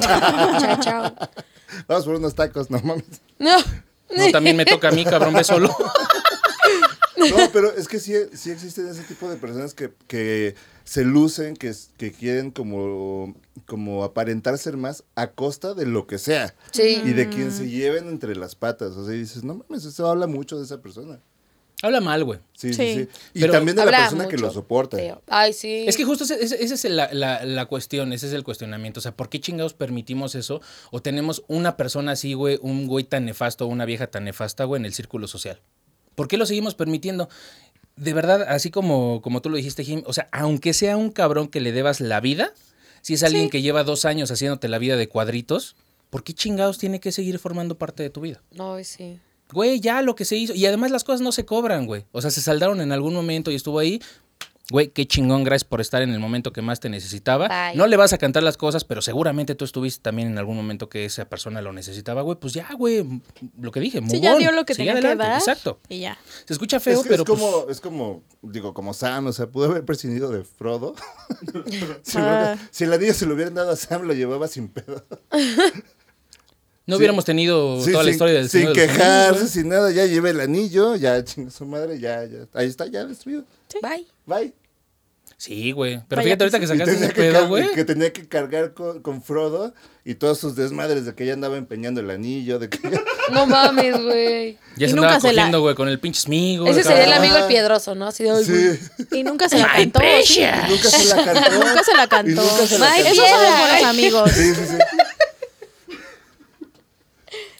Speaker 3: chao, chao.
Speaker 4: Vamos por unos tacos, no mames.
Speaker 3: No,
Speaker 2: No, también me toca a mí, cabrón, ve solo.
Speaker 4: No, pero es que sí, sí existen ese tipo de personas que, que se lucen, que, que quieren como, como aparentar ser más a costa de lo que sea.
Speaker 3: sí.
Speaker 4: Y de
Speaker 5: Mm.
Speaker 4: quien se lleven entre las patas. O sea, y dices, no mames, eso habla mucho de esa persona.
Speaker 2: Habla mal, güey.
Speaker 4: Sí, sí,
Speaker 5: Sí.
Speaker 4: sí. Y
Speaker 2: Pero
Speaker 4: también de la
Speaker 3: Habla
Speaker 4: persona que
Speaker 3: mucho.
Speaker 4: lo soporta.
Speaker 3: Feo. Ay, sí.
Speaker 2: Es que justo esa es la, la- la cuestión, ese es el cuestionamiento. O sea, ¿por qué chingados permitimos eso? O tenemos una persona así, güey, un güey tan nefasto, una vieja tan nefasta, güey, en el círculo social. ¿Por qué lo seguimos permitiendo? de verdad, así como, como tú lo dijiste, Jim, o sea, aunque sea un cabrón que le debas la vida, si es alguien que lleva dos años haciéndote la vida de cuadritos, ¿por qué chingados tiene que seguir formando parte de tu vida?
Speaker 3: No, sí.
Speaker 2: Güey, ya lo que se hizo. Y además las cosas no se cobran, güey. O sea, se saldaron en algún momento y estuvo ahí. Güey, qué chingón, gracias por estar en el momento que más te necesitaba.
Speaker 3: Bye.
Speaker 2: No le vas a cantar las cosas, pero seguramente tú estuviste también en algún momento que esa persona lo necesitaba, güey. Pues ya, güey, lo que dije,
Speaker 5: Sí,
Speaker 2: move
Speaker 5: ya
Speaker 2: on,
Speaker 5: dio lo que
Speaker 2: sigue
Speaker 5: tenía
Speaker 2: adelante.
Speaker 5: que dar.
Speaker 2: Exacto.
Speaker 5: Y ya.
Speaker 2: Se escucha feo,
Speaker 4: Es, que
Speaker 2: pero
Speaker 4: es
Speaker 2: pues,
Speaker 4: como, es como, digo, como Sam, o sea, pudo haber prescindido de Frodo. si,
Speaker 5: Ah.
Speaker 4: hubiera- si el anillo se lo hubieran dado a Sam, lo llevaba sin pedo.
Speaker 2: no
Speaker 4: sí.
Speaker 2: hubiéramos tenido
Speaker 4: Sí,
Speaker 2: toda la
Speaker 4: sin-
Speaker 2: historia del
Speaker 4: Sin
Speaker 2: Señor de los Anillos,
Speaker 4: quejarse,
Speaker 2: güey.
Speaker 4: sin nada, ya lleva el anillo, ya chinga su madre, ya, ya. Ahí está, ya destruido.
Speaker 3: Bye.
Speaker 4: Bye.
Speaker 2: Sí, güey. Pero
Speaker 5: Vaya
Speaker 2: fíjate
Speaker 5: que
Speaker 2: ahorita que
Speaker 4: Y
Speaker 2: sacaste
Speaker 4: tenía
Speaker 2: ese
Speaker 4: que
Speaker 2: pedo,
Speaker 4: car-
Speaker 2: güey.
Speaker 4: Que tenía que cargar con, con Frodo y todos sus desmadres de que ya andaba empeñando el anillo, de que
Speaker 3: No mames, güey.
Speaker 2: Ya
Speaker 5: Y
Speaker 2: se
Speaker 5: nunca
Speaker 2: andaba
Speaker 5: se la-
Speaker 2: cogiendo, güey, con el pinche Smigo.
Speaker 3: Ese sería el
Speaker 4: cabrón.
Speaker 3: amigo el piedroso, ¿no? Así de, "Ay, güey".
Speaker 4: Sí.
Speaker 5: Y nunca se la
Speaker 2: My
Speaker 5: cantó. ¿sí?
Speaker 2: precious.
Speaker 4: Y nunca se la cantó.
Speaker 5: Nunca se la cantó.
Speaker 4: Y nunca se la
Speaker 3: Ay,
Speaker 4: cantó.
Speaker 5: Esos son los buenos amigos.
Speaker 4: Sí, sí, sí.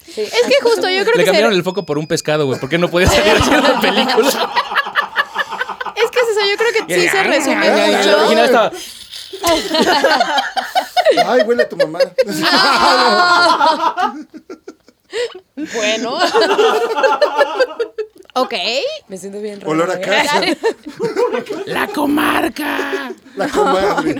Speaker 3: Sí.
Speaker 5: Es que justo yo
Speaker 2: Le
Speaker 5: creo que se-
Speaker 2: cambiaron el foco por un pescado, güey. ¿Por qué no podía salir haciendo una película? "Ah,
Speaker 5: Es que es eso, yo creo que sí se resume
Speaker 4: ay, ay,
Speaker 2: El
Speaker 5: mucho.
Speaker 2: original estaba,
Speaker 4: Ay, huele a tu mamá.
Speaker 5: Ah. Bueno. ok.
Speaker 3: Me siento bien raro.
Speaker 4: Olor a
Speaker 3: güey.
Speaker 4: casa.
Speaker 2: ¡La comarca!
Speaker 4: La comadre.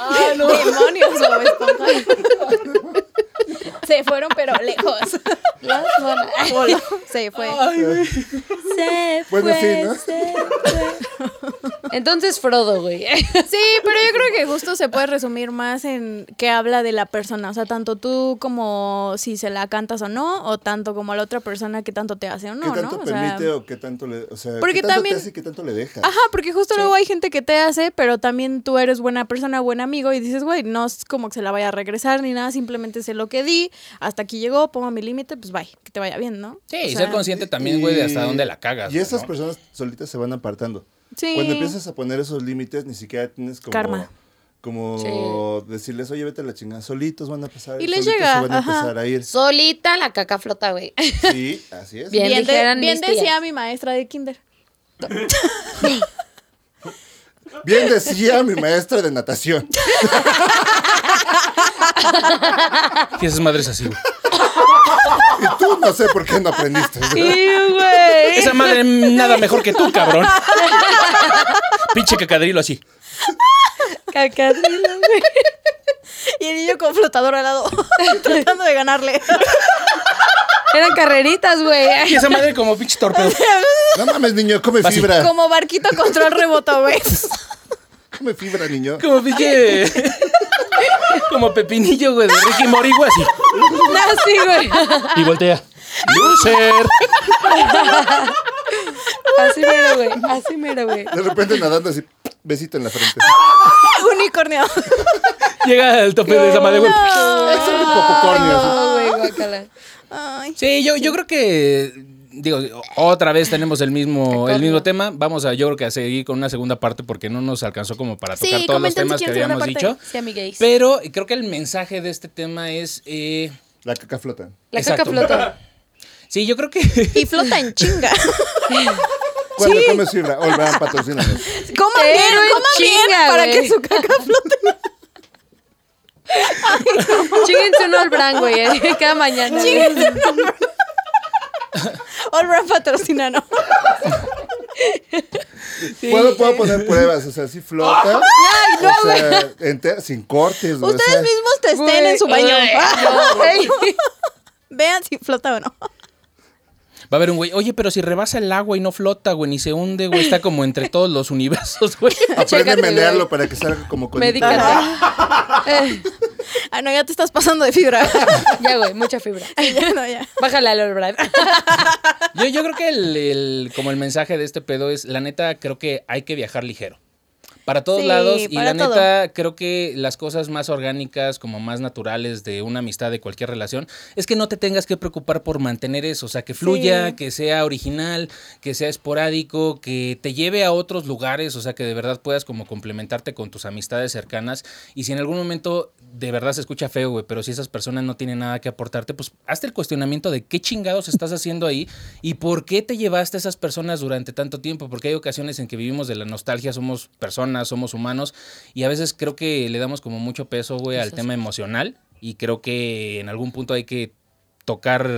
Speaker 3: Ah,
Speaker 5: Demonios, Bob Esponja. Se fueron, pero lejos.
Speaker 3: Las bolas.
Speaker 5: Voló, Se fue.
Speaker 3: Se
Speaker 4: Bueno,
Speaker 3: fue,
Speaker 4: sí, ¿no?
Speaker 3: se fue. Entonces Frodo, güey.
Speaker 5: Sí, pero yo creo que justo se puede resumir más en que habla de la persona. O sea, tanto tú como si se la cantas o no, o tanto como la otra persona que tanto te hace o
Speaker 4: ¿Qué
Speaker 5: no,
Speaker 4: tanto
Speaker 5: ¿no? O sea,
Speaker 4: permite o qué tanto le. O sea,
Speaker 5: Porque
Speaker 4: ¿qué tanto
Speaker 5: también- Ah.
Speaker 4: te hace y qué tanto le deja?
Speaker 5: Ajá, porque justo luego hay gente que te hace, pero también tú eres buena persona, buen amigo, y dices, güey, no es como que se la vaya a regresar ni nada, simplemente sé lo que di, hasta aquí llegó, pongo mi límite, pues bye, que te vaya bien, ¿no?
Speaker 2: Sí,
Speaker 5: O
Speaker 2: y
Speaker 5: sea,
Speaker 2: ser consciente también, güey, de hasta
Speaker 4: Y-
Speaker 2: dónde la cagas.
Speaker 4: Y esas
Speaker 2: ¿no?
Speaker 4: personas solitas se van apartando.
Speaker 5: Sí.
Speaker 4: Cuando empiezas a poner esos límites, ni siquiera tienes como.
Speaker 5: Karma.
Speaker 4: Como decirles, oye, vete a la chingada, solitos van a pasar.
Speaker 5: Y les
Speaker 4: solitos
Speaker 5: llega,
Speaker 4: Se van a
Speaker 5: ajá.
Speaker 4: empezar a ir.
Speaker 3: Solita la caca flota, güey.
Speaker 4: Sí, así es.
Speaker 3: Bien.
Speaker 5: Bien, de-
Speaker 3: dijeran
Speaker 5: bien
Speaker 3: mis tías.
Speaker 5: decía mi maestra de kinder.
Speaker 4: Bien decía mi maestra de natación.
Speaker 2: Y esas madres así, güey.
Speaker 4: Y tú no sé por qué no aprendiste.
Speaker 3: güey.
Speaker 2: Esa madre nada mejor que tú, cabrón. Pinche cacadrilo así.
Speaker 3: Cacadrilo, güey.
Speaker 5: Y el niño con flotador al lado, tratando de ganarle.
Speaker 3: Eran carreritas, güey.
Speaker 2: Y esa madre como pinche torpedo.
Speaker 4: No mames, niño, come
Speaker 2: Así.
Speaker 4: fibra.
Speaker 5: Como barquito control remoto, güey.
Speaker 4: Come fibra, niño.
Speaker 2: Como pinche. Como pepinillo, güey, de Ricky Mori, güey, así. Ah,
Speaker 3: No, sí, güey.
Speaker 2: Y voltea. ¡Loser!
Speaker 3: Así mero, güey. Así mero, güey.
Speaker 4: De repente nadando así, besito en la frente.
Speaker 5: Unicornio.
Speaker 2: Llega al tope de esa madre, güey.
Speaker 4: Es un popocornio. así.
Speaker 3: No, güey, guacala.
Speaker 5: Ay.
Speaker 2: Sí, yo, yo creo que digo otra vez tenemos el mismo el mismo tema. Vamos a yo creo que a seguir con una segunda parte porque no nos alcanzó como para
Speaker 5: Sí,
Speaker 2: tocar todos los
Speaker 5: comenten si
Speaker 2: temas que
Speaker 5: quieren segunda
Speaker 2: habíamos
Speaker 5: parte.
Speaker 2: dicho.
Speaker 3: Sí, amigues.
Speaker 2: Pero creo que el mensaje de este tema es eh,
Speaker 4: La caca flota.
Speaker 3: La
Speaker 2: Exacto.
Speaker 3: caca flota.
Speaker 2: sí, yo creo que
Speaker 5: Y flota en chinga.
Speaker 4: Cuando comes fibra, Olván, patrocínanos.
Speaker 5: Coman
Speaker 3: Pero
Speaker 5: bien,
Speaker 3: en
Speaker 5: coman bien
Speaker 3: chinga,
Speaker 5: para
Speaker 3: güey.
Speaker 5: que su caca flote.
Speaker 3: Chíguense uno al bran, güey. eh, Cada mañana. güey.
Speaker 5: Chíguense, no. All Brand patrocina, ¿no?
Speaker 4: Puedo, puedo poner pruebas, o sea, sí flota.
Speaker 5: no,
Speaker 4: o sea, enter- sin cortes, güey, o
Speaker 5: Ustedes
Speaker 4: sea,
Speaker 5: mismos testen en su
Speaker 3: Güey,
Speaker 5: baño.
Speaker 3: ay, no, Ah, güey.
Speaker 5: Vean si flota o no.
Speaker 2: va a haber un güey, oye, pero si rebasa el agua y no flota, güey, ni se hunde, güey, está como entre todos los universos, güey.
Speaker 4: Aprende a
Speaker 3: Chécate,
Speaker 4: menearlo pues.
Speaker 3: güey.
Speaker 4: para que salga como con
Speaker 3: Medícate. Eh,
Speaker 5: Ah, no, ya te estás pasando de fibra.
Speaker 3: ya, güey, mucha fibra.
Speaker 5: ya, no, ya.
Speaker 3: Bájala al Olbran.
Speaker 2: Yo, yo creo que el, el- como el mensaje de este pedo es, la neta, creo que hay que viajar ligero. para todos
Speaker 5: Sí,
Speaker 2: lados. Y
Speaker 5: para
Speaker 2: la
Speaker 5: todo.
Speaker 2: neta, creo que las cosas más orgánicas, como más naturales de una amistad, de cualquier relación, es que no te tengas que preocupar por mantener eso. O sea, que fluya,
Speaker 5: Sí.
Speaker 2: que sea original, que sea esporádico, que te lleve a otros lugares. O sea, que de verdad puedas como complementarte con tus amistades cercanas. Y si en algún momento de verdad se escucha feo, güey, pero si esas personas no tienen nada que aportarte, pues hazte el cuestionamiento de qué chingados estás haciendo ahí y por qué te llevaste a esas personas durante tanto tiempo, porque hay ocasiones en que vivimos de la nostalgia, somos personas, somos humanos y a veces creo que le damos como mucho peso, güey, al tema emocional y creo que en algún punto hay que tocar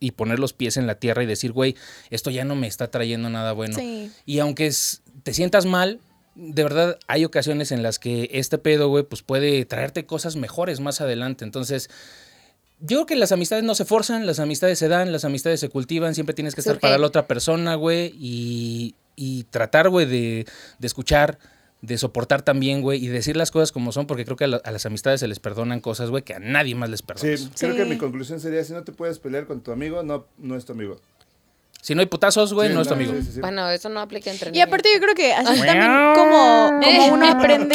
Speaker 2: y poner los pies en la tierra y decir, güey, esto ya no me está trayendo nada bueno.
Speaker 5: Sí.
Speaker 2: Y aunque es- te sientas mal, de verdad hay ocasiones en las que este pedo, güey, pues puede traerte cosas mejores más adelante. Entonces, yo creo que las amistades no se forzan, las amistades se dan, las amistades se cultivan, siempre tienes que estar
Speaker 3: Surgen.
Speaker 2: para la otra persona, güey, y, y tratar, güey, de, de escuchar. De soportar también, güey, y decir las cosas como son, porque creo que a, la- a las amistades se les perdonan cosas, güey, que a nadie más les
Speaker 4: Sí,
Speaker 2: perdonas.
Speaker 4: creo que
Speaker 5: Sí.
Speaker 4: mi conclusión sería, si no te puedes pelear con tu amigo, no, no es tu amigo.
Speaker 2: Si no hay putazos, güey,
Speaker 4: Sí,
Speaker 2: no es tu amigo.
Speaker 4: sí, sí, sí.
Speaker 3: Bueno, eso no aplica entre
Speaker 5: Y
Speaker 3: niños.
Speaker 5: aparte yo creo que así también como, como
Speaker 3: Eh.
Speaker 5: uno aprende.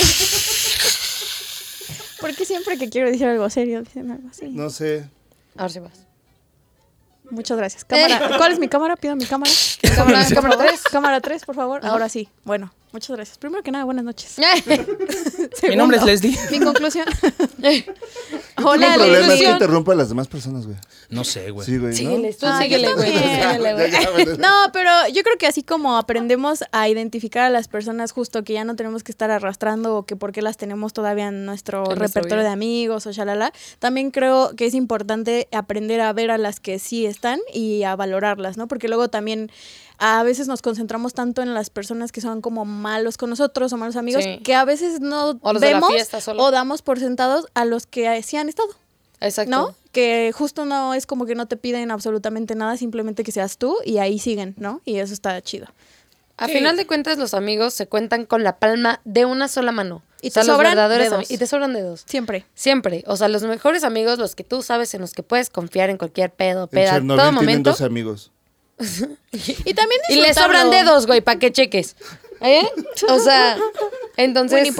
Speaker 5: Porque siempre que quiero decir algo serio, dicen algo así.
Speaker 4: No sé.
Speaker 3: Ahora sí vas.
Speaker 5: Muchas gracias. Cámara, ¿Cuál es mi cámara? Pido mi cámara.
Speaker 3: Cámara-
Speaker 5: Por
Speaker 3: cámara
Speaker 5: favor.
Speaker 3: tres.
Speaker 5: Cámara 3, por favor. Ahora sí. Bueno, muchas gracias. Primero que nada, buenas noches.
Speaker 2: Mi nombre es
Speaker 5: Segundo,
Speaker 2: Leslie.
Speaker 5: Mi conclusión.
Speaker 4: Tengo
Speaker 5: Hola,
Speaker 4: un problema es que
Speaker 5: conclusión.
Speaker 4: interrumpa a las demás personas, güey.
Speaker 2: No sé, güey.
Speaker 4: Sí, güey, ¿no?
Speaker 3: Sígueles, tú
Speaker 5: Ah, yo
Speaker 3: síguele, güey. tú
Speaker 5: también.
Speaker 3: síguele, güey.
Speaker 4: Ya, ya, güey.
Speaker 5: No, pero yo creo que así como aprendemos a identificar a las personas justo que ya no tenemos que estar arrastrando o que por qué las tenemos todavía en nuestro
Speaker 3: En nuestra
Speaker 5: repertorio
Speaker 3: vida.
Speaker 5: de amigos o shalala, también creo que es importante aprender a ver a las que sí están y a valorarlas, ¿no? Porque luego también a veces nos concentramos tanto en las personas que son como malos con nosotros o malos amigos
Speaker 3: Sí.
Speaker 5: que a veces no
Speaker 3: O los de la
Speaker 5: vemos
Speaker 3: fiesta solo.
Speaker 5: o damos por sentados a los que sí han estado.
Speaker 3: Exacto.
Speaker 5: ¿No? Que justo no es como que no te piden absolutamente nada, simplemente que seas tú y ahí siguen, ¿no? Y eso está chido.
Speaker 3: A
Speaker 2: Sí.
Speaker 3: final de cuentas, los amigos se cuentan con la palma de una sola mano.
Speaker 5: Y
Speaker 3: O sea,
Speaker 5: te
Speaker 3: los
Speaker 5: sobran
Speaker 3: verdaderos
Speaker 5: dedos.
Speaker 3: ami- Y te sobran dedos.
Speaker 5: Siempre.
Speaker 3: Siempre. O sea, los mejores amigos, los que tú sabes en los que puedes confiar en cualquier pedo,
Speaker 4: En
Speaker 3: peda,
Speaker 4: Chernobyl
Speaker 3: todo
Speaker 4: tienen
Speaker 3: momento.
Speaker 4: dos amigos.
Speaker 5: Y también
Speaker 3: Y le sobran
Speaker 5: disfrutarlo.
Speaker 3: dedos, güey, para que cheques. ¿Eh? O sea, entonces,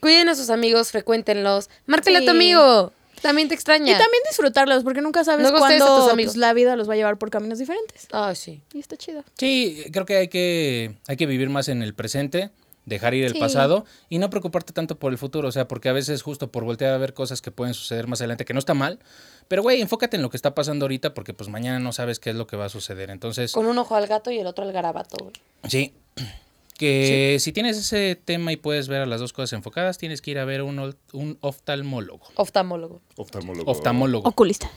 Speaker 3: cuiden a sus amigos, frecuéntenlos. Márcale a tu
Speaker 5: Sí.
Speaker 3: amigo. También te extraña.
Speaker 5: Y también disfrutarlos, porque nunca sabes
Speaker 3: Luego ustedes a
Speaker 5: cuándo
Speaker 3: tus amigos.
Speaker 5: pues, la vida los va a llevar por caminos diferentes.
Speaker 3: Ay, sí.
Speaker 5: Y está chido.
Speaker 2: Sí, creo que hay que, hay que vivir más en el presente, dejar ir el
Speaker 5: Sí.
Speaker 2: pasado y no preocuparte tanto por el futuro, o sea, porque a veces justo por voltear a ver cosas que pueden suceder más adelante, que no está mal, pero güey, enfócate en lo que está pasando ahorita porque pues mañana no sabes qué es lo que va a suceder. Entonces,
Speaker 3: Con un ojo al gato y el otro al garabato, güey.
Speaker 2: sí, que si tienes ese tema y puedes ver a las dos cosas enfocadas, tienes que ir a ver un, ol- un oftalmólogo.
Speaker 3: Oftalmólogo.
Speaker 4: Oftalmólogo.
Speaker 2: Oftalmólogo.
Speaker 5: Oculista.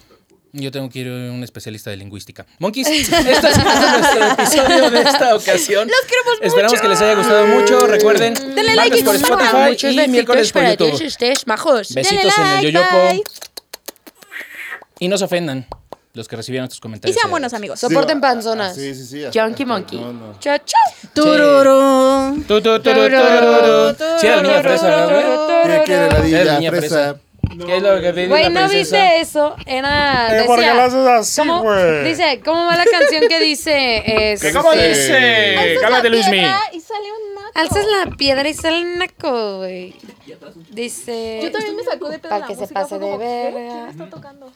Speaker 2: Yo tengo que ir a un especialista de lingüística. Monkeys, esto es todo nuestro episodio de esta ocasión. Los queremos Esperamos que les haya gustado mucho. Recuerden,
Speaker 5: like
Speaker 2: martes
Speaker 5: y
Speaker 2: por
Speaker 5: compartan
Speaker 2: Spotify y miércoles por
Speaker 3: para
Speaker 2: YouTube.
Speaker 3: todos ustedes, majos.
Speaker 2: Besitos en el
Speaker 5: like,
Speaker 2: yoyopo.
Speaker 5: bye.
Speaker 2: Y no se ofendan los que recibieron estos
Speaker 5: Y
Speaker 2: comentarios.
Speaker 5: sean buenos amigos.
Speaker 4: Sí,
Speaker 3: Soporten
Speaker 4: ah,
Speaker 3: panzonas.
Speaker 4: ah, Sí, sí, sí.
Speaker 1: Junkie
Speaker 4: Ah,
Speaker 1: monkey.
Speaker 4: No, no.
Speaker 3: Chao, chao.
Speaker 5: Tururú.
Speaker 2: Tu, tu, tu, tu, tu, tu, tu. Sí, era la niña fresa, ¿verdad?
Speaker 4: Mira, quiere la
Speaker 2: Es la
Speaker 4: niña
Speaker 2: niña
Speaker 4: fresa.
Speaker 2: fresa. ¿Qué es lo que pide
Speaker 3: Güey,
Speaker 2: la
Speaker 3: ¿no
Speaker 2: princesa?
Speaker 3: viste eso? Era.
Speaker 6: Eh,
Speaker 3: decía,
Speaker 6: ¿por qué lo haces así,
Speaker 3: ¿cómo-
Speaker 6: güey?
Speaker 3: Dice, ¿cómo va la canción que dice? Es,
Speaker 6: ¿Cómo
Speaker 4: Sí.
Speaker 2: Eh,
Speaker 6: dice? Gala de Luis Mi.
Speaker 5: Y sale un naco.
Speaker 3: Alzas la piedra y sale un naco, güey. Dice.
Speaker 5: Yo también me sacó de pedo
Speaker 3: Para
Speaker 5: la
Speaker 3: que se
Speaker 5: música,
Speaker 3: pase
Speaker 5: fue como,
Speaker 3: de
Speaker 5: ¿eh?
Speaker 3: verga.
Speaker 5: ¿Quién está tocando?